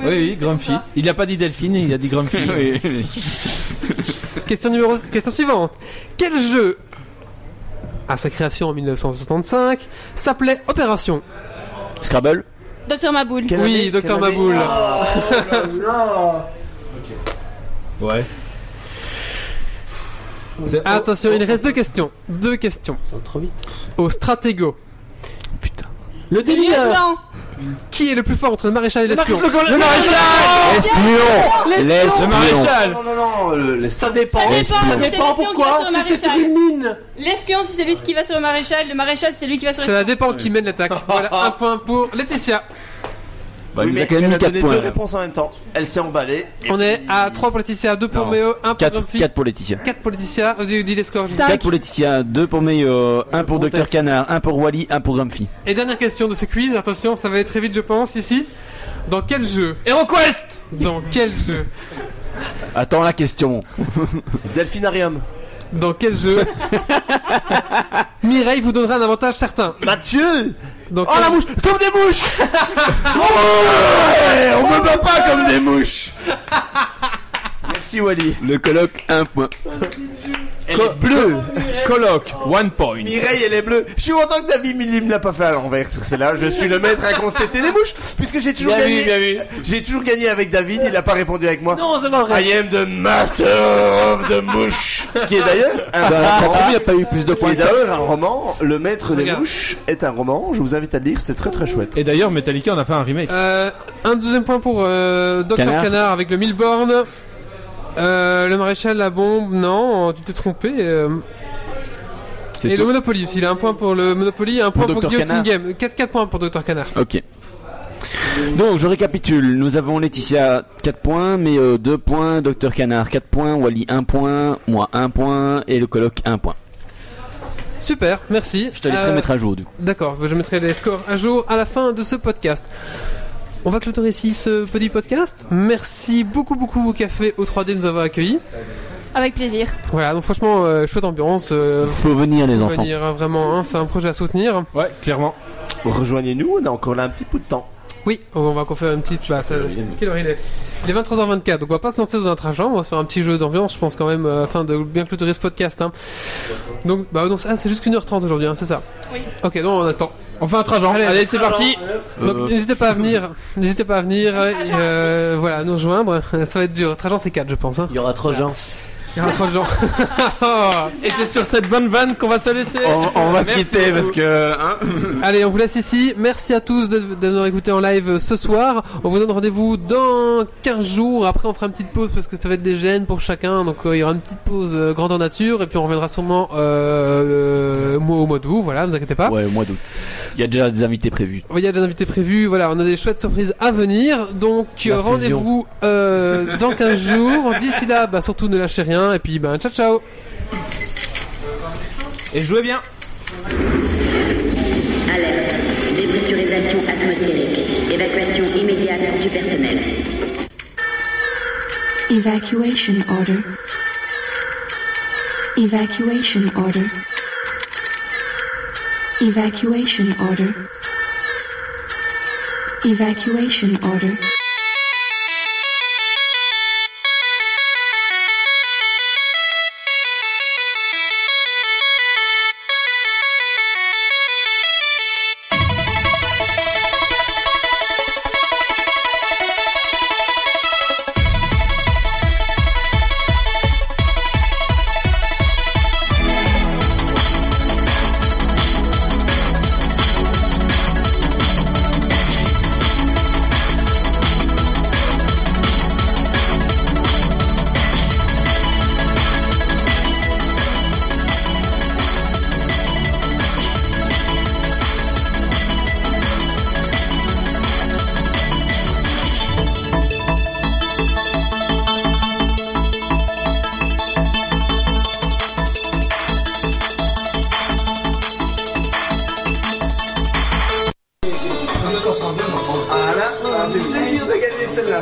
[SPEAKER 4] Oui, oui, Grumpy. Il a pas dit Delphine, il a dit Grumpy.
[SPEAKER 2] Question numéro question suivante. Quel jeu à sa création en 1965 s'appelait Opération
[SPEAKER 6] Scrabble.
[SPEAKER 5] Docteur Maboul.
[SPEAKER 1] Quelle
[SPEAKER 2] Oui,
[SPEAKER 1] année-
[SPEAKER 2] Docteur
[SPEAKER 1] quelle année
[SPEAKER 2] Maboul.
[SPEAKER 1] Ah,
[SPEAKER 4] Ouais.
[SPEAKER 2] Ah, Attention, il reste deux questions. Deux questions.
[SPEAKER 8] Trop vite.
[SPEAKER 2] Au Stratego.
[SPEAKER 8] Le
[SPEAKER 5] Le
[SPEAKER 8] délire.
[SPEAKER 5] lieutenant.
[SPEAKER 2] Qui est le plus fort entre le maréchal et l'espion
[SPEAKER 6] Le maréchal L'espion
[SPEAKER 4] Le
[SPEAKER 6] L'espion
[SPEAKER 4] maréchal.
[SPEAKER 1] Non, non, non. le- les-
[SPEAKER 8] Ça dépend.
[SPEAKER 5] Ça dépend, si c'est l'espion qui va sur le maréchal.
[SPEAKER 8] mine.
[SPEAKER 5] L'espion, si c'est lui qui va sur le maréchal, le maréchal, c'est lui qui va sur
[SPEAKER 2] Ça
[SPEAKER 5] le.
[SPEAKER 2] va dépendre qui mène l'attaque. Voilà, un point pour Laetitia.
[SPEAKER 6] Bah, il
[SPEAKER 1] Oui,
[SPEAKER 6] nous a
[SPEAKER 1] mais
[SPEAKER 6] quand même
[SPEAKER 1] elle
[SPEAKER 6] mis
[SPEAKER 1] a
[SPEAKER 6] 4
[SPEAKER 1] donné deux
[SPEAKER 6] points.
[SPEAKER 1] réponses en même temps. Elle s'est emballée. et
[SPEAKER 2] On est
[SPEAKER 1] puis-
[SPEAKER 2] à 3 pour Laetitia, 2 pour
[SPEAKER 6] Non.
[SPEAKER 2] Méo, 1 pour
[SPEAKER 6] 4,
[SPEAKER 2] Grumpy,
[SPEAKER 6] pour Laetitia.
[SPEAKER 2] 4 pour Laetitia. Vas-y, dis les scores. je vous-
[SPEAKER 6] 4 pour Laetitia, 2 pour Meyo, 1 pour
[SPEAKER 2] Conteste.
[SPEAKER 6] Docteur Canard, 1 pour Wally, 1 pour Grumpy.
[SPEAKER 2] Et dernière question de ce quiz. Attention, ça va aller très vite, je pense, ici. Dans quel jeu
[SPEAKER 4] HeroQuest
[SPEAKER 2] Dans quel jeu
[SPEAKER 6] Attends la question.
[SPEAKER 1] Delphinarium.
[SPEAKER 2] Dans quel jeu Mireille vous donnera un avantage certain.
[SPEAKER 1] Mathieu
[SPEAKER 2] Dans
[SPEAKER 1] Oh
[SPEAKER 2] quel- Eh,
[SPEAKER 1] la mouche Comme des mouches Ouais, On me bat pas comme des mouches Merci Wally.
[SPEAKER 6] Le colloque, un point.
[SPEAKER 1] Elle est bleue.
[SPEAKER 4] Colloque, one point.
[SPEAKER 1] Mireille, elle est bleue. Je suis content que David Milly me l'a pas fait à l'envers sur celle-là. Je suis le maître à constater les mouches, puisque j'ai toujours
[SPEAKER 2] Bien vu,
[SPEAKER 1] gagné.
[SPEAKER 2] bien vu.
[SPEAKER 1] J'ai toujours gagné avec David. Il a pas répondu avec moi.
[SPEAKER 2] Non, c'est pas vrai.
[SPEAKER 1] I am the master of the mouche, qui est d'ailleurs un
[SPEAKER 6] Bah,
[SPEAKER 2] Ah.
[SPEAKER 6] ça
[SPEAKER 1] roman.
[SPEAKER 6] tombe, il n'y a pas eu plus de
[SPEAKER 1] Qui
[SPEAKER 6] points
[SPEAKER 1] est
[SPEAKER 6] que ça.
[SPEAKER 1] d'ailleurs un roman. Le maître des
[SPEAKER 2] Regarde.
[SPEAKER 1] mouches est un roman. Je vous invite à le lire. C'est très très chouette.
[SPEAKER 4] Et d'ailleurs, Metallica en a fait un remake.
[SPEAKER 2] Euh, un deuxième point pour euh, Dr. Canard.
[SPEAKER 6] Canard.
[SPEAKER 2] avec le Milborn. Euh, le maréchal, la bombe, non, tu t'es trompé. euh.
[SPEAKER 6] C'est
[SPEAKER 2] Et le
[SPEAKER 6] tout.
[SPEAKER 2] Monopoly aussi, il a un point pour le Monopoly, un point
[SPEAKER 6] Pour
[SPEAKER 2] pour,
[SPEAKER 6] Dr.
[SPEAKER 2] Guillotine
[SPEAKER 6] Canard.
[SPEAKER 2] Game. 4-4 points pour Dr. Canard.
[SPEAKER 6] Ok. Donc, je récapitule. Nous avons Laetitia 4 points, Méo 2 points, Docteur Canard 4 points, Wally 1 point, moi 1 point et le colloque 1 point.
[SPEAKER 2] Super, merci.
[SPEAKER 6] Je te laisserai
[SPEAKER 2] Euh,
[SPEAKER 6] mettre à jour du coup.
[SPEAKER 2] D'accord, je mettrai les scores à jour à la fin de ce podcast. On va clôturer ici ce petit podcast. Merci beaucoup, beaucoup au café au 3D de nous avoir accueillis.
[SPEAKER 5] Avec plaisir.
[SPEAKER 2] Voilà, donc franchement, euh, chouette ambiance. euh,
[SPEAKER 6] Faut venir les
[SPEAKER 2] faut
[SPEAKER 6] enfants.
[SPEAKER 2] venir, hein, vraiment, hein, c'est un projet à soutenir.
[SPEAKER 4] Ouais, clairement.
[SPEAKER 1] Rejoignez-nous. On a encore là un petit bout de temps.
[SPEAKER 2] Oui, on va encore faire une petite. Bah, ça- Quelle heure il est Il est 23h24, donc on va pas se lancer dans un trajet. On va se faire un petit jeu d'ambiance, je pense quand même, euh, afin de bien clôturer ce podcast. hein. Donc, bah non, c'est ah, c'est juste qu'une heure 30 aujourd'hui, hein, c'est ça
[SPEAKER 5] Oui.
[SPEAKER 2] Ok, non, on attend.
[SPEAKER 4] On fait un trajet. Allez, c'est parti.
[SPEAKER 2] Euh, Donc n'hésitez pas à venir, n'hésitez pas à venir, euh, et, euh, voilà, nous rejoindre. Ça va être dur. Trajan c'est 4 je pense. Hein.
[SPEAKER 12] Il y aura trop de gens.
[SPEAKER 2] Il y aura trop de gens.
[SPEAKER 4] Et c'est sur cette bonne vanne qu'on va se laisser.
[SPEAKER 6] On, on va se
[SPEAKER 4] Merci
[SPEAKER 6] quitter
[SPEAKER 4] beaucoup.
[SPEAKER 6] parce que. hein,
[SPEAKER 2] Allez, on vous laisse ici. Merci à tous de, de nous avoir écouté en live euh, ce soir. On vous donne rendez-vous dans 15 jours. Après, on fera une petite pause parce que ça va être des gènes pour chacun. Donc, euh, il y aura une petite pause euh, grandeur nature. Et puis, on reviendra sûrement euh, euh, au mois d'août. Voilà, ne vous inquiétez pas.
[SPEAKER 6] Ouais, au mois d'août. Il y a déjà des invités prévus.
[SPEAKER 2] Il y a des invités prévus, voilà, on a des chouettes surprises à venir. Donc
[SPEAKER 12] La
[SPEAKER 2] euh, rendez-vous euh, dans 15 jours. D'ici là, bah, surtout ne lâchez rien. Et puis, ben, ciao ciao
[SPEAKER 4] Et jouez bien.
[SPEAKER 13] Alerte. Dépressurisation atmosphérique. Évacuation immédiate du personnel.
[SPEAKER 7] Evacuation order. Evacuation order. Evacuation order. Evacuation order.
[SPEAKER 8] Ah là, ça m'a fait plaisir de gagner celle-là.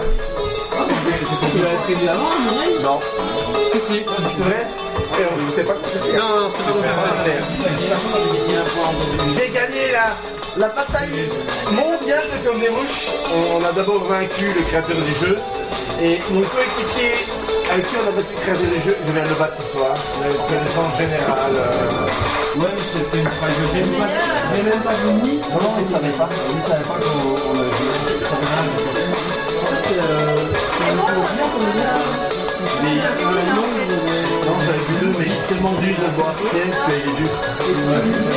[SPEAKER 8] Non.
[SPEAKER 2] Si, si.
[SPEAKER 8] C'est vrai Et on s'était pas concerté.
[SPEAKER 2] Non, non, c'est pas
[SPEAKER 8] J'ai gagné la, la bataille mondiale de Comme des Mouches. On a d'abord vaincu le créateur du jeu. Et mon coéquipier avec qui on a battu le créateur du jeu, je viens de le battre ce soir. La connaissance générale. Ouais, mais c'était une phrase. J'ai même pas, même pas fini. Non, non, il savait pas. Il savait pas qu'on on avait joué. Il savait rien. En fait, euh, mais, euh, non, non, j'en avais plus deux, mais il est tellement dur de voir Pierre qu'il est dur.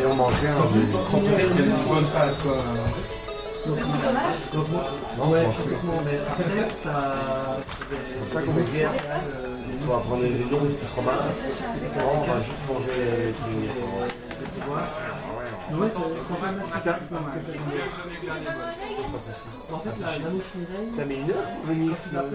[SPEAKER 8] Et on mange rien. Non, on mange plus. C'est pour ça qu'on est bien. Il faut apprendre les noms des petits fromages. Non, on va juste manger les T'as mis une heure pour venir
[SPEAKER 2] vrai.